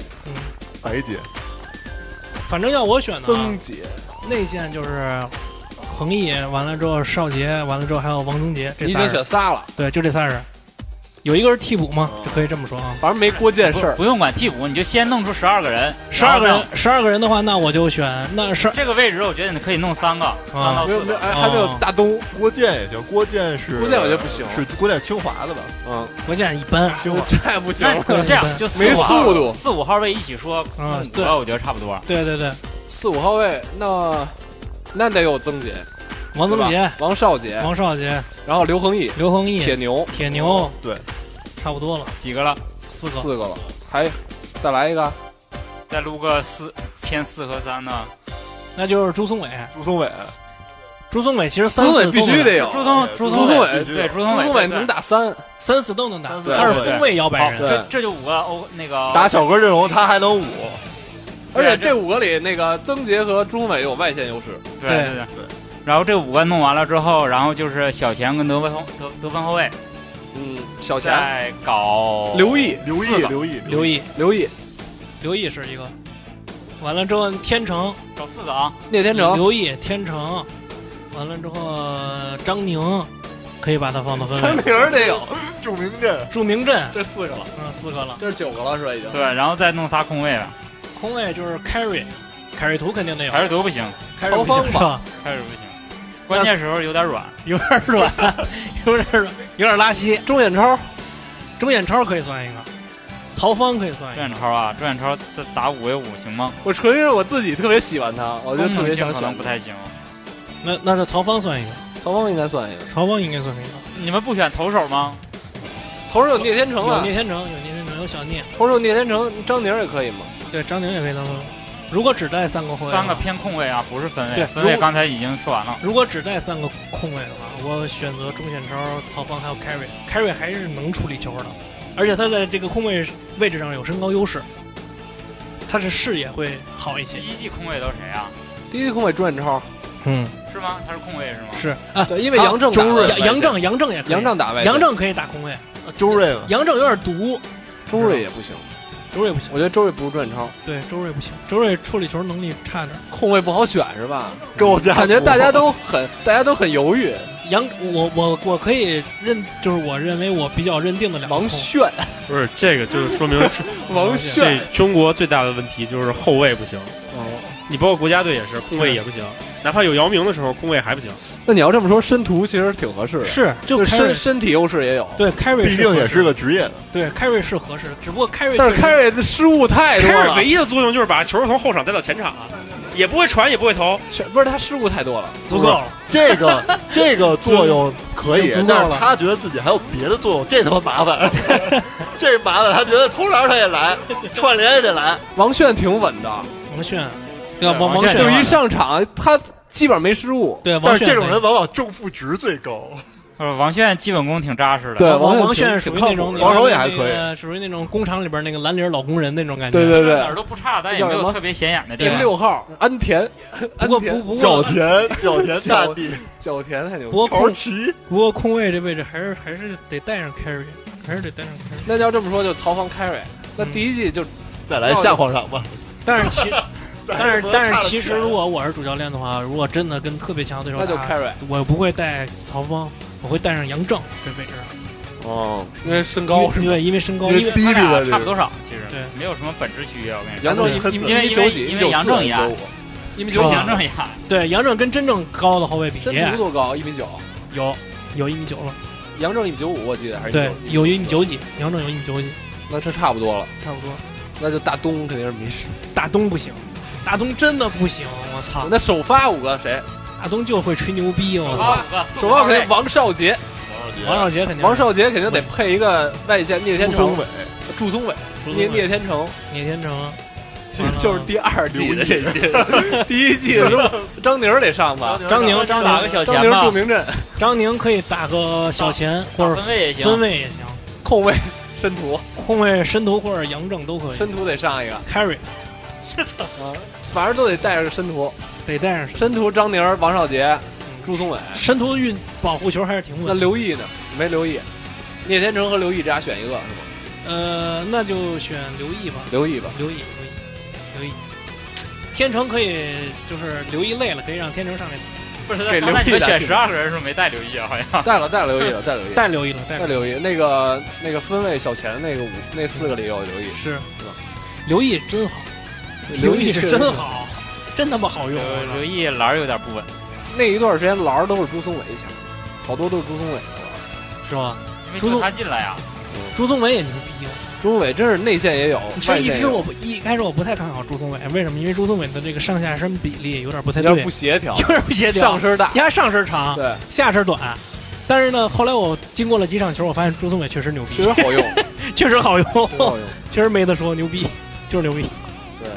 S4: 白姐，
S1: 反正要我选的啊
S2: 增杰。
S1: 内线就是恒毅，完了之后少杰，完了之后还有王增杰，这
S2: 你已
S1: 仨
S2: 经
S1: 人
S2: 选仨了，
S1: 对，就这仨人，有一个是替补嘛，
S4: 哦
S1: 就可以这么说啊。
S2: 反正没郭建事儿。
S5: 不用管替补，你就先弄出十二个人，
S1: 十二个
S5: 嗯然
S1: 人
S5: 后呢，，
S1: 十二个人的话，那我就选那十
S5: 这个位置我觉得你可以弄三
S1: 啊
S5: 个，三到
S2: 没有
S5: 四
S2: 没有，
S5: 个。
S2: 哎，还没
S1: 哦
S2: 有大东，
S4: 郭健也行，郭健是
S2: 郭健我觉得不行
S4: 是郭健清华的吧？
S2: 嗯，
S1: 国建一般，
S4: 清华
S2: 太不行
S5: 那
S1: 哎
S2: 了
S5: 你，这样就四
S2: 没
S5: 五号
S2: 速度
S5: 四五号位一起说，
S1: 嗯
S5: 嗯，
S1: 对
S5: 五个我觉得差不多。
S1: 对对对，
S2: 四五号位，那那得有曾杰、
S1: 王增
S2: 对
S1: 杰、
S2: 王少
S5: 哎
S2: 杰，
S1: 王少杰、
S2: 然后刘恒毅、
S1: 刘哦恒毅、
S2: 铁牛，
S1: 铁牛，
S5: 哦
S4: 对，
S1: 差不多了，
S5: 几个了？
S1: 四个。
S2: 四个了，还再来一个，
S5: 再撸个四偏四和三呢？
S1: 那就是朱松伟。
S4: 朱松伟，
S1: 朱松伟其实三
S2: 曾
S1: 四
S2: 伟
S1: 都
S2: 必须
S1: 能
S2: 得有，
S5: 朱松
S4: 对
S5: 朱
S2: 松
S5: 伟
S2: 伟
S5: 对朱松
S2: 朱宗
S5: 伟对
S2: 伟
S5: 对
S2: 能打三，
S1: 三四都能打
S4: 三，四
S1: 他是
S4: 对
S1: 锋位摇摆人。
S2: 对
S5: 这这就五个欧那个
S4: 打小哥阵容他还能舞，
S2: 而
S5: 对
S2: 且
S5: 这
S2: 这五个里那个曾杰和朱宗伟有外线优势，
S5: 对
S1: 对
S5: 对
S4: 对。
S5: 然后这五个弄完了之后，然后就是小前跟得分后得得分后卫，
S2: 嗯，小贤、
S5: 再搞
S2: 刘毅、
S4: 刘毅
S5: 四个
S4: 刘毅
S1: 刘毅，
S2: 刘毅、
S1: 刘毅是一个。完了之后，天成、
S5: 搞四个啊，
S2: 聂天 成、
S1: 刘毅、天成，完了之后张宁，可以把他放到分
S4: 陈
S1: 位。
S4: 明儿得有，著名阵
S1: 祝明镇，
S2: 这四个了，
S1: 嗯，四个了。
S2: 这是九个了是吧？已经。
S5: 对，然后再弄仨空位吧。
S1: 空位就是 carry，凯瑞图肯定得有，
S5: 凯尔图不行，
S4: 开始
S2: 曹
S4: 不行
S2: 芳
S1: 是
S2: 吧，
S1: 吧？
S5: 凯尔图不行，关键时候有点软。
S1: 有点软， 有点软，有点拉稀。
S2: 钟远超，
S1: 钟远超可以算一个，曹芳可以算一
S5: 郑
S1: 个。
S5: 远超啊，郑远超这打五 v 五行吗？
S2: 我纯是我自己特别喜欢他，我
S5: 我
S2: 就特别想
S5: 可能
S2: 选
S5: 不。太行。
S1: 那那就曹芳算一个，
S2: 曹芳应该算一个，
S1: 曹芳应该算一个。
S5: 你们不选投手吗？
S2: 投手有聂天成
S1: 有
S2: 啊，
S1: 聂天成，有聂天成，有小聂，
S2: 投手聂天成、张宁也可以嘛。
S1: 对，张宁也可以当锋。如果只带三个后卫，
S5: 三个。偏空位啊，不是分
S1: 对
S5: 位，分
S1: 如
S5: 位
S1: 果
S5: 刚才已经说完了。
S1: 如果只带三个空位的话，我选择钟显超、曹芳还有 carry。carry 还是能处理球的，而且他在这个空位位置上有身高优势，他是视野会好一些
S5: 第。一季空位都是谁啊？
S2: 第一空位钟远超，
S1: 嗯，
S5: 是吗？他是空位是吗？
S1: 是啊，
S2: 对，因为
S1: 啊
S2: 杨正打
S4: 周润
S2: 外
S1: 杨
S2: 线
S1: 杨正杨正也可以
S2: 杨正打外线，
S1: 杨正可以打空位，
S4: 周瑞嘛，
S1: 杨正有点毒，
S2: 周瑞也不行，
S1: 周瑞不行
S2: 我，觉得周瑞不如钟远超，
S1: 对，周瑞不行，周瑞处理球能力差点。
S2: 空位不好选是吧？
S4: 高家
S2: 感觉大家都很 大家都很犹豫，
S1: 杨，我我我可以认，就是我认为我比较认定的两个
S2: 王
S1: 空
S2: 炫，
S3: 不是这个，就是说明
S2: 王
S3: 这
S2: 炫，
S3: 中国最大的问题就是后卫不行。你包括国家队也是，控卫也不行，哪怕有姚明的时候，控卫还不行。
S2: 那你要这么说，申屠其实挺合适的，
S1: 是就
S2: 就身
S1: carry
S2: 身体优势也有，
S1: 对 carry
S4: 毕竟也是
S1: 是合
S4: 个职业的，
S1: 适对 carry 是合适的，只不过 carry
S2: 但
S1: 确
S2: 是
S1: 实
S2: 凯瑞的失误太多
S3: 凯尔
S2: 哎了
S3: 唯，一的作用就是把球从后场带到前场，啊也不会传，也不会投。
S2: 是不是他失误太多了，
S1: 足够了，
S4: 这个这个作用可以
S2: 就足，够
S4: 但
S2: 了
S4: 是他觉得自己还有别的作用，这他妈麻烦， 这麻烦，他觉得投篮他也来，串联也得来，
S2: 王炫挺稳的，
S1: 王炫，对吧？王
S5: 王炫
S1: 炫
S2: 就
S5: 挺
S2: 一
S1: 也是，
S2: 上场他基本没失误，
S1: 对王
S4: 但
S1: 炫
S4: 是这种
S1: 也
S4: 人往往正负值最高，
S5: 不是呃王炫基本功挺扎实的。
S2: 对王
S1: 王
S2: 炫
S1: 炫
S2: 挺
S1: 属于
S2: 挺靠
S1: 那种
S2: 谱
S1: 你
S6: 王守
S1: 看
S6: 也还
S1: 那
S6: 可以
S1: 个属于那种工厂里边那个蓝领老工人那种感觉。
S2: 对对
S5: 哪
S2: 对
S5: 儿，都不差，但
S2: 叫
S5: 也没
S2: 什
S5: 有
S2: 么
S5: 特别显眼的地
S2: 零
S5: 方。
S2: 六号安田，
S1: 不
S2: 安
S1: 过不
S2: 田
S1: 不
S6: 角
S1: 过
S6: 田 角田大地
S2: 角田太牛
S1: 不过
S2: 逼。
S6: 潮
S1: 空
S6: 旗，
S1: 不过空位这位置还是还是得带上 carry，还是得带上 carry。
S2: 那要这么说，就曹方 carry。那
S1: 嗯
S2: 第一季就
S6: 再来下广场吧。
S1: 但是其但是
S6: 再
S1: 但
S6: 差了
S1: 是其
S6: 起
S1: 实
S6: 来
S1: 如果我是主教练的话，如果真的跟特别强的对手
S2: 那就
S1: 打
S2: carry，
S1: 我不会带曹芳，我会带上杨正这位置，啊
S3: 哦，
S2: 因为身
S1: 因
S2: 高
S1: 为对，因为身高，
S6: 因为
S1: 因为
S6: 逼逼了这
S5: 差
S6: 个
S5: 不多少，其实
S1: 对
S5: 没有什么本质区别。我跟你说，
S2: 杨正一
S6: 很
S2: 一
S5: 因为
S2: 一米
S5: 因
S2: 九
S5: 为
S2: 几，一
S5: 因
S2: 米
S5: 为
S2: 九
S5: 杨
S2: 四，
S5: 正
S2: 一
S5: 呀
S2: 米九五，
S1: 一米
S5: 就
S1: 九
S5: 是
S1: 几，
S5: 杨正呀，
S1: 对杨正跟真正高的后卫比，
S2: 身图多高？一米九，
S1: 有有一米九了，
S2: 杨正一米九五，我记得还是
S1: 对，
S2: 1.95
S1: 有一米，九几，杨正有一米九几，
S2: 那这差不多了。
S1: 差不多。
S2: 那就大东肯定是明星。
S1: 大东不行，大东真的不行，我操，
S2: 那首发五个谁？
S1: 大东就会吹牛逼，我操。
S5: 首
S2: 首发肯定王少杰，
S1: 王少杰肯定，
S2: 王少杰肯定得配一个外线聂天
S6: 杜松
S2: 成、
S6: 伟，
S2: 祝松伟、
S1: 初中
S2: 聂
S1: 的
S2: 聂天成，啊
S1: 聂天成，
S2: 其实就是第二季的这些，
S6: 第一季
S2: 记得都 张宁儿得上吧？
S1: 张宁，
S5: 张打个小
S2: 张
S5: 前
S2: 宁儿
S5: 吧
S2: 著，名阵，
S1: 张宁可以打个小前或者
S5: 打分位也行。
S1: 分位也行，
S2: 控卫申屠，
S1: 控卫申屠或者杨正都可以。
S2: 申屠得上一个，
S1: carry
S2: 啊，反正都得带着申屠，
S1: 得带上申
S2: 申屠、张宁儿、王少杰、
S1: 朱
S2: 祝松伟，
S1: 申屠运保护球还是挺稳
S2: 那
S1: 的。
S2: 刘毅呢？没刘毅，聂天成和刘毅这俩选一个是吗？
S1: 呃，那就选刘毅吧，
S2: 刘毅吧，
S1: 刘毅，刘毅，刘毅。天成可以，就是刘毅累了，可以让天成上来
S5: 不是，
S2: 给
S5: 刚才
S2: 刘
S5: 你
S2: 毅
S5: 们
S2: 打
S5: 选
S2: 替
S5: 十
S2: 补
S5: 二个人是不是没带刘毅啊？好像
S2: 带了带了刘 毅了，带了刘毅。
S1: 带刘毅了，带
S2: 带
S1: 刘
S2: 刘毅，那个那个分位小前那个五那四个里有刘毅
S1: 毅，是
S2: 是吧
S1: 刘毅真好，刘毅是
S2: 确实
S1: 真好，真他妈好用。我
S5: 刘
S1: 操
S5: 刘毅篮儿有点不稳，
S2: 那一段时间篮儿都是朱松伟强，好多都是朱松伟的篮儿。
S1: 是吧？
S5: 因为
S1: 朱
S5: 就
S1: 总
S5: 他进来呀。
S1: 朱宗伟也牛逼。啊
S2: 朱松伟真是内线也有，
S1: 其
S2: 外
S1: 实一
S2: 线也
S1: 直
S2: 有
S1: 我不一开始我不太看好朱宗伟，为什么？因为朱宗伟的这个上下身比例有点不太
S2: 有
S1: 对，
S2: 点不协调，
S1: 有点不协调
S2: 上，身大。
S1: 你看上身长，
S2: 对，
S1: 下身短。但是呢，后来我经过了几场球，我发现朱宗伟确实牛
S2: 确
S1: 逼
S2: 实，好用，
S1: 确实好用，
S2: 确实好用。
S1: 确实没得说，牛逼，就是牛逼。
S2: 对，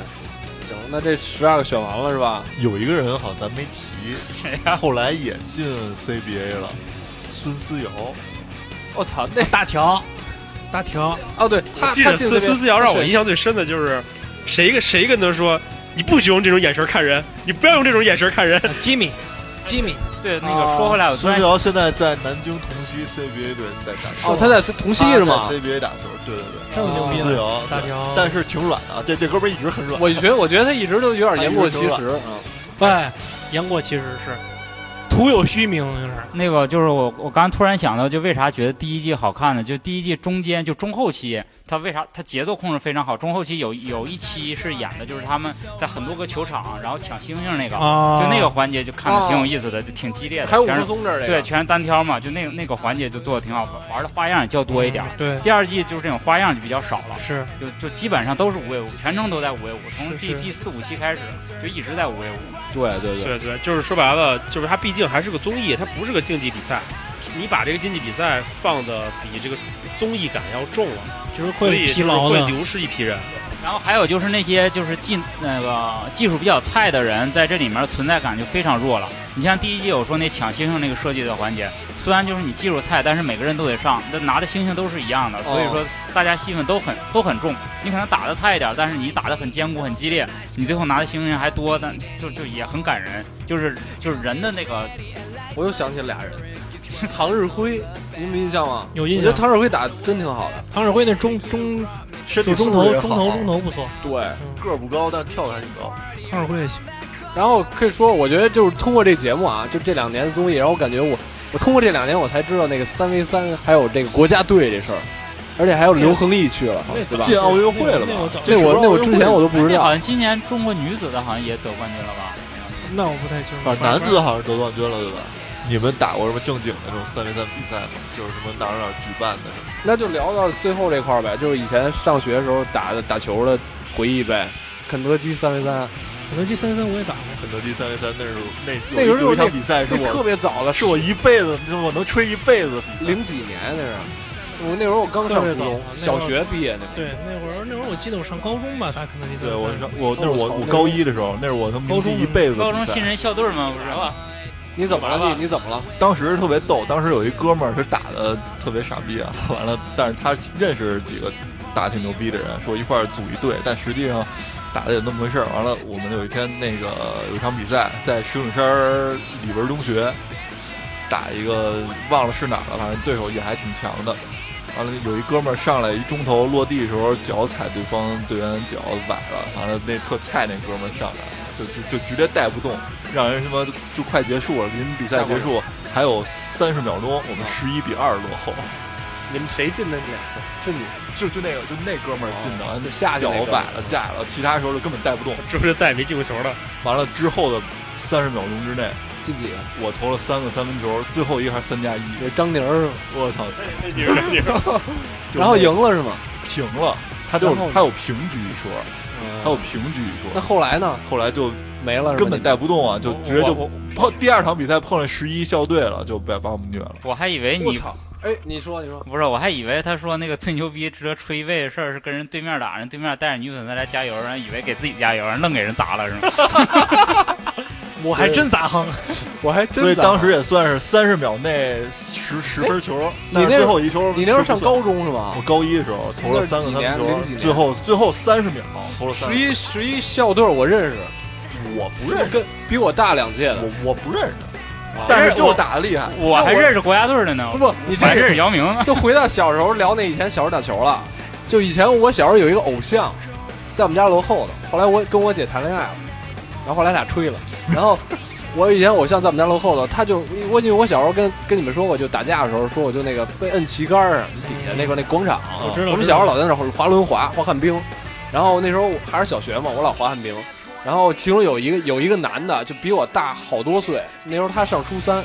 S2: 行，那这十二个选完了是吧？
S6: 有一个人好像咱没提，
S5: 谁呀？
S6: 后来也进 CBA 了，孙思尧。
S2: 我操，那
S1: 大条，大条，
S2: 哦对，
S3: 我
S2: 他
S3: 记
S2: 他
S3: 得
S2: 进
S3: 孙孙思尧让我
S2: 一
S3: 印象最深的就是，谁跟谁跟他说，你不许用这种眼神看人，你不要用这种眼神看人。
S1: 呃吉米，吉米，
S5: 对，那个说回来，我突
S6: 孙
S5: 然
S6: 思尧现在在南京同曦 CBA 队在打球，
S2: 哦，他在同曦
S4: 啊
S2: 是吗
S6: 他？在？CBA 打球，对对对，
S1: 这么牛逼
S6: 孙思
S1: 的
S6: 尧，
S1: 大条。
S6: 但是挺软啊，这这哥们儿一直很软。
S2: 我觉得我觉得他一直都有点言过其实啊。
S1: 哎，杨过其实是徒有虚名，就是
S5: 那个就是我，我刚突然想到，就为啥觉得第一季好看呢？就第一季中间就中后期，他为啥他节奏控制非常好？中后期有有一期是演的就是他们在很多个球场，然后抢星星那个，
S1: 啊
S5: 就那个环节就看的挺有意思的，就挺激烈的，
S2: 还有武
S5: 全
S2: 志
S5: 是
S2: 松这儿这
S5: 对，
S2: 个，
S5: 全是单挑嘛，就那个那个环节就做的挺好，玩的花样也较多一点儿。
S1: 嗯对，
S5: 第二季就是这种花样就比较少了，
S1: 是
S5: 就就基本上都是五 v 五，全程都在五 v 五，从
S1: 是
S5: 第
S1: 是
S5: 第四五期开始就一直在五 v 五。
S2: 对对对
S3: 对对，就是说白了，就是它毕竟还是个综艺，它不是个竞技比赛。你把这个竞技比赛放的比这个综艺感要重了，
S1: 就是
S3: 所
S1: 会
S3: 以
S1: 疲
S3: 就是
S1: 劳
S3: 会
S1: 的，
S3: 流失一批人。
S5: 然后还有就是那些就是技那个技术比较菜的人，在这里面存在感就非常弱了。你像第一季我说那抢星星那个设计的环节，虽然就是你技术菜，但是每个人都得上，那拿的星星都是一样
S2: 哦
S5: 的，所以说大家戏份都很都很重。你可能打的菜一点，但是你打的很坚固很激烈，你最后拿的星星还多，但就就也很感人。就是就是人的那个
S2: 我又想起俩人，唐日辉，你们有印象吗？
S1: 有印
S2: 我觉得
S1: 象。
S2: 唐日辉打得真挺好的。
S1: 唐志辉那中中
S6: 身体
S1: 中
S6: 素质
S1: 投
S6: 也
S1: 中
S6: 好啊
S1: 投中投不错，
S2: 对，
S6: 个儿不高，但跳的还挺高。
S1: 唐志辉也行。
S2: 然后可以说，我觉得就是通过这节目啊，就这两年的综艺，然后我感觉我，我通过这两年我才知道那个三 v 三还有这个国家队这事儿，而且还有刘恒毅去了，好像对吧？
S6: 进奥运会了
S1: 那我
S6: 吧
S1: 早？
S2: 那我那我之前我
S6: 都
S2: 都不知
S5: 好
S2: 道，
S5: 像今年中国女子的好像也得冠军了吧？
S1: 那我不太清楚。
S6: 反正男啊子好像得冠军了，对吧？你们打过什么正经的这种三 v 三比赛吗？就是什么哪儿哪儿举办的什么？
S2: 那就聊到最后这块儿呗，就是以前上学的时候打的打球的回忆呗。肯德基三 v 三，
S1: 肯德基三三我也打过，
S6: 肯德基三 v 三那时候那
S2: 那
S6: 有
S2: 时
S6: 一有
S2: 候
S6: 一
S2: 那
S6: 场比赛是
S2: 那特
S6: 我
S2: 别早了，
S6: 是我一辈子就是我能吹一辈子的比赛。
S2: 零几年那是，我那时候我刚上初
S1: 特别
S2: 中
S1: 早，那时候
S2: 小学毕业那会儿
S1: 对，那会儿那会儿我记得我上高中吧，打肯德基三
S6: 对
S1: 三。
S6: 我上我那是
S2: 我
S6: 我
S2: 操
S6: 我
S2: 那
S6: 高一的时候，那是我能铭记一辈子的
S5: 高中
S6: 比
S5: 新
S6: 赛。
S5: 人校队嘛，不是吧？
S2: 你怎么了你？你怎么了？
S4: 当时特别逗，当时有一哥们儿是打的特别傻逼啊，完了，但是他认识几个打挺牛逼的人，说一块儿组一队，但实际上打的有那么回事儿。完了，我们有一天那个有一场比赛，在石景山儿李文中学打一个忘了是哪儿了，反正对手也还挺强的。完了，有一哥们儿上来一中投落地的时候，脚踩对方队员脚崴了，完了那特菜那哥们儿上来就就就直接带不动，让人他妈就快结束了，临比赛结束还有三十秒钟，我们十一比二落后，
S2: 你们谁进的你？啊是你
S4: 就就那个啊就那哥们儿进的，完了
S2: 哦就下去
S4: 脚
S2: 那个
S4: 崴了下来了，其他时候就根本带不动。
S3: 是不是再也没进过球了？
S4: 完了之后的三十秒钟之内，
S2: 进几个？
S4: 我投了三个三分球，最后一个还是三加一，
S2: 那张宁儿是吗？
S4: 我操！
S3: 你们你 们
S4: 就
S2: 然后
S4: 那
S2: 赢了是吗？
S4: 平了，他就是
S2: 然后呢嗯
S4: 他有平局一说，他有平局一
S2: 哦那
S4: 说，
S2: 后来呢？
S4: 后来就
S2: 没了是吧，
S4: 根本带不动啊，就直接就
S3: 我我
S4: 碰第二场比赛碰了十一校队了，就被把我们虐了。
S5: 我还以为
S2: 我
S5: 你
S2: 操！哎，你说你说，
S5: 不是，我还以为他说那个最牛逼值得吹背的事儿是跟人对面打，人对面带着女粉丝来加油，然后以为给自己加油，然后愣给人砸了是吗？
S1: 我还真咋哼，
S2: 我还
S4: 所以当时也算是三十秒内十十分球，但是
S2: 哎你那
S4: 最后一球
S2: 你那时候上
S4: 是不算
S2: 高中是
S4: 我
S2: 吧？
S4: 高一的时候投了三
S2: 那
S4: 个
S2: 是几年
S4: 三分
S2: 零几
S4: 球，
S2: 年
S4: 最后最后三十秒投了三
S2: 十
S4: 个，
S2: 一十一校队我认识，
S4: 我不
S2: 是
S4: 认识，
S2: 跟比我大两届的。
S4: 我我不认识，但是就是打的厉害。
S5: 我还认识国家队的呢
S2: 不，不，你
S5: 我还认
S2: 这
S5: 识姚明呢。
S2: 就回到小时候聊那以前小时候打球了。就以前我小时候有一个偶像，在我们家楼后头。后来我跟我姐谈恋爱了，然后后来俩吹了。然后我以前偶像在我们家楼后头，他就我因为我小时候跟跟你们说过，就打架的时候说我就那个被摁旗杆儿上底下那块那广场，
S1: 我知道。
S2: 我们小时候老在那儿滑轮滑、滑旱冰，然后那时候我还是小学嘛，我老滑旱冰。然后其中有一个有一个男的，就比我大好多岁，那时候他上初三，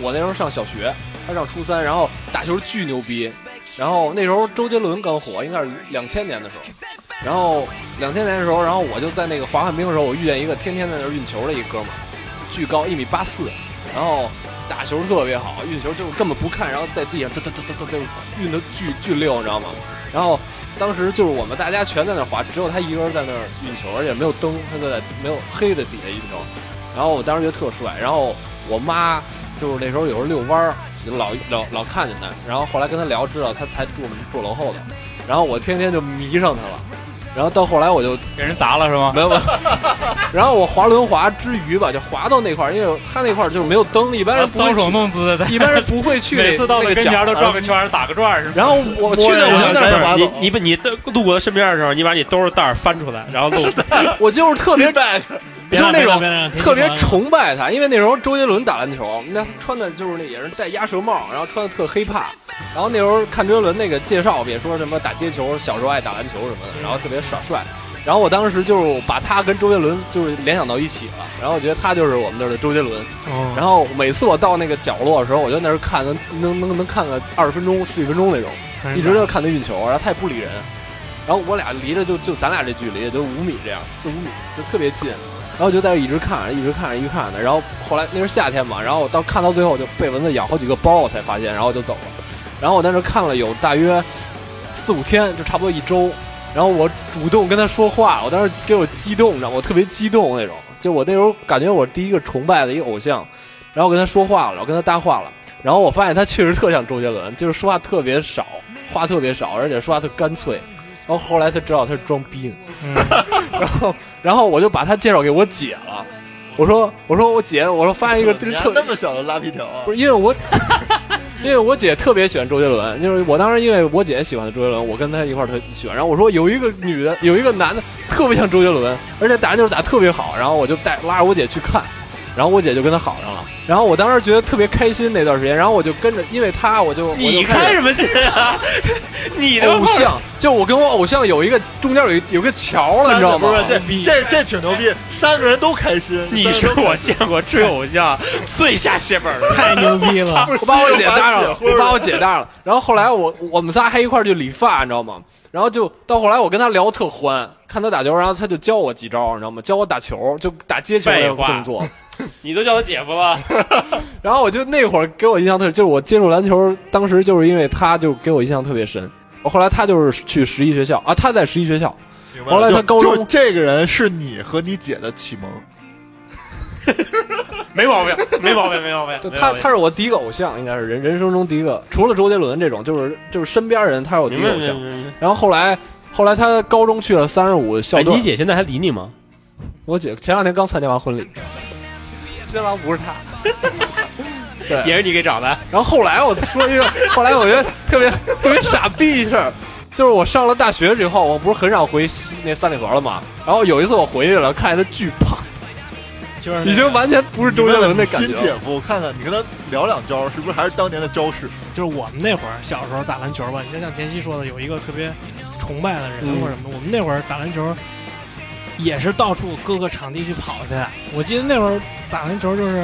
S2: 我那时候上小学，他上初三，然后打球巨牛逼。然后那时候周杰伦刚火，应该是两千年的时候。然后两千年的时候，然后我就在那个滑旱冰的时候，我遇见一个天天在那儿运球的一哥们儿，巨高一米八四，然后打球特别好，运球就是根本不看，然后在地上哒哒哒哒哒就运的巨巨溜，你知道吗？然后当时就是我们大家全在那儿滑，只有他一个人在那儿运球，而且没有灯，他就在没有黑的底下运球。然后我当时觉得特帅，然后我妈就是那时候有时候遛弯儿，就老老老看见他，然后后来跟他聊，知道他才住我们住楼后头，然后我天天就迷上他了。然后到后来我就
S5: 给人砸了是吗？
S2: 没 有，没有然后我滑轮滑之余吧，就滑到那块儿，因为他那块儿就是没有灯，一般人不会
S5: 搔首
S2: 去
S5: 弄姿的，在
S2: 一般人不会去
S5: 每次到
S2: 那
S5: 那
S2: 个
S5: 跟
S2: 角
S5: 前儿都转个圈儿，打个转儿是吧？
S2: 然后我去那我就那儿，
S4: 马
S3: 你
S4: 总
S3: 你把你的路过身边的时候，你把你兜儿的袋儿翻出来，然 后露。
S2: 我就是特别
S1: 别
S2: 就
S1: 让
S2: 是那种
S1: 别让别让
S2: 特别崇拜他，因为那时候周杰伦打篮球，那穿的就是那也是戴鸭舌帽，然后穿的特黑怕。然后那时候看周杰伦那个介绍，也说什么打街球，小时候爱打篮球什么的，然后特别耍帅。然后我当时就是把他跟周杰伦就是联想到一起了，然后我觉得他就是我们这儿的周杰伦。
S1: 哦
S2: 然后每次我到那个角落的时候，我就在那儿看，能能能能看个二十分钟、十几分钟那种。一直就看他运球，然后他也不理人，然后我俩离着就就咱俩这距离也就五米这样，四五米就特别近，然后就在这一直看，一直看，一直看的，然后后来那是夏天嘛，然后我到看到最后就被蚊子咬好几个包，我才发现，然后我就走了，然后我在那看了有大约四五天，就差不多一周，然后我主动跟他说话，我当时给我激动，你知道吗？我特别激动那种，就我那时候感觉我第一个崇拜的一个偶像，然后我跟他说话了，我跟他搭话了。然后我发现他确实特像周杰伦，就是说话特别少，话特别少，而且说话特干脆。然后后来才知道他是装逼呢， 然后然后我就把他介绍给我姐了，我说我说我姐，我说发现一个
S4: 你还
S2: 特
S4: 那么小的拉皮条啊
S2: 不！是因为我， 因为我姐特别喜欢周杰伦，就是我当时因为我姐喜欢周杰伦，我跟她一块儿特喜欢。然后我说有一个女的，有一个男的特别像周杰伦，而且打篮球打特别好，然后我就带拉着我姐去看。然后我姐就跟他好上了，然后我当时觉得特别开心那段时间，然后我就跟着，因为他我就我就
S3: 你
S2: 开始
S3: 看什么劲啊？你的
S2: 偶像，就我跟我偶像有一个中间有一有个桥了，你知道吗
S4: 不？是这这这挺牛逼，三个人都开心。
S3: 你是
S4: 三个人
S3: 我见过追偶像最下血本的。
S1: 太牛逼了，
S4: 都
S2: 我把我姐搭上
S4: 把
S2: 了，
S4: 婚
S2: 我把我姐搭上了。然后后来我我们仨还一块儿去理发，你知道吗？然后就到后来我跟他聊特欢，看他打球，然后他就教我几招，你知道吗？教我打球，就打接球那
S3: 废
S2: 个
S3: 话
S2: 动作。
S3: 你都叫他姐夫了，
S2: 然后我就那会儿给我印象特，就是我接触篮球，当时就是因为他就给我印象特别深。我后来他就是去十一学校啊，他在十一学校，
S4: 明白了
S2: 后来他
S4: 就
S2: 高中
S4: 就这个人是你和你姐的启蒙，
S3: 没毛病，没毛病，没毛 病。
S2: 对
S3: 没
S2: 他
S3: 毛病
S2: 他是我第一个偶像，应该是人人生中第一个，除了周杰伦这种，就是就是身边人，他是我第一
S3: 明
S2: 个
S3: 白
S2: 偶
S3: 明白
S2: 像。
S3: 明白。
S2: 然后后来后来他高中去了三十五校
S3: 哎，
S2: 队
S3: 你，姐现在还理你吗？
S2: 我姐前两天刚参加完婚礼，新郎不是他。 对，
S3: 也是你给找的，
S2: 然后后来我再说一个，后来我觉得特别特别傻逼一事儿，就是我上了大学之后，我不是很少回西那三里河了嘛。然后有一次我回去了，看见他巨胖，
S1: 就是
S2: 已
S1: 那
S2: 经完全不是周杰伦的感
S4: 新
S2: 觉
S4: 姐
S2: 了。
S4: 夫，看看你跟他聊两招，是不是还是当年的招式？
S1: 就是我们那会儿小时候打篮球吧，你就像田曦说的，有一个特别崇拜的人
S2: 嗯
S1: 或者什么的。我们那会儿打篮球也是到处各个场地去跑去。啊我记得那会儿打篮球就是，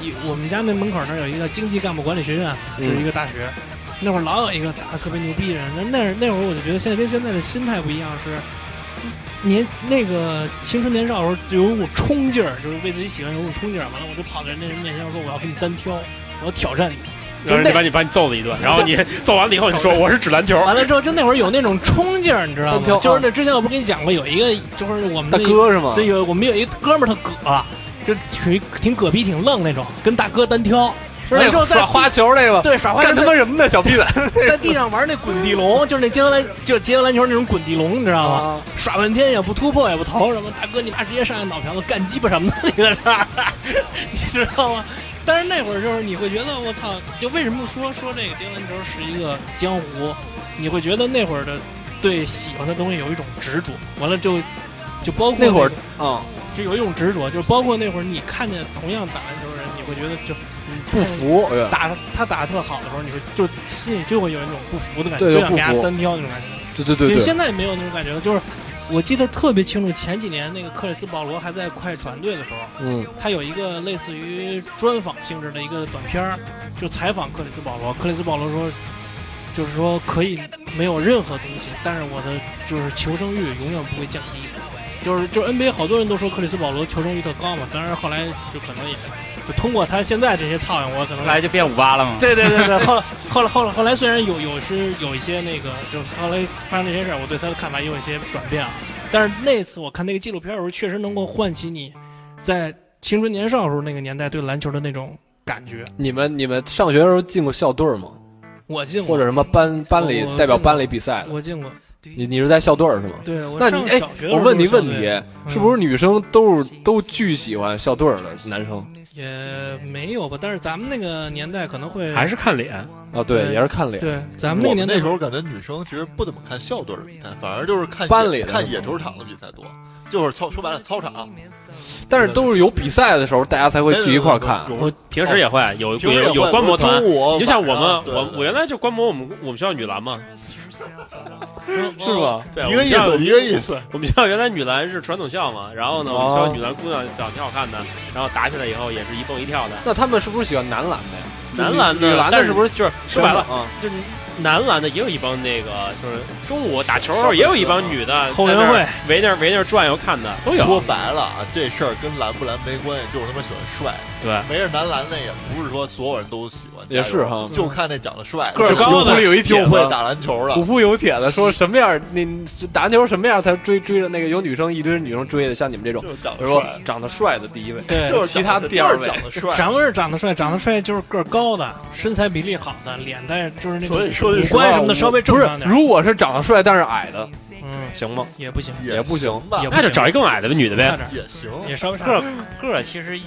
S1: 一我们家那门口那儿有一个经济干部管理学院，
S2: 嗯
S1: 是一个大学。那会儿老有一个打的特别牛逼的人，那那那会儿我就觉得现在跟现在的心态不一样是。年那个青春年少的时候就有一股冲劲儿，就是为自己喜欢有一股冲劲儿。完了，我就跑到人家人面前我说我要跟你单挑，我要挑战你。就
S3: 然后
S1: 那
S3: 就把你把你揍了一顿，然后你揍完了以后，你说我是指篮
S2: 哦
S3: 球，
S1: 完了之后，就那会儿有那种冲劲儿，你知道
S2: 单挑
S1: 吗？就是
S2: 啊
S1: 那之前我不跟你讲过，有一个就是我们
S2: 大
S1: 的，
S2: 哥是吗？
S1: 对，有我们有一哥们儿他葛，就属于挺葛逼、挺愣那种，跟大哥单挑，完了
S2: 那
S1: 之后
S2: 个
S1: 在
S2: 哎 耍花球那个，
S1: 对耍花
S2: 干他
S1: 在
S2: 妈什么呢，小屁崽子！
S1: 在地上玩那滚地龙，就是那街头篮就街头篮球那种滚地龙，你
S2: 啊
S1: 知道吗？耍半天也不突破也不投什么，大哥你妈直接上来脑瓢子干鸡巴什么的，你在这儿， 你知道吗？但是那会儿就是你会觉得我操，就为什么说说这个街头篮球是一个江湖？你会觉得那会儿的对喜欢的东西有一种执着，完了就就包括
S2: 那会儿
S1: 个
S2: 啊，
S1: 就有一种执着，就包括那会儿你看见同样打篮球的人，你会觉得就嗯
S2: 不服，哎呀
S1: 打他打的特好的时候，你会就心里就会有一种不服的感觉，
S2: 对
S1: 就想
S2: 就不
S1: 给他
S2: 服
S1: 单挑那种感觉。
S2: 对对对
S1: 你
S2: 对，
S1: 现在没有那种感觉了，就是我记得特别清楚，前几年那个克里斯保罗还在快船队的时候，
S2: 嗯，
S1: 他有一个类似于专访性质的一个短片儿，就采访克里斯保罗。克里斯保罗说，就是说可以没有任何东西，但是我的就是求生欲永远不会降低。就是就是 NBA 好多人都说克里斯保罗求生欲特高嘛，当然后来就可能也就通过他现在这些操养，我可能
S5: 后来就变五八了嘛。
S1: 对对 对对，后来后来后来后来虽然有有是有一些那个，就是后来发生这些事儿，我对他的看法也有一些转变啊。但是那次我看那个纪录片的时候，确实能够唤起你在青春年少的时候那个年代对篮球的那种感觉。
S2: 你们你们上学的时候进过校队吗？
S1: 我进过，
S2: 或者什么班班里
S1: 我
S2: 代
S1: 进
S2: 表
S1: 过
S2: 班里比赛的？
S1: 我进过，
S2: 你你是在校队儿是吗？
S1: 对我
S2: 那
S1: 上
S2: 你哎
S1: 小学，的时候
S2: 我问你
S1: 就是
S2: 问
S1: 校
S2: 题
S1: 队，嗯
S2: 是不是女生都是都巨喜欢校队儿的男生
S1: 也没有吧？但是咱们那个年代可能会
S3: 还是看脸。
S2: 啊？对，
S1: 对
S2: 也是看脸。
S1: 对咱们那
S4: 我
S1: 个
S4: 们
S1: 年代
S4: 那时候感觉女生其实不怎么看校队儿的比赛，反而就是看
S2: 班
S4: 野
S2: 里的
S4: 看野球场的比赛多，就是操说白了操场
S2: 但是都是有比赛的时候，大家才会聚一块儿看。
S4: 没有没有没有
S3: 我平时也会有
S4: 平时也
S3: 有
S4: 会
S3: 有观摩团，
S4: 中午啊
S3: 你就像我
S4: 晚上
S3: 们，
S4: 对
S3: 我
S4: 对
S3: 我原来就观摩我们我们学校女篮嘛，
S2: 是吗？
S3: 对
S4: 一个意思，一个意思。
S3: 我们学校原来女篮是传统校嘛，然后呢，我们学校女篮姑娘长得挺好看的，然后打起来以后也是一蹦一跳的。
S2: 那他们是不是喜欢男篮的？
S3: 男篮
S2: 女
S3: 呢，
S2: 篮的
S3: 但
S2: 是不是
S3: 就是说白了，
S2: 啊？
S1: 嗯
S3: 就是男篮的也有一帮那个，就是中午打球的时候也有一帮女的
S1: 后援
S3: 在那儿
S1: 会
S3: 围那儿围那儿转悠看的都
S4: 说
S3: 有。
S4: 白了啊，这事儿跟蓝不蓝没关系，就是他妈喜欢帅。
S3: 对，
S4: 没事，男篮那也不是说所有人都喜欢，
S2: 也是哈
S4: 就看那长得帅、
S2: 个儿高的有一铁
S4: 挺
S2: 子
S4: 会打篮球
S2: 虎
S1: 嗯
S4: 的。
S2: 扑有帖子说什么样儿？你你打篮球什么样儿才追追着那个有女生一堆女生追的，像你们这种，
S4: 就是长
S2: 比
S4: 得
S2: 如说
S4: 帅，
S2: 长得帅的第一位，
S1: 对
S4: 就是
S2: 其他
S4: 长得
S2: 第二
S4: 就是长得帅，
S1: 咱们是长得帅，长得帅就是个儿高的，身材比例好的，脸蛋就是那
S4: 所
S1: 个
S4: 以说的
S1: 五
S4: 是
S1: 官什么的稍微正
S2: 不是
S1: 常，点儿，
S2: 如果是长得帅但是矮的，
S1: 嗯，
S2: 行吗？
S1: 也不行，
S2: 也不行
S4: 吧
S1: 也，不
S3: 那就找一更矮的女的
S1: 差
S3: 呗。
S1: 点儿，
S4: 也行。
S1: 也稍微差
S5: 个
S1: 点
S5: 儿
S1: 儿。
S5: 个儿其实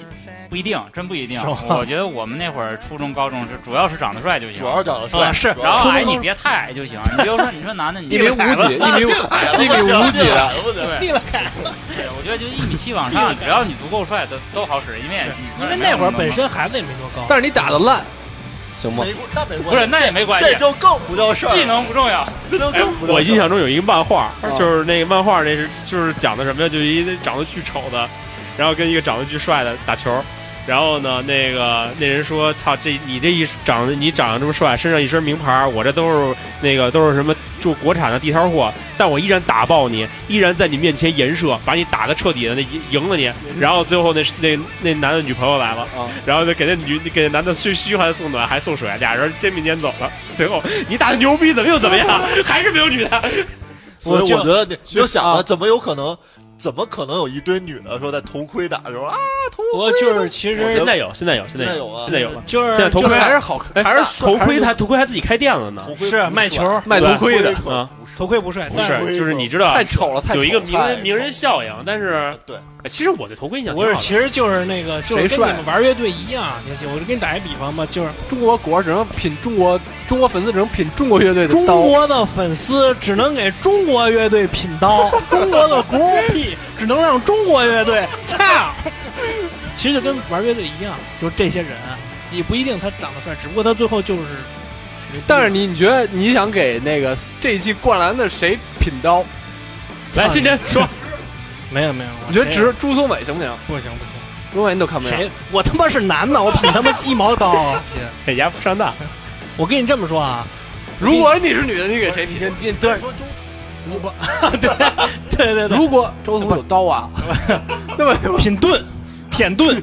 S5: 不一定，真不一定
S1: 是吗。
S5: 我觉得我们那会儿初中、高中是主要是长得帅就行
S4: 主，要是长得帅，
S1: 啊是
S4: 主
S5: 然
S4: 要
S5: 后哎矮
S1: 初中
S5: 你别太矮就行。你比如说，你说男的，你
S2: 一米五几，一米五一米五几的，
S4: 不行，
S5: 对，对，我觉得就一米七往上，只要你足够帅，都都好使。因为
S1: 因为那会儿本身孩子也没多高，
S2: 但是你打的烂，行吗？
S4: 没关 那没关系，
S5: 不是，那也没关系
S4: 这，就更不叫事儿，
S5: 技能不重要。
S4: 这就更不
S3: 哎
S4: 叫事儿。
S3: 我印象中嗯有一个漫画
S2: 啊，
S3: 就是那个漫画那是就是讲的什么呀？就一个长得巨丑的，然后跟一个长得巨帅的打球。然后呢，那个那人说：“操，这你这一长得你长得这么帅，身上一身名牌，我这都是那个都是什么就国产的地摊货，但我依然打爆你，依然在你面前颜射，把你打的彻底的那赢赢了你。然后最后那那那男的女朋友来了，
S2: 啊
S3: 然后就给那女给那男的嘘嘘寒送暖，还送水，俩人肩并肩走了。最后你打的牛逼，怎么又怎么样？还是没有女的。
S4: 所以
S1: 我就
S4: 我觉得你你就想
S2: 啊
S4: 啊，怎么有可能怎么可能有一堆女的说在头盔打的时候啊头
S1: 我就是其
S4: 我
S1: 实
S4: 觉得
S3: 现在有，现在有，现
S4: 现在有
S3: 有
S4: 啊，
S3: 现在有了。
S1: 就是
S3: 现在头
S1: 就
S3: 盔
S1: 是
S2: 还是好
S3: 哎
S2: 看，还是
S3: 头盔，
S2: 还
S3: 他头盔还自己开店了呢。
S4: 头盔
S1: 是卖球，
S2: 卖头盔的，
S4: 可
S3: 啊
S4: 不是
S1: 头盔不帅，
S4: 不
S1: 但
S3: 是
S1: 是
S4: 头盔
S3: 就是你知道
S2: 太丑了，太丑
S3: 有
S2: 了
S3: 一个名
S4: 太丑
S3: 人
S4: 了
S3: 名人效应，但是
S4: 对，
S3: 哎其实我对头盔印象挺
S1: 我是
S3: 好的
S1: 其实就是那个就是跟你
S2: 谁帅
S1: 们玩乐队一样，行行，我就给你打一比方吧，就是
S2: 中国国儿只能品中国，中国粉丝只能品中国乐队的
S1: 中
S2: 刀。
S1: 国的粉丝只能给中国乐队品刀，中国的国屁只能让中国乐队操。其实就跟玩乐队一样，就是这些人也不一定他长得帅，只不过他最后就是。
S2: 但是你你觉得你想给那个这一季灌篮的谁品刀？
S3: 来，
S1: 操
S3: 新晨说，
S1: 没有没有，我
S2: 你觉得
S1: 谁
S2: 只是朱松伟行不行？
S1: 不行不行，
S2: 朱松伟你都看不上。
S1: 谁我他妈是男的，我品他妈鸡毛刀 啊！品
S3: 给家上当，
S1: 我跟你这么说啊，
S2: 如果你是女的，你给谁
S1: 你
S2: 品？
S1: 这你 对
S4: 说中
S1: 如果对对对对，
S2: 如果周总有刀啊，那么
S1: 品盾，舔盾。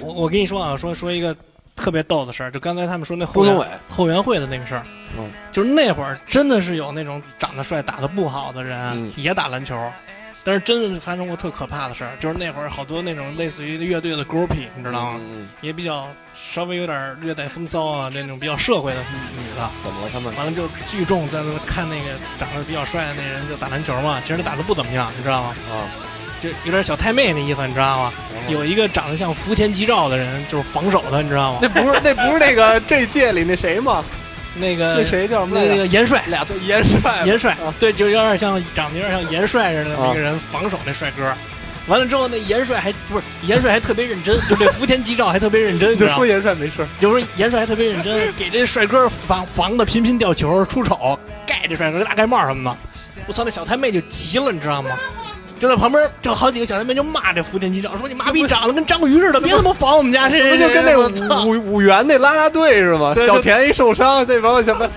S1: 我我跟你说啊，说说一个特别逗的事儿，就刚才他们说那后
S2: 周
S1: 援
S2: 松伟
S1: 后援会的那个事儿，
S2: 嗯
S1: 就是那会儿真的是有那种长得帅打得不好的人、
S2: 嗯
S1: 也打篮球，但是真的发生过特可怕的事儿，就是那会儿好多那种类似于乐队的 groupie，你
S2: 嗯
S1: 知道吗？也比较稍微有点略带风骚啊，那种比较社会的女的，
S2: 怎么了？他们
S1: 完了就聚众在那看那个长得比较帅的那人就打篮球嘛，其实他打得不怎么样，你知道吗？
S2: 啊，
S1: 就有点小太妹那意思，你知道吗？
S2: 哦
S1: 有一个长得像福田吉兆的人，就是防守他，你知道吗？
S2: 那不是那不是那个这届里那谁吗？
S1: 那个
S2: 那谁叫什么
S1: 那
S2: 来
S1: 那
S2: 着？
S1: 个严帅，
S2: 俩叫严帅，
S1: 严帅
S2: 啊，
S1: 对，就有点像长得有点像严帅似的那
S2: 啊
S1: 个人防守那帅哥。完了之后，那严帅还不是严帅还特别认真，就这福田吉兆还特别认真，你
S2: 你就
S1: 知道
S2: 说
S1: 吗？
S2: 严帅没事儿。
S1: 有时候严帅还特别认 真，给这帅哥防防的频频掉球出手，盖这帅哥大盖帽什么的。我操，那小太妹就急了，你知道吗？就在旁边，就好几个小太妹就骂这福田机长，说你妈逼长得跟章鱼似 的，别他妈防我们家谁
S2: 不
S1: 谁
S2: 就
S1: 谁
S2: 跟那
S1: 我操
S2: 个 五五五元那拉拉队是吗？
S1: 对
S2: 小田一受伤，那帮什么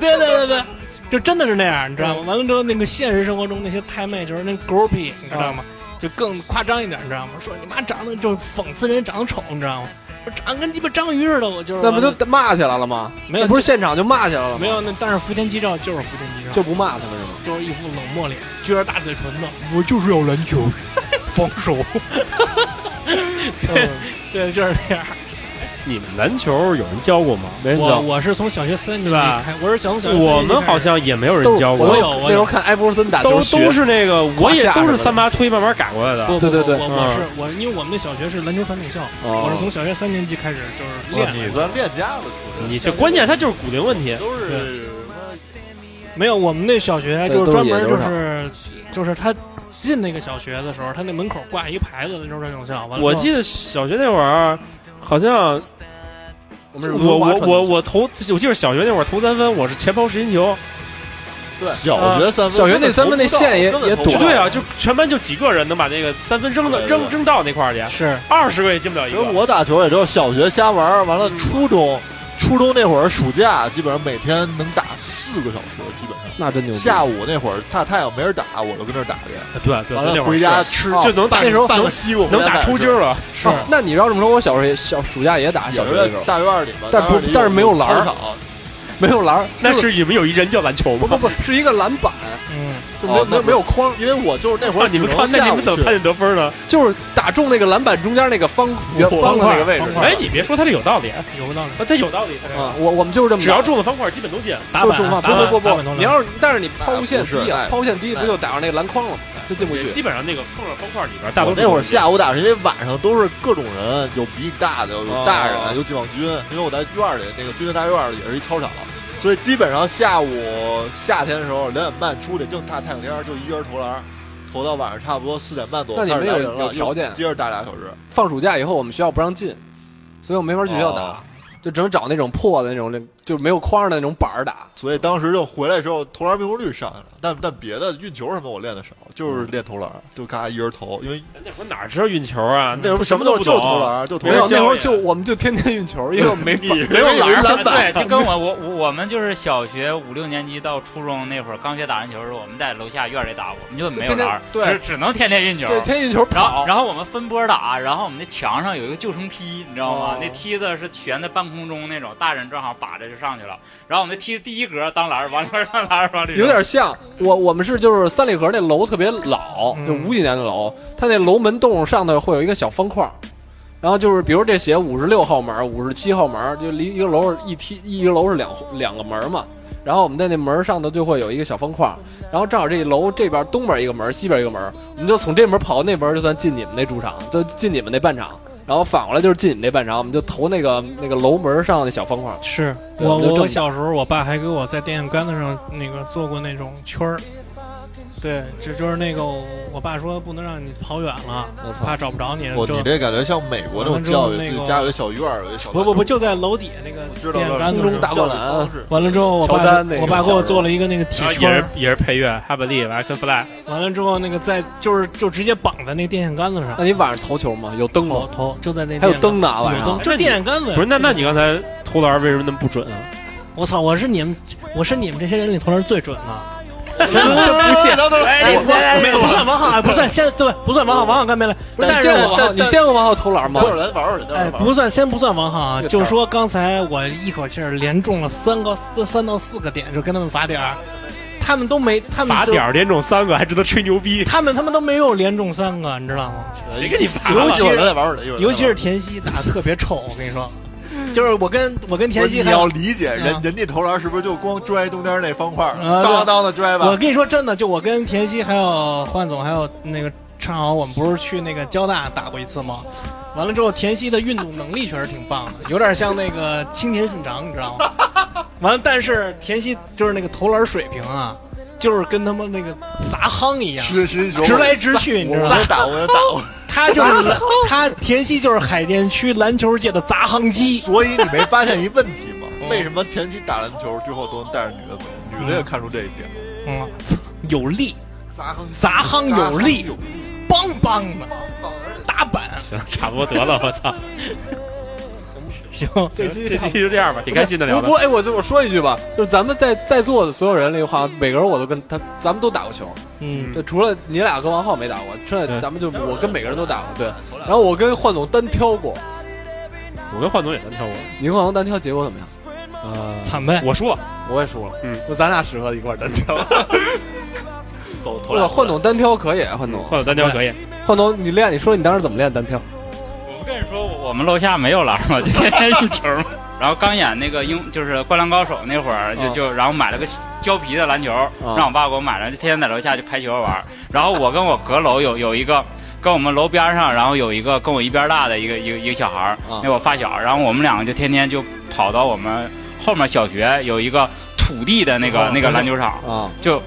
S1: 对对对对，就真的是那样，你知道吗？完了之后，那个现实生活中那些太妹就是那狗逼，你知道吗？
S2: 啊
S1: 就更夸张一点，你知道吗？说你妈长得就是讽刺人长得丑，你知道吗？我长得跟鸡巴章鱼似的，我就是
S2: 那不就骂起来了吗？
S1: 没有
S2: 那不是现场就骂起来了吗？
S1: 没有那，但是福田机照就是福田机照，
S2: 就不骂他们是吗？
S1: 就是一副冷漠脸，撅着大嘴唇子，我就是要篮球，防守。 对对，就是那样。
S3: 你们篮球有人教过吗？没人
S1: 我
S3: 教。
S1: 我是从小学三年级
S3: 对吧
S1: 开，我是从小学三年级
S3: 我们好像也没有人
S2: 都
S3: 教
S1: 我
S3: 过，
S1: 有
S2: 那时候看埃博森打球
S3: 都
S2: 学
S3: 都是那个，我也
S2: 胯下什
S3: 都
S2: 么
S3: 是
S2: 的
S3: 三八推慢慢改过来的。
S1: 不
S2: 对对对
S1: 我我是我，因为我们那小学是篮球传统校，
S2: 哦
S1: 我是从小学三年级开始就是练
S4: 哇哦你
S1: 的。
S4: 算练家了，出身
S3: 你这关键它就是骨龄问题。
S4: 都是
S1: 没有，我们那小学
S2: 对
S1: 就是
S2: 都是
S1: 专门
S2: 野
S1: 就
S2: 球场
S1: 是就是他进那个小学的时候，他那门口挂一牌子篮球传统校。完了之后
S3: 我记得小学那会儿，好像
S2: 我们是
S3: 我
S2: 文化
S3: 我
S2: 传统
S3: 我我投，我记得小学那会儿投三分，我是前抛实心球。啊
S4: 什么小学三分，
S2: 小学那三分那线也
S4: 根本投不
S2: 也躲
S4: 到
S3: 对啊，就全班就几个人能把那个三分扔到
S4: 对对
S3: 扔扔到那块儿去，
S1: 是
S3: 二十个也进不了一
S4: 其实
S3: 个。
S4: 我打球也就是小学瞎玩儿，完了初中，初中那会儿暑假基本上每天能打四个小时，基本上。
S2: 那真牛逼。
S4: 下午那会儿大太阳没人打，我就跟这儿打去，
S3: 对啊对，
S4: 完了
S3: 那会儿
S4: 回家
S3: 是
S4: 吃
S2: 哦
S3: 就能打
S4: 半
S2: 那时候
S4: 半个西瓜，
S3: 能打抽筋儿了。
S1: 是，
S2: 哦那你要这么说，我小时候也小暑假也打
S4: 小
S2: 小学的
S4: 学
S2: 时候，
S4: 大院里嘛，
S2: 但不
S4: 大院里
S2: 但是没有篮儿
S4: 操场
S2: 没有篮儿，
S3: 那
S2: 就是
S3: 你们有一人叫篮球
S2: 不不
S3: 吗？
S2: 不是一个篮板，
S1: 嗯，
S2: 就没有
S4: 哦
S2: 没
S4: 那
S2: 有
S4: 不
S2: 没有框，
S4: 因为我就是那会
S3: 哇
S4: 儿
S3: 啊你们
S4: 只能
S3: 看，那
S4: 下
S3: 你
S4: 午
S3: 们怎
S4: 去
S3: 么判定得分呢？
S2: 就是打中那个篮板中间那个方圆方的那个位置
S1: 方。块
S3: 哎，你别说，他这有道理，啊，
S1: 有道理。
S3: 他有道理。他这个
S2: 啊，我我们就是这么
S3: 只要中了方块，基本都进。
S1: 打
S2: 就
S1: 板
S2: 中
S1: 打
S2: 方，
S1: 板
S2: 不不
S1: 打板
S2: 不不，
S1: 投篮
S2: 你要是但是你抛物线
S4: 不是
S2: 低啊，
S4: 哎
S2: 抛物线低
S4: 哎
S2: 不就打上那个篮筐了吗？就进不去。
S3: 基本上那个碰上方块里边，大
S4: 我
S3: 多数
S4: 那会儿下午打是因为晚上都是各种人，有比你大的，
S2: 哦
S4: 有大人，啊有解放军。因为我在院儿里那个军队大院儿里也是一操场，所以基本上下午夏天的时候两点半出去，正大太阳天儿，就一人投篮儿，投到晚上差不多四点半左
S2: 那
S4: 右。
S2: 你们
S4: 开始来
S2: 有
S4: 人了
S2: 有条件
S4: 又接着打俩小时，
S2: 放暑假以后，我们学校不让进，所以我没法去学校打
S4: 哦，
S2: 就只能找那种破的那种，就没有框的那种板儿打。
S4: 所以当时就回来之后投篮命中率上去了，但但别的运球什么我练的少，就是练投篮儿，就嘎一人投，因为
S3: 那会儿哪知道运球啊？
S4: 那时候
S3: 什
S4: 什
S3: 么
S4: 么
S3: 都
S4: 都
S3: 不
S4: 就
S3: 懂，啊
S4: 投篮儿，就投
S2: 没
S4: 篮
S2: 有
S4: 儿。
S2: 那会儿就我们就天天运球，因
S5: 嗯
S2: 为我们没
S4: 你
S3: 没有
S4: 有
S3: 篮儿
S4: 篮板，
S5: 对，就跟我我我我们就是小学五六年级到初中那会儿，刚学打篮球的时候，我们在楼下院里打，我们就没有篮儿，
S2: 就天天
S5: 只只能天天运球。
S2: 对天天运球
S5: 然后
S2: 跑，
S5: 然后我们分波打，然后我们那墙上有一个救生梯，你知道吗？
S2: 哦
S5: 那梯子是悬在半空空中那种，大人正好把着就上去了。然后我们踢第一格当篮儿，完了让篮儿往里扔
S2: 有点像我我们是就是三里河那楼特别老，
S1: 嗯
S2: 就五几年的楼，它那楼门洞上头会有一个小方框，然后就是比如这写五十六号门、五十七号门，就离一个楼是一梯一个楼是两户两个门嘛，然后我们在那门上头就会有一个小方框，然后正好这楼这边东边一个门，西边一个门，我们就从这门跑到那门，就算进你们那主场，就进你们那半场。然后反过来就是进你们那半场，我们就投那个那个楼门上那小方框。
S1: 是
S2: 对
S1: 我
S2: 我们就这么
S1: 我
S2: 打
S1: 小时候，我爸还给我在电线杆子上那个做过那种圈儿。对，这就是那个我爸说不能让你跑远了，
S2: 我操！
S1: 怕找不着你。
S6: 我
S1: 嗯就
S6: 你这感觉像美国那种教育，自己家有一小院儿，有一小
S1: 不不不，就在楼底下那个
S6: 知道
S1: 电线杆子
S2: 空中
S1: 上。
S2: 打灌篮
S1: 完了之后，我
S2: 乔
S1: 爸
S2: 丹那个
S1: 我爸给我做了一个那个铁
S3: 然后
S1: 圈
S3: 也是
S1: 儿，
S3: 也是配乐，哈伯利、瓦克弗莱，
S1: 完了之后那个在就是就直接绑在那个电线杆子上
S2: 那，你晚上投球吗？有灯
S1: 头
S2: 吗？
S1: 头就在那
S2: 还有
S1: 电线杆
S2: 灯呢，晚
S1: 有
S2: 上
S1: 灯，就电线杆子呀。
S3: 不是那那你刚才投篮为什么那么不准啊？
S1: 我操，我是你们我是你们这些人里头人最准的，哎
S6: 真不信。哎等等，
S1: 我没有不算王浩，不 算先对不算王浩，王浩干没来，不是但
S2: 但你
S1: 是
S2: 见
S1: 我
S2: 过王浩？
S6: 但
S2: 你
S6: 但
S2: 见过王浩投篮吗
S6: 玩？会儿人，玩会儿人，
S1: 哎，
S6: 玩会
S1: 不
S6: 儿。
S1: 算，先不算王浩 啊，
S2: 这
S1: 就
S2: 条
S1: 说刚才我一口气儿连中了三个三到四个点，就跟他们罚点儿，他们都没，他们
S3: 罚
S1: 就
S3: 点儿连中三个，还值得吹牛 逼？
S1: 他们他们都没有连中三个，你知道吗？
S3: 谁给你罚
S1: 尤
S3: 了？
S1: 其
S6: 一会儿人在玩会儿人，
S1: 尤其是田曦打得特别臭，我跟你说，就是我跟我跟田曦
S6: 你
S1: 还
S6: 要理解
S1: 啊
S6: 人人家投篮是不是就光拽中间那方块，
S1: 啊对
S6: 当当的拽
S1: 我
S6: 吧？
S1: 跟你说真的，就我跟田曦还有焕总还有那个畅豪，我们不是去那个交大打过一次吗？完了之后，田曦的运动能力确实挺棒的，有点像那个青田信长，你知道吗？ 完了，但是田曦就是那个投篮水平啊，就是跟他们那个砸夯一样，
S6: 是是是，
S1: 直来直去，你
S6: 我
S1: 知道
S6: 我
S1: 吗？
S6: 能打，我能打， 我
S1: 他就是篮 他田曦就是海淀区篮球界的砸夯机，
S6: 所以你没发现一问题吗
S1: 嗯？
S6: 为什么田忌打篮球最后都能带着女的走？女的也看出这一点了。
S1: 嗯，有力，
S6: 砸亨
S1: 砸夯有力，梆梆的打板，
S3: 行，差不多得了，我操！
S1: 行。
S3: 这期就这样吧，挺开心的聊
S2: 不
S3: 的
S2: 不，。哎，我就我说一句吧，就是咱们在在座的所有人里，好像每个人我都跟他，咱们都打过球，
S1: 嗯，
S2: 对，除了你俩跟王浩没打过，剩
S3: 对
S2: 下咱们就我跟每个人都打过，对。然后我跟焕总单挑过，
S3: 我跟焕总也单挑过，
S2: 你跟焕总单挑结果怎么样？
S3: 呃，
S1: 惨呗。
S3: 我输了。
S2: 我也输了，
S3: 嗯，
S2: 就咱俩适合一块儿单挑。
S6: 走投
S2: 我
S6: 篮。
S2: 焕总单挑可以，焕总，
S3: 换总单挑可以。
S2: 焕总，你练，你说你当时怎么练单挑？
S5: 我不跟你说，我们楼下没有篮儿吗？就天天运球 嘛。然后刚演那个英就是《灌篮高手》那会儿，就
S2: 嗯
S5: 就然后买了个胶皮的篮球，
S2: 嗯
S5: 让我爸给我买了，就天天在楼下就拍球玩儿。然后我跟我阁楼有有一个。跟我们楼边上，然后有一个跟我一边大的一个一个一个小孩儿
S2: 嗯，
S5: 那我发小，然后我们两个就天天就跑到我们后面小学有一个土地的那个
S1: 哦
S5: 那个篮球场，
S2: 啊，
S5: 就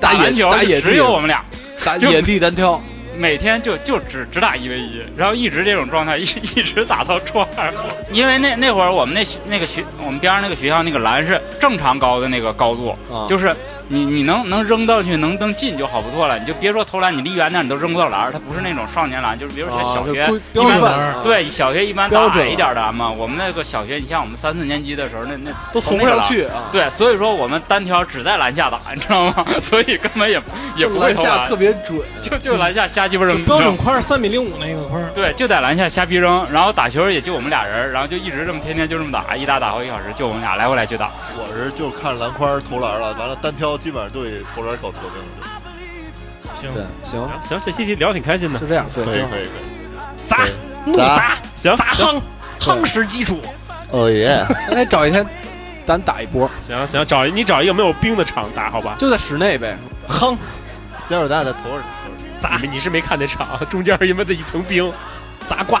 S2: 打
S5: 打
S2: 野
S5: 篮球
S2: 打野
S5: 只
S2: 地
S5: 有我们俩，
S2: 打
S5: 就
S2: 野地单挑，
S5: 每天就就只只打一 v 一，然后一直这种状态，一 一直打到初二。因为那那会儿我们那学那个学我们边上那个学校那个篮是正常高的那个高度，
S2: 啊
S5: 就是你你能能扔到去能能进就好不错了，你就别说投篮，你离远点你都扔不到篮儿，它不是那种少年篮，就是比如说
S2: 啊
S5: 小
S2: 就
S5: 学。
S2: 规标
S1: 一
S2: 准
S1: 般人
S2: 啊，
S5: 对，小学一般
S2: 标
S5: 打
S2: 准
S5: 矮一点的嘛。我们那个小学，你像我们三四年级的时候，那那
S2: 都红
S5: 从
S2: 不
S5: 那个
S2: 上
S5: 篮
S2: 去啊。
S5: 对，所以说我们单挑只在篮下打，你知道吗？所以根本也也不会
S2: 篮
S5: 投
S2: 下
S5: 篮
S2: 特，别准，
S5: 就就篮下瞎鸡巴
S1: 就
S5: 扔。你知道
S1: 标
S5: 吗
S1: 准框三米零五那个框，
S5: 对，就在篮下瞎逼扔，然后打球也就我们俩人儿，然后就一直这么天天就这么打，一打打好几小时，就我们俩来回来去打。
S6: 我是就看篮筐投篮了，完了单挑基本上都得投篮搞特定。
S1: 行
S2: 对，行，
S3: 行，这期聊挺开心的
S2: 就。这样，对，
S6: 可以
S2: 挺好
S6: 可以可
S1: 砸
S6: 对
S1: 怒砸
S3: 行
S1: 砸夯夯实基础，
S6: 以。哦耶！
S2: 咱得找一天，咱打一波，
S3: 行行，找一你找一个没有冰的场打好吧？
S2: 就在室内呗。
S1: 夯
S6: 加手大再投着。
S3: 咋？你是没看那场， 中间因为的一层冰。
S1: 砸挂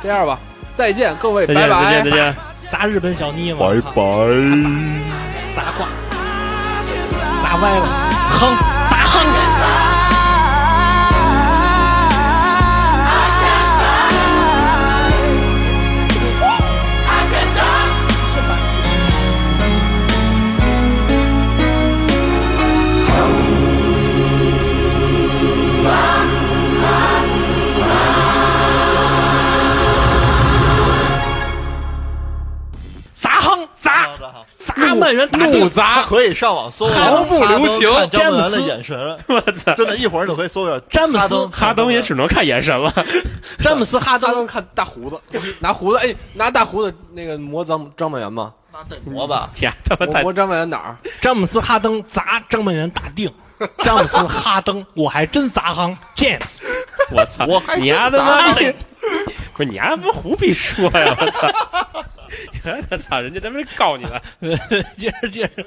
S2: 这样吧，再见各位，
S3: 再
S2: 拜
S3: 见
S2: 拜
S3: 再。见再见。
S1: 砸日本小妮嘛，
S6: 拜拜。
S1: 砸挂砸歪了，夯砸夯。砸夯砸
S6: 好的好。
S1: 砸满
S3: 曼联打
S2: 怒砸
S4: 可以上网搜一下，
S2: 毫不留情
S4: 哈登看张伯伦
S1: 詹姆
S4: 的
S1: 斯
S4: 眼神，
S3: 我操！
S4: 真的，一会儿你可以搜一下
S1: 詹姆斯
S4: 哈登，
S3: 哈登也只能看眼神了，
S1: 詹姆斯哈
S2: 大
S1: 登
S2: 灯看大胡子，拿胡子哎，拿大胡子那个磨张张曼元吗？
S4: 那得磨吧。
S3: 天，他妈
S2: 我
S3: 太
S2: 磨张曼元哪儿？
S1: 詹姆斯哈登砸张本源打定，詹姆斯哈登我还真砸夯 James，
S3: 我操！
S4: 我还
S3: 你丫他妈的，不是你丫他妈胡逼 说呀！我操！我操！人家他妈告你了，
S1: 接着接着，